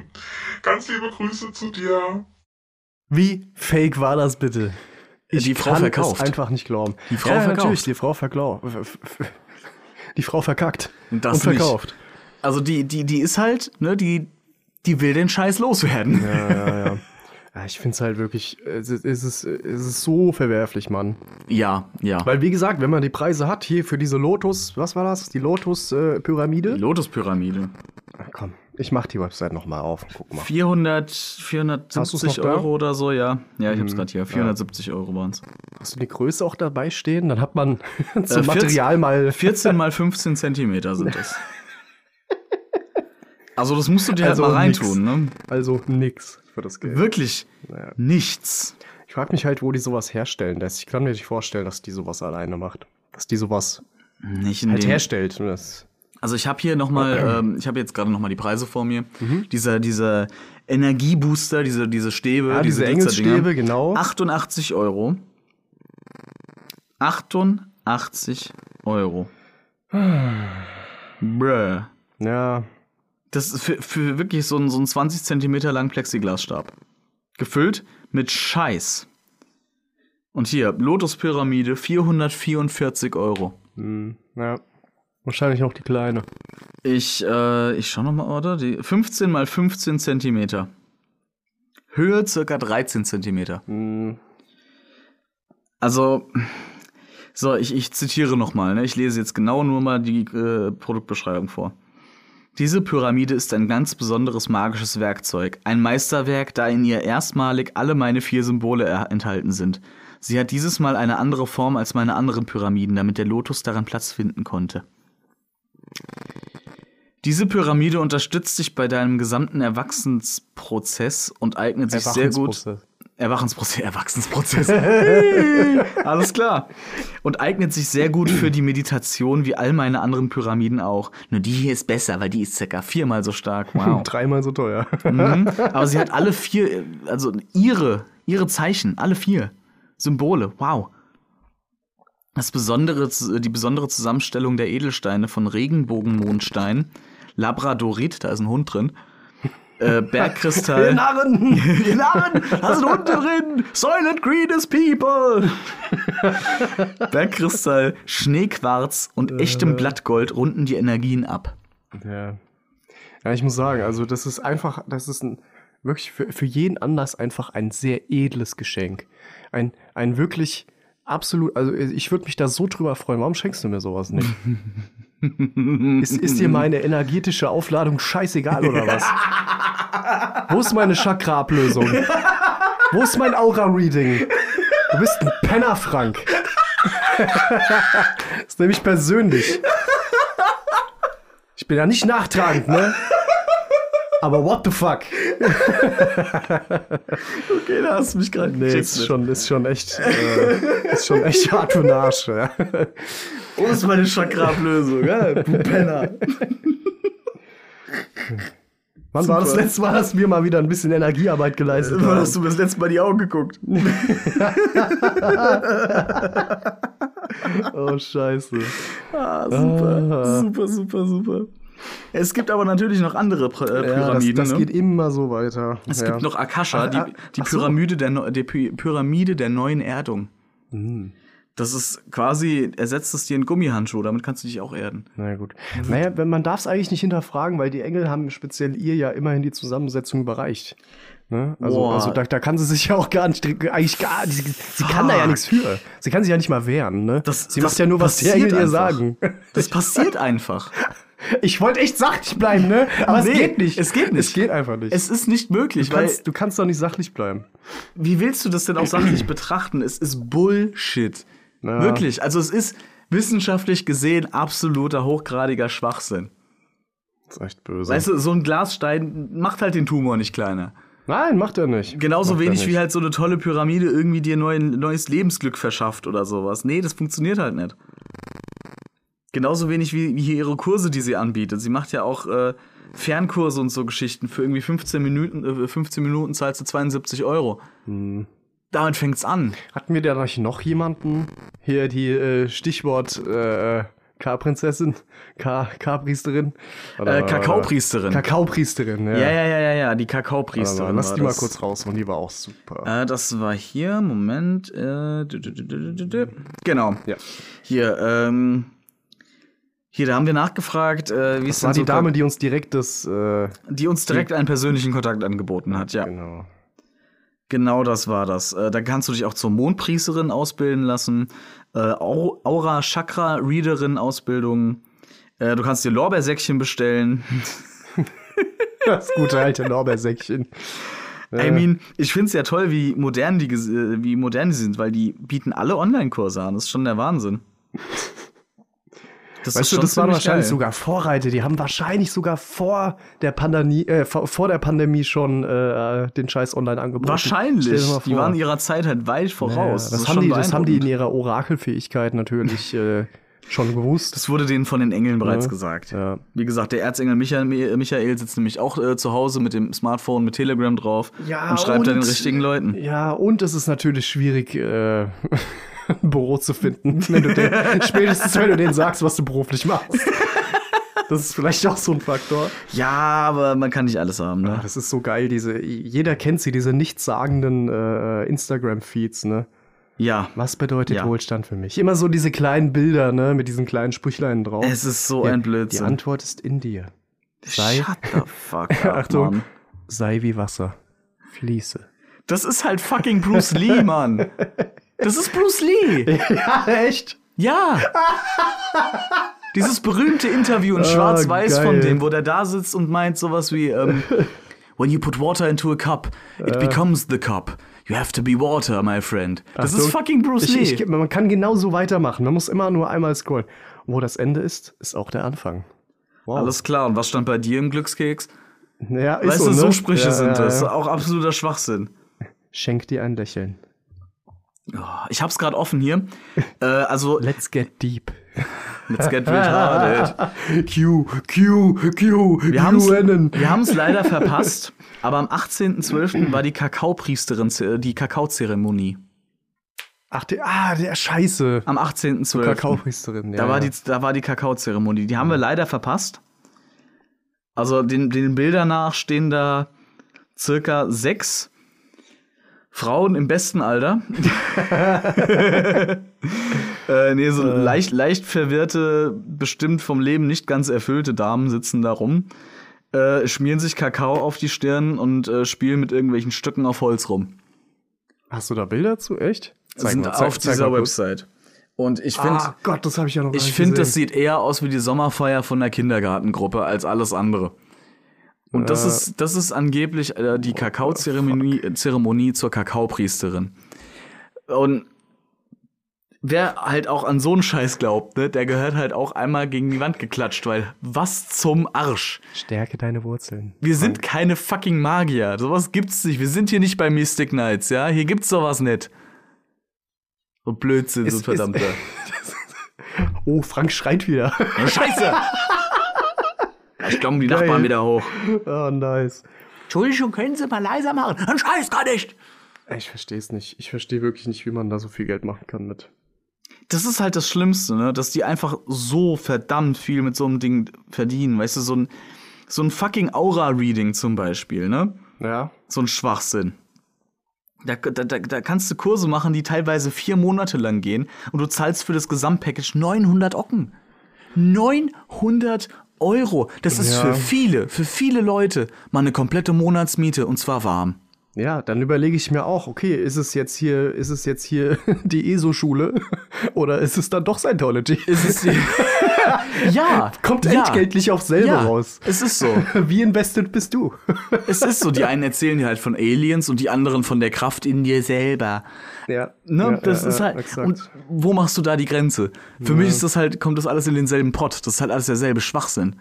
Speaker 1: (laughs) Ganz liebe Grüße zu dir.
Speaker 5: Wie fake war das bitte?
Speaker 4: Die Frau
Speaker 5: kann
Speaker 4: verkauft.
Speaker 5: Es einfach nicht glauben.
Speaker 4: Die Frau
Speaker 5: ja,
Speaker 4: verkauft.
Speaker 5: natürlich, die Frau verkauft. Die Frau verkackt.
Speaker 4: Und das
Speaker 5: und
Speaker 4: nicht.
Speaker 5: verkauft.
Speaker 4: Also die, die, die ist halt, ne, die, die will den Scheiß loswerden.
Speaker 5: Ja, ja, ja. (laughs) ja ich finde es halt wirklich, äh, es ist, es, ist, es ist so verwerflich, Mann.
Speaker 4: Ja, ja.
Speaker 5: Weil, wie gesagt, wenn man die Preise hat, hier für diese Lotus, was war das? Die Lotus-Pyramide?
Speaker 4: Die Lotus-Pyramide.
Speaker 5: Komm, ich mach die Website nochmal auf und guck mal.
Speaker 4: 400,
Speaker 5: Hast du's noch
Speaker 4: 470
Speaker 5: da? Mhm.
Speaker 4: Euro oder so, ja. Ja, ich hab's gerade hier. 470 Euro waren's.
Speaker 5: Hast du die Größe auch dabei stehen? Dann hat (laughs) man
Speaker 4: Äh,
Speaker 5: zum
Speaker 4: 14
Speaker 5: (laughs) Material mal.
Speaker 4: 14 mal 15 Zentimeter sind
Speaker 5: (laughs)
Speaker 4: das. Also das musst du dir
Speaker 5: Also
Speaker 4: halt mal
Speaker 5: nix.
Speaker 4: reintun, ne?
Speaker 5: Also nix für das Geld.
Speaker 4: Wirklich nichts.
Speaker 5: Ich frage mich halt, wo die sowas herstellen lässt. Ich kann mir nicht vorstellen, dass die sowas alleine macht. Dass die sowas
Speaker 4: Nicht in
Speaker 5: halt
Speaker 4: dem
Speaker 5: herstellt. Das,
Speaker 4: Also ich habe hier nochmal, ähm, ich habe jetzt gerade nochmal die Preise vor mir.
Speaker 5: Mhm.
Speaker 4: Dieser, dieser Energiebooster, diese, diese Stäbe,
Speaker 5: Ja, diese
Speaker 4: Glitzerdinger.
Speaker 5: Engelsstäbe, genau.
Speaker 4: 88 Euro. 88 Euro. (sighs) Bruh.
Speaker 5: ja,
Speaker 4: Das ist für, für wirklich so einen, so einen 20 Zentimeter langen Plexiglasstab. Gefüllt mit Scheiß. Und hier, Lotuspyramide, 444 Euro.
Speaker 5: ja. Wahrscheinlich auch die kleine.
Speaker 4: Ich, äh, ich schau nochmal, oder? Die 15 mal 15 Zentimeter. Höhe circa 13 Zentimeter.
Speaker 5: Hm,
Speaker 4: Also, so, ich, ich zitiere nochmal, ne? Ich lese jetzt genau nur mal die äh, Produktbeschreibung vor. Diese Pyramide ist ein ganz besonderes magisches Werkzeug, ein Meisterwerk, da in ihr erstmalig alle meine vier Symbole er- enthalten sind. Sie hat dieses Mal eine andere Form als meine anderen Pyramiden, damit der Lotus daran Platz finden konnte. Diese Pyramide unterstützt dich bei deinem gesamten Erwachsensprozess und eignet sich sehr gut.
Speaker 5: Erwachensprozess.
Speaker 4: Erwachensprozess, (laughs) Erwachsensprozess. Alles klar. Und eignet sich sehr gut für die Meditation, wie all meine anderen Pyramiden auch. Nur die hier ist besser, weil die ist circa viermal so stark.
Speaker 5: (laughs)
Speaker 4: Wow.
Speaker 5: Hm, Dreimal so teuer.
Speaker 4: Mhm. Aber sie hat alle vier, also ihre, ihre Zeichen, alle vier Symbole. Wow. Das besondere, die besondere Zusammenstellung der Edelsteine von Regenbogenmondstein, Labradorit, da ist ein Hund drin, äh, Bergkristall.
Speaker 5: (laughs) Ihr Narren!
Speaker 4: Ihr (laughs) Narren, da sind Hunde drin. Silent Green is people. Bergkristall, Schneequarz und echtem Blattgold runden die Energien ab.
Speaker 5: Ja. ja, ich muss sagen, also das ist einfach, das ist ein, wirklich für, für jeden Anlass einfach ein sehr edles Geschenk. Ein, ein wirklich absolut, also ich würde mich da so drüber freuen. Warum schenkst du mir sowas nicht? ist, ist dir meine energetische Aufladung scheißegal
Speaker 4: (laughs)
Speaker 5: oder was? Wo ist meine Chakra-Ablösung? Wo ist mein Aura-Reading? Du bist ein Penner, Frank. (laughs) das nehme ich persönlich. Ich bin ja nicht nachtragend, ne? Aber what the fuck?
Speaker 4: (laughs) Okay, da hast du mich gerade
Speaker 5: Nee, ist schon, ist schon echt, äh, ist schon echt hart für den Arsch. Ja.
Speaker 4: Wo Oh, ist meine Chakra-Ablösung, gell? Du Penner.
Speaker 5: Wann war das letzte Mal, dass wir mal wieder ein bisschen Energiearbeit geleistet
Speaker 4: Wann hast
Speaker 5: haben?
Speaker 4: du mir das letzte Mal die Augen geguckt?
Speaker 5: Oh, scheiße.
Speaker 4: Ah, super,
Speaker 5: Ah.
Speaker 4: super, super, super. Es gibt aber natürlich noch andere Py- äh,
Speaker 5: Ja, das
Speaker 4: Pyramiden.
Speaker 5: das
Speaker 4: ne?
Speaker 5: geht immer so weiter.
Speaker 4: es
Speaker 5: ja.
Speaker 4: gibt noch Akasha,
Speaker 5: Ach,
Speaker 4: die, die,
Speaker 5: ach so.
Speaker 4: Pyramide der, Neu- die Py- Pyramide der neuen Erdung. Mhm. Das ist quasi, ersetzt es dir einen Gummihandschuh, damit kannst du dich auch erden.
Speaker 5: Na gut. Naja, wenn- man darf es eigentlich nicht hinterfragen, weil die Engel haben speziell ihr ja immerhin die Zusammensetzung überreicht. Ne? Also,
Speaker 4: Boah.
Speaker 5: also da, da kann sie sich ja auch gar nicht, eigentlich gar, sie, sie kann da ja
Speaker 4: Fuck.
Speaker 5: nichts für. Sie kann sich ja nicht mal wehren. Ne?
Speaker 4: Das-
Speaker 5: sie
Speaker 4: das
Speaker 5: macht ja nur, was die
Speaker 4: passiert
Speaker 5: Engel ihr
Speaker 4: einfach.
Speaker 5: sagen.
Speaker 4: Das passiert
Speaker 5: (laughs)
Speaker 4: einfach.
Speaker 5: Ich wollte echt sachlich bleiben, ne? Aber
Speaker 4: Nee,
Speaker 5: es geht nicht.
Speaker 4: es geht nicht.
Speaker 5: Es geht einfach nicht.
Speaker 4: Es ist nicht möglich,
Speaker 5: du,
Speaker 4: weil
Speaker 5: kannst, du kannst doch nicht sachlich bleiben.
Speaker 4: wie willst du das denn auch sachlich (clears throat) betrachten? Es ist Bullshit.
Speaker 5: Ja.
Speaker 4: Wirklich. Also es ist wissenschaftlich gesehen absoluter hochgradiger Schwachsinn.
Speaker 5: Das ist echt böse.
Speaker 4: Weißt du, so ein Glasstein macht halt den Tumor nicht kleiner.
Speaker 5: Nein, macht er nicht.
Speaker 4: Genauso
Speaker 5: macht er
Speaker 4: wenig
Speaker 5: nicht.
Speaker 4: wie halt so eine tolle Pyramide irgendwie dir neuen, neues Lebensglück verschafft oder sowas. Nee, das funktioniert halt nicht. Genauso wenig wie, wie hier ihre Kurse, die sie anbietet. Sie macht ja auch äh, Fernkurse und so Geschichten. Für irgendwie 15 Minuten, äh, 15 Minuten zahlst du 72 Euro.
Speaker 5: Mhm.
Speaker 4: Damit fängt's an.
Speaker 5: Hatten wir da noch- noch jemanden? Hier die äh, Stichwort äh, äh, K-Prinzessin, K- K-Priesterin. Oder-
Speaker 4: Äh,
Speaker 5: oder-
Speaker 4: Kakaopriesterin.
Speaker 5: Kakaopriesterin, ja.
Speaker 4: ja, ja, ja, ja, ja, die Kakaopriesterin.
Speaker 5: Also, lass
Speaker 4: war
Speaker 5: die mal
Speaker 4: das.
Speaker 5: kurz rausholen, die war auch super.
Speaker 4: Äh, das war hier, Moment. Äh, dü- dü- dü- dü- dü- dü- dü. genau.
Speaker 5: Ja.
Speaker 4: Hier, ähm, hier, da haben wir nachgefragt, äh, wie es
Speaker 5: Das war
Speaker 4: denn
Speaker 5: die
Speaker 4: so-
Speaker 5: Dame, die uns direkt das. Äh,
Speaker 4: die uns direkt einen persönlichen Kontakt angeboten hat, ja. Genau, (laughs)
Speaker 5: genau.
Speaker 4: das war das. Äh, da kannst du dich auch zur Mondpriesterin ausbilden lassen, äh, Au- Aura-Chakra-Readerin-Ausbildung. Äh, du kannst dir Lorbeersäckchen bestellen.
Speaker 5: Das gute alte Lorbeersäckchen. Äh.
Speaker 4: I mean, ich find's ja toll, wie modern die, ges- äh, wie modern die sind, weil die bieten alle Online-Kurse an. Das ist schon der Wahnsinn. Das
Speaker 5: Weißt du,
Speaker 4: schon
Speaker 5: das waren
Speaker 4: ziemlich
Speaker 5: wahrscheinlich
Speaker 4: geil.
Speaker 5: sogar Vorreiter. Die haben wahrscheinlich sogar vor der Pandemie, äh, vor, vor der Pandemie schon äh, den Scheiß online angeboten. Stell dir mal
Speaker 4: Wahrscheinlich. Die
Speaker 5: vor.
Speaker 4: waren ihrer Zeit halt weit voraus.
Speaker 5: Ja,
Speaker 4: ist
Speaker 5: das, haben
Speaker 4: schon
Speaker 5: die, das haben die in
Speaker 4: beeindruckend.
Speaker 5: ihrer Orakelfähigkeit
Speaker 4: (laughs)
Speaker 5: natürlich äh, schon gewusst.
Speaker 4: Das wurde denen von den Engeln bereits
Speaker 5: Ja.
Speaker 4: gesagt.
Speaker 5: Ja.
Speaker 4: Wie gesagt, der Erzengel Michael, Michael sitzt nämlich auch äh, zu Hause mit dem Smartphone, mit Telegram drauf
Speaker 5: Ja,
Speaker 4: und schreibt da den
Speaker 5: und-
Speaker 4: richtigen Leuten.
Speaker 5: Ja, und es ist natürlich schwierig, äh, (laughs) ein Büro zu finden, wenn
Speaker 4: (laughs)
Speaker 5: du den, spätestens wenn du denen sagst, was du beruflich machst. Das ist vielleicht auch so ein Faktor.
Speaker 4: Ja, aber man kann nicht alles haben, ne?
Speaker 5: Das ist so geil, diese, jeder kennt sie, diese nichtssagenden äh, Instagram-Feeds, ne?
Speaker 4: Ja.
Speaker 5: Was bedeutet
Speaker 4: Ja.
Speaker 5: Wohlstand für mich? Immer so diese kleinen Bilder, ne, mit diesen kleinen Sprüchlein drauf.
Speaker 4: Es ist so
Speaker 5: Ja,
Speaker 4: ein
Speaker 5: Die
Speaker 4: Blödsinn.
Speaker 5: Antwort ist in dir. sei-
Speaker 4: Shut the
Speaker 5: (laughs)
Speaker 4: fuck up,
Speaker 5: Achtung.
Speaker 4: Mann.
Speaker 5: Sei wie Wasser. Fließe.
Speaker 4: Das ist halt fucking Bruce Lee, Mann. Das ist Bruce Lee.
Speaker 5: Ja, echt?
Speaker 4: Ja. Dieses berühmte Interview in
Speaker 5: Ah,
Speaker 4: Schwarz-Weiß
Speaker 5: geil.
Speaker 4: von dem, wo der da sitzt und meint sowas wie, ähm, when you put water into a cup, it becomes the cup. You have to be water, my friend. Das
Speaker 5: Achtung.
Speaker 4: ist fucking Bruce
Speaker 5: ich,
Speaker 4: Lee.
Speaker 5: Ich, man kann genauso weitermachen. Man muss immer nur einmal scrollen. Wo das Ende ist, ist auch der Anfang. Wow.
Speaker 4: Alles klar, und was stand bei dir im Glückskeks?
Speaker 5: ja, ist
Speaker 4: Weißt
Speaker 5: so,
Speaker 4: du,
Speaker 5: ne?
Speaker 4: so Sprüche
Speaker 5: ja,
Speaker 4: sind
Speaker 5: ja,
Speaker 4: das.
Speaker 5: Ja.
Speaker 4: Auch absoluter Schwachsinn.
Speaker 5: Schenk dir ein Lächeln.
Speaker 4: Oh, Ich hab's gerade offen hier. Äh,
Speaker 5: (laughs)
Speaker 4: also,
Speaker 5: Let's get deep.
Speaker 4: let's get retarded.
Speaker 5: Q, Q, Q,
Speaker 4: Wir haben's,
Speaker 5: QAnon.
Speaker 4: wir haben's leider verpasst, aber am 18.12. war die Kakaopriesterin, äh, die Kakaozeremonie.
Speaker 5: Ach, der, ah, der Scheiße.
Speaker 4: Am 18.12.
Speaker 5: Kakaopriesterin.
Speaker 4: Äh, Da, war die, da war die Kakaozeremonie. Die haben wir leider verpasst. Also den, den Bildern nach stehen da circa sechs Frauen im besten
Speaker 5: (laughs)
Speaker 4: Alter. äh, nee, so leicht, leicht verwirrte, bestimmt vom Leben nicht ganz erfüllte Damen sitzen da rum, äh, schmieren sich Kakao auf die Stirn und äh, spielen mit irgendwelchen Stücken auf Holz rum
Speaker 5: Hast du da Bilder zu? Echt?
Speaker 4: sind
Speaker 5: zeig-
Speaker 4: auf
Speaker 5: zeig
Speaker 4: dieser
Speaker 5: mal kurz.
Speaker 4: Website. Und ich finde,
Speaker 5: ah Gott, das habe ich ja noch gar
Speaker 4: ich
Speaker 5: nicht
Speaker 4: finde, das
Speaker 5: gesehen.
Speaker 4: sieht eher aus wie die Sommerfeier von der Kindergartengruppe als alles andere. Und das
Speaker 5: Äh.
Speaker 4: ist, das ist angeblich äh, die Kakaozeremonie äh, Zeremonie zur Kakaopriesterin. Und wer halt auch an so einen Scheiß glaubt, ne, der gehört halt auch einmal gegen die Wand geklatscht, weil was zum Arsch?
Speaker 5: Stärke deine Wurzeln.
Speaker 4: Wir sind keine fucking Magier. Sowas gibt's nicht. Wir sind hier nicht bei Mystic Knights, ja? Hier gibt's sowas nicht. So Blödsinn, so
Speaker 5: Ist-
Speaker 4: verdammter.
Speaker 5: Oh, Frank schreit wieder. (laughs)
Speaker 4: Scheiße! (laughs) Ich glaube, die
Speaker 5: Geil.
Speaker 4: Nachbarn wieder hoch.
Speaker 5: oh, nice.
Speaker 4: Entschuldigung, können Sie mal leiser machen? Dann scheiß gar nicht!
Speaker 5: Ich verstehe es nicht. Ich verstehe wirklich nicht, wie man da so viel Geld machen kann mit.
Speaker 4: Das ist halt das Schlimmste, ne? Dass die einfach so verdammt viel mit so einem Ding verdienen. Weißt du, so ein, so ein fucking Aura-Reading zum Beispiel, ne?
Speaker 5: Ja.
Speaker 4: So ein Schwachsinn. Da, da, da, da kannst du Kurse machen, die teilweise vier Monate lang gehen und du zahlst für das Gesamtpackage 900 Ocken. 900 Euro. Das ist
Speaker 5: Ja.
Speaker 4: für viele, für viele Leute mal eine komplette Monatsmiete und zwar warm.
Speaker 5: Ja, dann überlege ich mir auch, okay, ist es jetzt hier, ist es jetzt hier (laughs) die ESO-Schule (laughs) oder ist es dann doch Scientology?
Speaker 4: Ist es die ja.
Speaker 5: (laughs) Kommt
Speaker 4: ja.
Speaker 5: entgeltlich auf selber
Speaker 4: ja,
Speaker 5: raus.
Speaker 4: Es ist so.
Speaker 5: (laughs) Wie invested bist du?
Speaker 4: Es ist so. Die einen erzählen dir halt von Aliens und die anderen von der Kraft in dir selber.
Speaker 5: (laughs) ja.
Speaker 4: Ne?
Speaker 5: ja,
Speaker 4: das
Speaker 5: ja,
Speaker 4: ist
Speaker 5: ja,
Speaker 4: halt.
Speaker 5: exakt.
Speaker 4: Und wo machst du da die Grenze? Für mich ist das halt, kommt das alles in denselben Pott. Das ist halt alles derselbe Schwachsinn.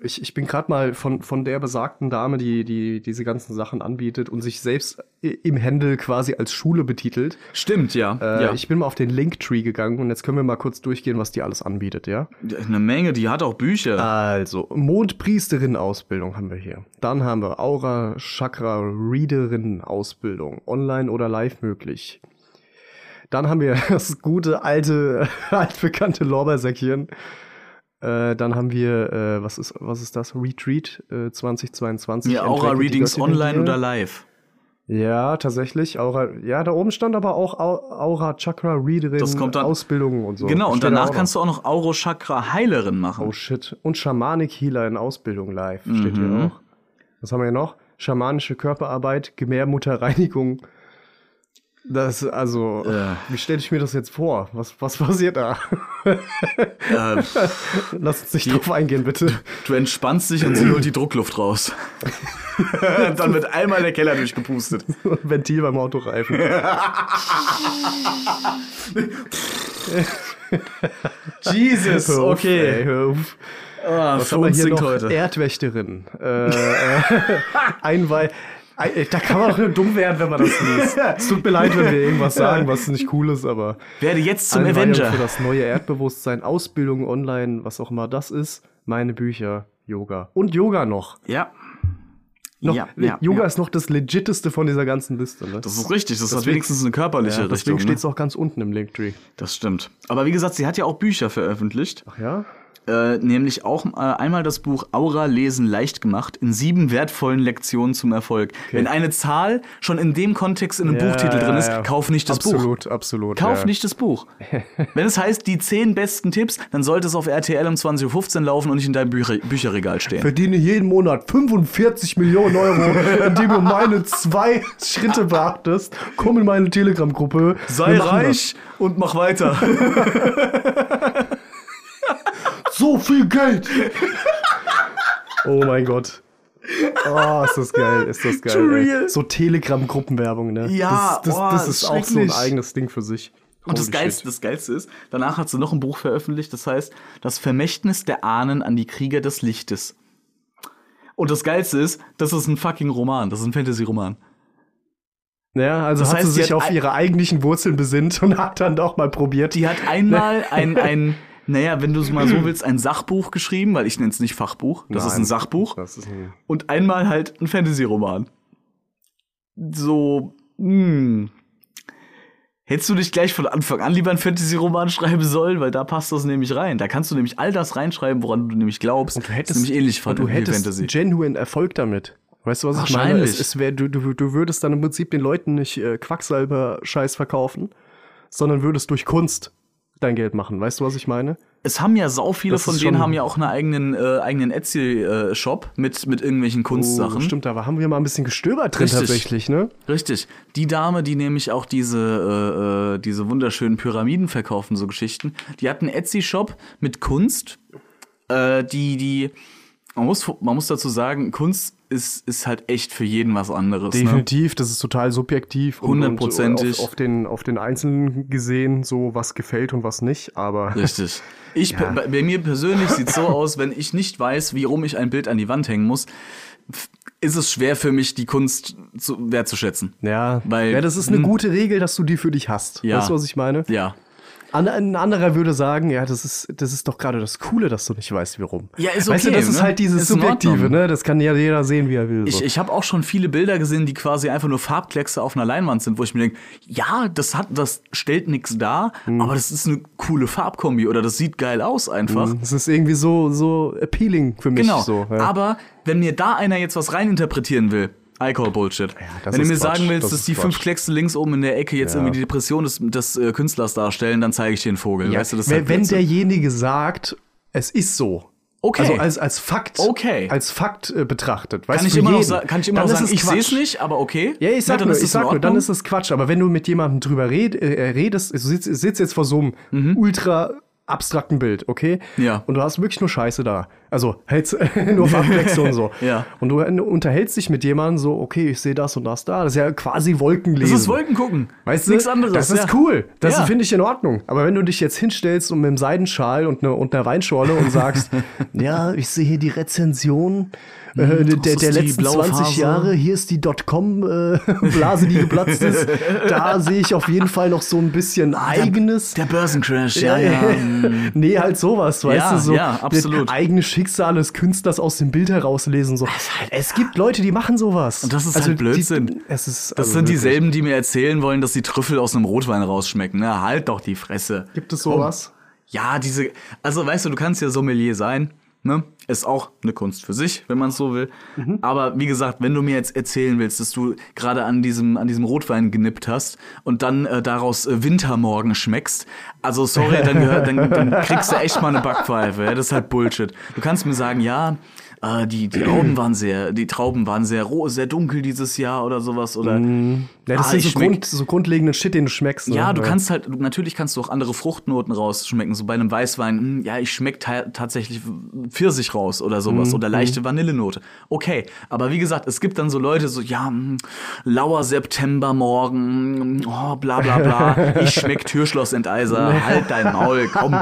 Speaker 5: Ich, ich bin gerade mal von, von der besagten Dame, die, die diese ganzen Sachen anbietet und sich selbst i- im Handel quasi als Schule betitelt.
Speaker 4: Stimmt, ja.
Speaker 5: Äh,
Speaker 4: ja.
Speaker 5: Ich bin mal auf den Linktree gegangen und jetzt können wir mal kurz durchgehen, was die alles anbietet, ja?
Speaker 4: Eine Menge, die hat auch Bücher.
Speaker 5: Also, Mondpriesterin-Ausbildung haben wir hier. Dann haben wir Aura Chakra Readerin-Ausbildung. Online oder live möglich. Dann haben wir (laughs) das gute, alte, (laughs) altbekannte Lorbeersäckchen. Äh, dann haben wir, äh, was, ist, was ist das? Retreat äh, 2022.
Speaker 4: Mir Aura
Speaker 5: Entdecke die
Speaker 4: Readings
Speaker 5: Göttin in
Speaker 4: online
Speaker 5: dir.
Speaker 4: oder live.
Speaker 5: Ja, tatsächlich. Aura, ja, da oben stand aber auch Au- Aura Chakra Readerin
Speaker 4: Das kommt dann-
Speaker 5: Ausbildung und so.
Speaker 4: Genau, und danach kannst du auch noch Aurochakra Heilerin machen.
Speaker 5: Oh shit. Und Schamanic Healer in Ausbildung live. Steht
Speaker 4: Mhm.
Speaker 5: hier auch. Was haben wir hier noch? Schamanische Körperarbeit, Gebärmutterreinigung. Das, also, wie stelle ich mir das jetzt vor? Was, was passiert da? (laughs)
Speaker 4: äh,
Speaker 5: Lass uns nicht drauf eingehen, bitte. (laughs)
Speaker 4: du entspannst dich und sie holt die Druckluft raus. Dann wird einmal der Keller durchgepustet.
Speaker 5: Ventil beim Autoreifen.
Speaker 4: Jesus,
Speaker 5: Hör auf, ey,
Speaker 4: okay.
Speaker 5: hör auf.
Speaker 4: Ah,
Speaker 5: Was
Speaker 4: für
Speaker 5: haben wir
Speaker 4: uns
Speaker 5: hier
Speaker 4: singt
Speaker 5: noch?
Speaker 4: heute.
Speaker 5: Erdwächterin. Äh, (laughs) äh, Einweih. Ei- Da kann man auch nur dumm werden, wenn man das liest.
Speaker 4: (laughs)
Speaker 5: Es tut mir leid, wenn wir irgendwas sagen, was nicht cool ist, aber.
Speaker 4: Werde jetzt zum
Speaker 5: Einweihung
Speaker 4: Avenger.
Speaker 5: für das neue Erdbewusstsein, Ausbildung online, was auch immer das ist, meine Bücher, Yoga. Und Yoga noch.
Speaker 4: Ja,
Speaker 5: noch
Speaker 4: Ja,
Speaker 5: Le-
Speaker 4: ja,
Speaker 5: Yoga
Speaker 4: ja.
Speaker 5: ist noch das legiteste von dieser ganzen Liste. Ne?
Speaker 4: das ist richtig. Das hat
Speaker 5: Deswegen-
Speaker 4: wenigstens eine körperliche
Speaker 5: ja,
Speaker 4: Richtung.
Speaker 5: Deswegen
Speaker 4: ne?
Speaker 5: steht es auch ganz unten im Linktree.
Speaker 4: Das stimmt. Aber wie gesagt, sie hat ja auch Bücher veröffentlicht.
Speaker 5: Ach ja?
Speaker 4: Äh, nämlich auch äh, einmal das Buch Aura lesen leicht gemacht in sieben wertvollen Lektionen zum Erfolg. Wenn eine Zahl schon in dem Kontext in einem
Speaker 5: Ja,
Speaker 4: Buchtitel
Speaker 5: ja,
Speaker 4: drin ist,
Speaker 5: ja.
Speaker 4: kauf nicht das Buch.
Speaker 5: absolut, Absolut, absolut.
Speaker 4: Kauf
Speaker 5: ja.
Speaker 4: nicht das
Speaker 5: (laughs)
Speaker 4: Buch. Wenn es heißt, die zehn besten Tipps, dann sollte es auf RTL um 20.15 Uhr laufen und nicht in deinem Bücher Bücherregal stehen.
Speaker 5: Verdiene jeden Monat 45
Speaker 4: (laughs)
Speaker 5: Millionen Euro, indem du meine zwei Schritte beachtest. Komm in meine Telegram-Gruppe. Wir machen (laughs)
Speaker 4: und mach weiter.
Speaker 5: Das. so viel Geld. oh mein Gott. Oh, ist das geil, ist das geil.
Speaker 4: Too
Speaker 5: ey.
Speaker 4: real.
Speaker 5: So Telegram-Gruppenwerbung, ne?
Speaker 4: Ja,
Speaker 5: das, das,
Speaker 4: boah,
Speaker 5: das ist auch so ein
Speaker 4: schrecklich.
Speaker 5: eigenes Ding für sich.
Speaker 4: Und das
Speaker 5: Holy
Speaker 4: Geilste,
Speaker 5: shit.
Speaker 4: das Geilste ist, danach hat sie noch ein Buch veröffentlicht, das heißt Das Vermächtnis der Ahnen an die Krieger des Lichtes. Und das Geilste ist, das ist ein fucking Roman, das ist ein Fantasy-Roman.
Speaker 5: Ja, also
Speaker 4: Das
Speaker 5: hat
Speaker 4: heißt,
Speaker 5: sie
Speaker 4: sie
Speaker 5: sich
Speaker 4: hat
Speaker 5: auf
Speaker 4: ei-
Speaker 5: ihre eigentlichen Wurzeln besinnt und hat dann doch mal probiert.
Speaker 4: Die hat einmal
Speaker 5: Ne.
Speaker 4: ein,
Speaker 5: (laughs)
Speaker 4: ein naja, wenn du es mal so willst, ein Sachbuch geschrieben, weil ich nenne es nicht Fachbuch, das ist
Speaker 5: Nein.
Speaker 4: ein Sachbuch.
Speaker 5: Das ist ein
Speaker 4: Und einmal halt ein Fantasy-Roman. So, hm. Hättest du nicht gleich von Anfang an lieber einen Fantasy-Roman schreiben sollen, weil da passt das nämlich rein. Da kannst du nämlich all das reinschreiben, woran du nämlich glaubst.
Speaker 5: Und du
Speaker 4: Das
Speaker 5: hättest,
Speaker 4: ist nämlich ähnlich von
Speaker 5: und du
Speaker 4: irgendwie
Speaker 5: hättest genuinen Erfolg damit. Weißt du, was ich meine?
Speaker 4: Wahrscheinlich.
Speaker 5: Es, es wär, du, du, du würdest dann im Prinzip den Leuten nicht äh, Quacksalber-Scheiß verkaufen, sondern würdest durch Kunst dein Geld machen. Weißt du, was ich meine?
Speaker 4: Es haben ja sau viele
Speaker 5: Das
Speaker 4: von
Speaker 5: ist
Speaker 4: denen
Speaker 5: schon-
Speaker 4: haben ja auch einen eigenen äh, eigenen Etsy äh, Shop mit mit irgendwelchen Kunstsachen.
Speaker 5: Oh, stimmt, da haben wir mal ein bisschen gestöbert drin
Speaker 4: Richtig.
Speaker 5: tatsächlich, ne?
Speaker 4: Richtig. Die Dame, die nämlich auch diese, äh, äh, diese wunderschönen Pyramiden verkaufen, so Geschichten, die hat einen Etsy-Shop mit Kunst, äh, die, die, man muss, man muss dazu sagen, Kunst ist, ist halt echt für jeden was anderes. Ne?
Speaker 5: Definitiv, das ist total subjektiv. und- und
Speaker 4: Hundertprozentig.
Speaker 5: Auf, auf, den, auf den Einzelnen gesehen, so was gefällt und was nicht, aber.
Speaker 4: Richtig. Ich, pe- bei, bei mir persönlich sieht so aus, wenn ich nicht weiß, wie rum ich ein Bild an die Wand hängen muss, f- ist es schwer für mich, die Kunst zu, wertzuschätzen.
Speaker 5: Ja,
Speaker 4: Weil-
Speaker 5: ja, das ist eine
Speaker 4: hm.
Speaker 5: gute Regel, dass du die für dich hast.
Speaker 4: Ja.
Speaker 5: Weißt du, was ich meine?
Speaker 4: Ja.
Speaker 5: An, ein anderer würde sagen, ja, das ist, das ist doch gerade das Coole, dass du nicht weißt, wie rum.
Speaker 4: Ja, ist
Speaker 5: Weißt du,
Speaker 4: okay,
Speaker 5: das ist
Speaker 4: ne?
Speaker 5: halt dieses
Speaker 4: Ist in
Speaker 5: Subjektive,
Speaker 4: Ordnung.
Speaker 5: ne? Das kann ja jeder sehen, wie er will. So.
Speaker 4: Ich, ich habe auch schon viele Bilder gesehen, die quasi einfach nur Farbkleckse auf einer Leinwand sind, wo ich mir denke, ja, das hat, das stellt nichts dar,
Speaker 5: Hm.
Speaker 4: aber das ist eine coole Farbkombi oder das sieht geil aus einfach.
Speaker 5: das ist irgendwie so, so appealing für mich.
Speaker 4: Genau.
Speaker 5: Hm. So, ja.
Speaker 4: Aber wenn mir da einer jetzt was reininterpretieren will, Alkohol-Bullshit.
Speaker 5: das
Speaker 4: wenn du
Speaker 5: ist
Speaker 4: mir
Speaker 5: Quatsch,
Speaker 4: sagen willst,
Speaker 5: das
Speaker 4: dass
Speaker 5: ist
Speaker 4: die
Speaker 5: Quatsch.
Speaker 4: fünf Kleckse links oben in der Ecke jetzt
Speaker 5: Ja.
Speaker 4: irgendwie die Depression des, des äh, Künstlers darstellen, dann zeige ich dir einen Vogel.
Speaker 5: ja.
Speaker 4: Weißt du, das ist
Speaker 5: wenn,
Speaker 4: halt
Speaker 5: wenn
Speaker 4: Blödsinn.
Speaker 5: derjenige sagt, es ist so.
Speaker 4: Okay.
Speaker 5: Also als, als Fakt.
Speaker 4: Okay.
Speaker 5: Als Fakt äh, betrachtet. Weißt
Speaker 4: kann
Speaker 5: du,
Speaker 4: ich,
Speaker 5: für
Speaker 4: immer noch,
Speaker 5: jeden.
Speaker 4: sa- kann ich immer
Speaker 5: Dann
Speaker 4: noch
Speaker 5: ist
Speaker 4: sagen,
Speaker 5: es
Speaker 4: ich
Speaker 5: Quatsch.
Speaker 4: sehe es nicht, aber okay.
Speaker 5: Ja, ich sag
Speaker 4: Na, dann
Speaker 5: nur,
Speaker 4: ist
Speaker 5: ich
Speaker 4: es in
Speaker 5: sag nur, dann
Speaker 4: Ordnung.
Speaker 5: ist es Quatsch. Aber wenn du mit jemandem drüber red, äh, redest, du sitzt, sitzt jetzt vor so einem ultra abstrakten Bild, okay?
Speaker 4: Mhm. Ja.
Speaker 5: Und du hast wirklich nur Scheiße da. Also hältst (laughs)
Speaker 4: (laughs)
Speaker 5: nur Farbwechsel und so.
Speaker 4: Ja.
Speaker 5: Und du unterhältst dich mit jemandem so, okay, ich sehe das und das da. Das ist ja quasi Wolkenlesen.
Speaker 4: Das ist Wolkengucken.
Speaker 5: Weißt du,
Speaker 4: Nichts anderes.
Speaker 5: das ist
Speaker 4: ja.
Speaker 5: cool. Das
Speaker 4: Ja.
Speaker 5: finde ich in Ordnung. Aber wenn du dich jetzt hinstellst und mit einem Seidenschal und, ne, und einer Weinschorle
Speaker 4: (laughs)
Speaker 5: und sagst, ja, ich sehe hier die Rezension äh, der,
Speaker 4: Hm, ist
Speaker 5: der
Speaker 4: die
Speaker 5: letzten
Speaker 4: blaue
Speaker 5: 20
Speaker 4: Phase.
Speaker 5: Jahre, hier ist die (laughs) Dotcom-Blase, die geplatzt ist, da sehe ich auf jeden Fall noch so ein bisschen eigenes.
Speaker 4: Ah, Der Börsencrash, ja, ja. hm.
Speaker 5: (laughs) nee, halt sowas, weißt
Speaker 4: Ja,
Speaker 5: du, so
Speaker 4: ja, absolut.
Speaker 5: das eigene Schicksal des Künstlers aus dem Bild herauslesen. So. Es gibt Leute, die machen sowas.
Speaker 4: halt,
Speaker 5: Also
Speaker 4: Und das ist halt Blödsinn.
Speaker 5: Die, es ist,
Speaker 4: Das
Speaker 5: also
Speaker 4: sind
Speaker 5: wirklich.
Speaker 4: dieselben, die mir erzählen wollen, dass die Trüffel aus einem Rotwein rausschmecken. Na, halt doch die Fresse.
Speaker 5: Gibt es sowas?
Speaker 4: Ja, diese. Also, weißt du, du kannst ja Sommelier sein. Ne? Ist auch eine Kunst für sich, wenn man es so will. Aber wie gesagt, wenn du mir jetzt erzählen willst, dass du gerade an diesem, an diesem Rotwein genippt hast und dann äh, daraus äh, Wintermorgen schmeckst, also sorry, dann, gehör, dann, dann kriegst du echt mal eine Backpfeife. Ja? Das ist halt Bullshit. Du kannst mir sagen, ja, äh, die, die Trauben waren sehr, die Trauben waren sehr roh, sehr dunkel dieses Jahr oder sowas. Oder
Speaker 5: Ja, das
Speaker 4: Ah,
Speaker 5: sind
Speaker 4: ich
Speaker 5: so,
Speaker 4: schmeck-
Speaker 5: Grund, so grundlegenden Shit, den du schmeckst. ne?
Speaker 4: Ja, du kannst halt, du- natürlich kannst du auch andere Fruchtnoten rausschmecken. So bei einem Weißwein, mh, ja, ich schmeck ta tatsächlich Pfirsich raus oder sowas oder leichte Vanillenote. Okay, aber wie gesagt, es gibt dann so Leute, so, ja, mh, lauer Septembermorgen, mh, oh, bla bla bla, ich schmeck Türschlossenteiser, halt dein Maul, komm.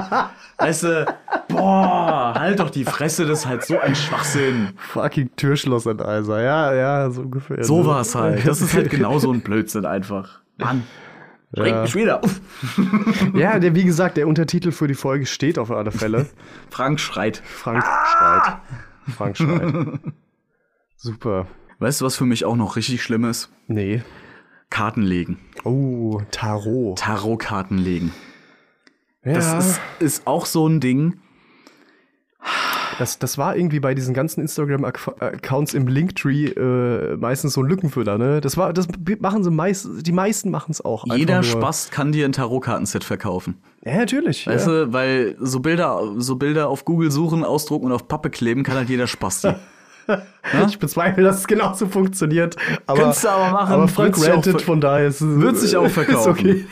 Speaker 4: Weißt du, boah, halt doch die Fresse, das ist halt so ein Schwachsinn.
Speaker 5: Fucking Türschlossenteiser. Ja, ja, so ungefähr.
Speaker 4: So
Speaker 5: ne?
Speaker 4: war's halt. Das ist halt
Speaker 5: (laughs)
Speaker 4: genau so ein Blödsinn einfach. Mann. Regt mich wieder auf.
Speaker 5: Ja, der, wie gesagt, der Untertitel für die Folge steht auf alle Fälle.
Speaker 4: Frank schreit.
Speaker 5: Frank
Speaker 4: Ah!
Speaker 5: schreit. Frank schreit. Super.
Speaker 4: Weißt du, was für mich auch noch richtig schlimm ist?
Speaker 5: Nee.
Speaker 4: Karten legen.
Speaker 5: Oh, Tarot.
Speaker 4: Tarotkarten legen.
Speaker 5: Ja,
Speaker 4: Das ist, ist auch so ein Ding.
Speaker 5: das, das war irgendwie bei diesen ganzen Instagram-Accounts im Linktree äh, meistens so ein Lückenfüller, ne? Das war, das machen sie meist, die meisten machen es auch. einfach
Speaker 4: Jeder
Speaker 5: nur.
Speaker 4: Spaß kann dir ein Tarotkartenset verkaufen.
Speaker 5: Ja, natürlich.
Speaker 4: Weißt
Speaker 5: ja.
Speaker 4: du, weil so Bilder, so Bilder auf Google suchen, ausdrucken und auf Pappe kleben kann halt jeder Spasti.
Speaker 5: (laughs) Ich bezweifle, dass es genauso funktioniert. Aber,
Speaker 4: Könntest du aber machen,
Speaker 5: Aber Frank
Speaker 4: würdest du auch
Speaker 5: rantet,
Speaker 4: ver-
Speaker 5: von daher (laughs) ist es.
Speaker 4: Würdest dich auch
Speaker 5: ist
Speaker 4: verkaufen.
Speaker 5: okay.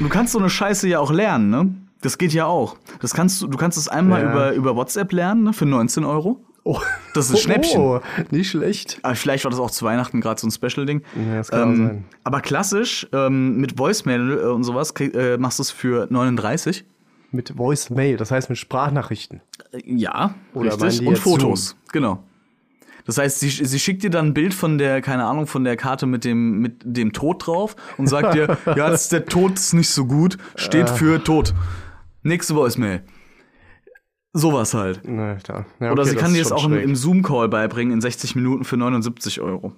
Speaker 4: du kannst so eine Scheiße ja auch lernen, ne? Das geht ja auch. Das kannst du, du kannst es einmal
Speaker 5: Ja.
Speaker 4: über, über WhatsApp lernen, ne, für 19 Euro.
Speaker 5: Oh.
Speaker 4: Das ist ein Schnäppchen.
Speaker 5: Oh, nicht schlecht.
Speaker 4: Aber vielleicht war das auch zu Weihnachten gerade so ein Special-Ding.
Speaker 5: Ja, das kann auch
Speaker 4: ähm,
Speaker 5: sein.
Speaker 4: Aber klassisch, ähm, mit Voicemail äh, und sowas, krieg, äh, machst du es für 39.
Speaker 5: Mit Voicemail, das heißt mit Sprachnachrichten.
Speaker 4: Äh, Ja,
Speaker 5: Oder meinen
Speaker 4: richtig.
Speaker 5: die
Speaker 4: Und
Speaker 5: jetzt
Speaker 4: Fotos, genau. Das heißt, sie, sie schickt dir dann ein Bild von der, keine Ahnung, von der Karte mit dem, mit dem Tod drauf und sagt
Speaker 5: (laughs)
Speaker 4: dir, ja, das ist der Tod ist nicht so gut, steht
Speaker 5: Ah.
Speaker 4: für tot. Nächste Voicemail. Sowas halt.
Speaker 5: Na, da. Ja,
Speaker 4: Oder
Speaker 5: okay,
Speaker 4: sie
Speaker 5: das
Speaker 4: kann
Speaker 5: ist
Speaker 4: dir das
Speaker 5: schon
Speaker 4: auch im,
Speaker 5: schräg.
Speaker 4: im Zoom-Call beibringen in 60 Minuten für 79 Euro.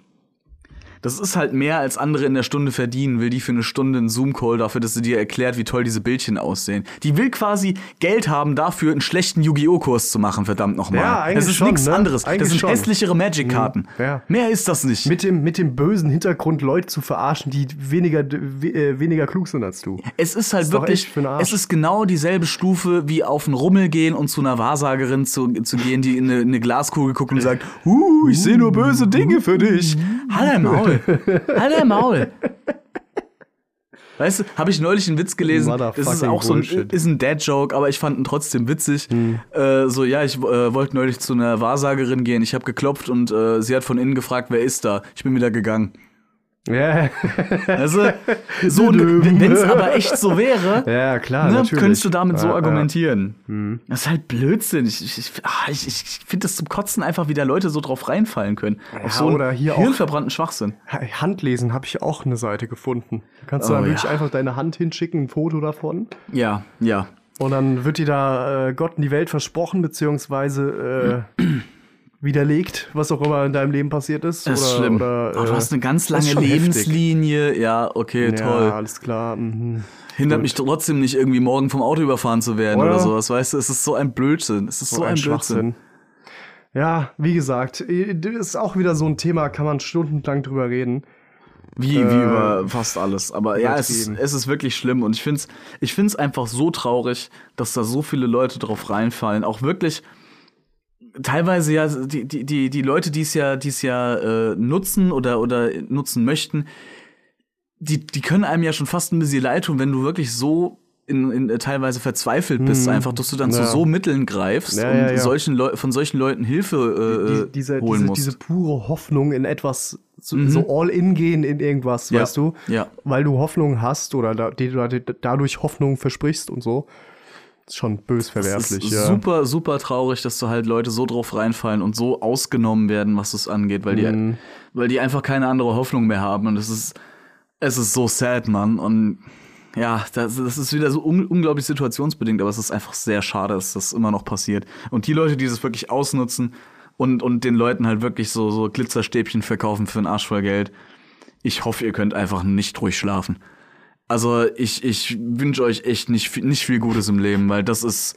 Speaker 4: Das ist halt mehr, als andere in der Stunde verdienen, will die für eine Stunde einen Zoom-Call dafür, dass sie dir erklärt, wie toll diese Bildchen aussehen. Die will quasi Geld haben dafür, einen schlechten Yu-Gi-Oh!-Kurs zu machen, verdammt nochmal.
Speaker 5: Ja, eigentlich
Speaker 4: das ist
Speaker 5: schon,
Speaker 4: nichts
Speaker 5: ne?
Speaker 4: anderes.
Speaker 5: Eigentlich
Speaker 4: das sind
Speaker 5: schon.
Speaker 4: hässlichere Magic-Karten.
Speaker 5: Mhm, ja.
Speaker 4: Mehr ist das nicht.
Speaker 5: mit dem, mit dem bösen Hintergrund, Leute zu verarschen, die weniger, we- äh, weniger klug sind als du.
Speaker 4: Es ist halt
Speaker 5: Ist doch
Speaker 4: wirklich,
Speaker 5: echt für den Arsch.
Speaker 4: es ist genau dieselbe Stufe, wie auf einen Rummel gehen und zu einer Wahrsagerin zu, zu gehen, die in eine, in eine Glaskugel guckt und sagt, huh, ich sehe nur böse Dinge für dich. Halt dein Maul. Halt dein Maul. Weißt du, habe ich neulich einen Witz gelesen, das ist
Speaker 5: Motherfucking
Speaker 4: auch so ein,
Speaker 5: Bullshit. Hm.
Speaker 4: ist ein Dad-Joke, aber ich fand ihn trotzdem witzig. Äh, so, ja, ich äh, wollte neulich zu einer Wahrsagerin gehen, ich habe geklopft und äh, sie hat von innen gefragt, wer ist da? Ich bin wieder gegangen.
Speaker 5: (laughs) Ja,
Speaker 4: Also,
Speaker 5: (laughs)
Speaker 4: so, wenn es aber echt so wäre,
Speaker 5: Ja, klar,
Speaker 4: ne,
Speaker 5: natürlich.
Speaker 4: könntest du damit so
Speaker 5: Ja, Mhm. ja.
Speaker 4: argumentieren. Das ist halt Blödsinn. Ich, ich, ich- ah, ich, ich finde das zum Kotzen einfach, wie da Leute so drauf reinfallen können.
Speaker 5: Ja,
Speaker 4: auf so einen
Speaker 5: oder hier auch-
Speaker 4: hirnverbrannten Schwachsinn.
Speaker 5: Handlesen habe ich auch eine Seite gefunden. Da kannst du
Speaker 4: Oh,
Speaker 5: dann wirklich
Speaker 4: ja.
Speaker 5: einfach deine Hand hinschicken, ein Foto davon.
Speaker 4: Ja, ja.
Speaker 5: Und dann wird dir da äh, Gott in die Welt versprochen, beziehungsweise äh, (clears throat) widerlegt, was auch immer in deinem Leben passiert ist.
Speaker 4: Das ist
Speaker 5: oder,
Speaker 4: schlimm.
Speaker 5: Oder,
Speaker 4: oh, du
Speaker 5: äh,
Speaker 4: hast eine ganz
Speaker 5: das ist
Speaker 4: lange
Speaker 5: schon heftig.
Speaker 4: Lebenslinie. Ja, okay,
Speaker 5: Ja,
Speaker 4: toll.
Speaker 5: alles klar. Mhm.
Speaker 4: Hindert mich trotzdem nicht, irgendwie morgen vom Auto überfahren zu werden oder,
Speaker 5: Oder?
Speaker 4: sowas. Weißt du, es ist so ein Blödsinn. Es ist so, ein, Blödsinn.
Speaker 5: Ja, wie gesagt, äh, das ist auch wieder so ein Thema, kann man stundenlang drüber reden.
Speaker 4: Wie, wie über fast alles. Aber ja, es ist,
Speaker 5: Äh, übertrieben.
Speaker 4: es ist wirklich schlimm und ich finde es ich find's einfach so traurig, dass da so viele Leute drauf reinfallen. Auch wirklich teilweise ja die, die, die, die Leute, die es ja, die's ja äh, nutzen oder, oder nutzen möchten, die, die können einem ja schon fast ein bisschen leid tun, wenn du wirklich so in, in, äh, teilweise verzweifelt bist, einfach, dass du dann zu
Speaker 5: Hm. Ja.
Speaker 4: so Mitteln greifst
Speaker 5: Ja,
Speaker 4: und
Speaker 5: ja, ja.
Speaker 4: Solchen Leu von solchen Leuten Hilfe äh,
Speaker 5: Die, diese,
Speaker 4: holen
Speaker 5: diese,
Speaker 4: musst. Mhm.
Speaker 5: diese pure Hoffnung in etwas, so, so all in gehen in irgendwas,
Speaker 4: Ja,
Speaker 5: weißt du?
Speaker 4: ja.
Speaker 5: Weil du Hoffnung hast oder da, die du da- dadurch Hoffnung versprichst und so. Ist schon bös
Speaker 4: Es
Speaker 5: verwerflich,
Speaker 4: ist
Speaker 5: ja.
Speaker 4: super, super traurig, dass da halt Leute so drauf reinfallen und so ausgenommen werden, was das angeht, weil die,
Speaker 5: Mhm.
Speaker 4: weil die einfach keine andere Hoffnung mehr haben. Und es ist, es ist so sad, Mann. Und ja, das, das ist wieder so un unglaublich situationsbedingt, aber es ist einfach sehr schade, dass das immer noch passiert. Und die Leute, die das wirklich ausnutzen und, und den Leuten halt wirklich so, so Glitzerstäbchen verkaufen für einen Arsch voll Geld, ich hoffe, ihr könnt einfach nicht ruhig schlafen. Also ich, ich wünsche euch echt nicht, viel- nicht viel Gutes im Leben, weil das ist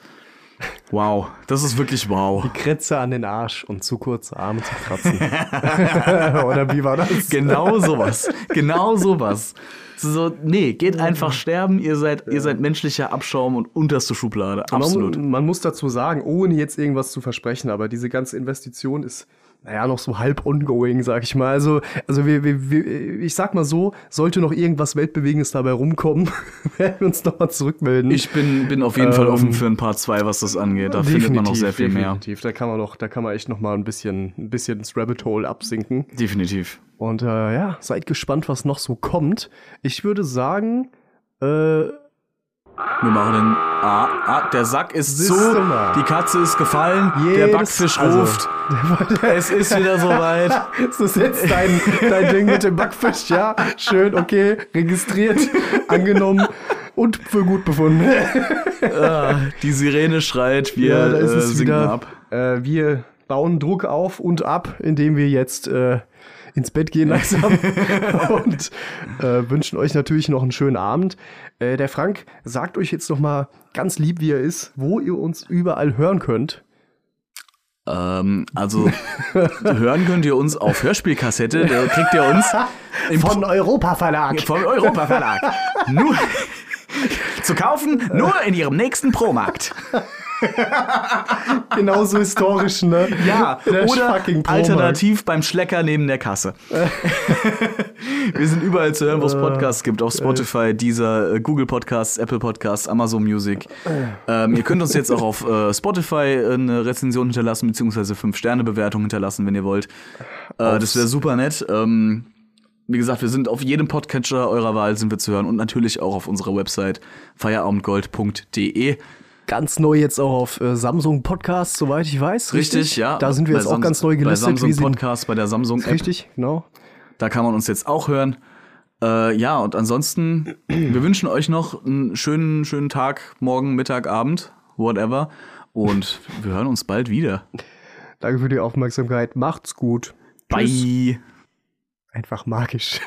Speaker 4: wow. Das ist wirklich wow.
Speaker 5: Kretze an den Arsch und zu kurze Arme zu kratzen. (laughs) oder wie war das?
Speaker 4: Genau sowas. Genau sowas. So, nee, geht einfach sterben. Ihr seid, ihr seid menschlicher Abschaum und unterste Schublade. Absolut.
Speaker 5: Man, mu- man muss dazu sagen, ohne jetzt irgendwas zu versprechen, aber diese ganze Investition ist, naja, noch so halb ongoing, sag ich mal. Also, also wir, wir, wir, ich sag mal so, sollte noch irgendwas Weltbewegendes dabei rumkommen, (laughs) werden wir uns nochmal zurückmelden.
Speaker 4: Ich bin, bin auf jeden Fall
Speaker 5: Ähm,
Speaker 4: offen für ein paar zwei, was das angeht. Da findet man noch sehr viel mehr.
Speaker 5: definitiv. Da kann man doch, da kann man echt nochmal ein bisschen, ein bisschen ins Rabbit Hole absinken.
Speaker 4: Definitiv.
Speaker 5: Und äh, ja, seid gespannt, was noch so kommt. Ich würde sagen, äh,
Speaker 4: Wir machen den. Ah, ah, der Sack ist
Speaker 5: Siehst
Speaker 4: zu.
Speaker 5: du mal.
Speaker 4: Die Katze ist gefallen. der
Speaker 5: Jedes-
Speaker 4: Backfisch
Speaker 5: also-
Speaker 4: ruft. es ist wieder
Speaker 5: (laughs)
Speaker 4: soweit.
Speaker 5: Ist das jetzt dein, dein Ding mit dem Backfisch? Ja, schön, okay, registriert, angenommen und für gut befunden.
Speaker 4: Ah, die Sirene schreit. Wir äh, sinken ab.
Speaker 5: Äh, wir bauen Druck auf und ab, indem wir jetzt äh, ins Bett gehen langsam
Speaker 4: (laughs)
Speaker 5: und äh, wünschen euch natürlich noch einen schönen Abend. Äh, der Frank sagt euch jetzt noch mal ganz lieb, wie er ist, wo ihr uns überall hören könnt.
Speaker 4: Ähm, also hören könnt ihr uns auf Hörspielkassette. Da kriegt ihr uns im
Speaker 5: Von Europa Verlag.
Speaker 4: vom Europa Verlag. Nur zu kaufen, nur in ihrem nächsten Promarkt.
Speaker 5: Genauso Genau historisch, ne?
Speaker 4: Ja,
Speaker 5: Der
Speaker 4: oder
Speaker 5: fucking Promarkt.
Speaker 4: alternativ beim Schlecker neben der
Speaker 5: (laughs)
Speaker 4: Kasse. Wir sind überall zu hören, wo es
Speaker 5: Äh,
Speaker 4: Podcasts gibt. Auf Spotify, dieser äh, Google Podcasts, Apple Podcasts, Amazon Music. Ähm, ihr könnt uns jetzt auch auf äh, Spotify eine Rezension hinterlassen, beziehungsweise 5-Sterne-Bewertung hinterlassen, wenn ihr wollt. Äh, das wäre super nett. Ähm, wie gesagt, wir sind auf jedem Podcatcher eurer Wahl sind wir zu hören und natürlich auch auf unserer Website feierabendgold.de.
Speaker 5: Ganz neu jetzt auch auf äh, Samsung Podcast, soweit ich weiß.
Speaker 4: Richtig, ja.
Speaker 5: Da sind wir
Speaker 4: Bei
Speaker 5: jetzt auch
Speaker 4: Samsung-
Speaker 5: ganz neu gelistet.
Speaker 4: Bei Samsung
Speaker 5: wie sie-
Speaker 4: Podcast, bei der Samsung App.
Speaker 5: Richtig, genau.
Speaker 4: Da kann man uns jetzt auch hören. Äh, ja, und ansonsten, wir wünschen euch noch einen schönen, schönen Tag, morgen, Mittag, Abend, whatever. Und wir hören uns bald wieder.
Speaker 5: Danke für die Aufmerksamkeit. Macht's gut. Tschüss.
Speaker 4: Bye.
Speaker 5: (laughs) Einfach magisch.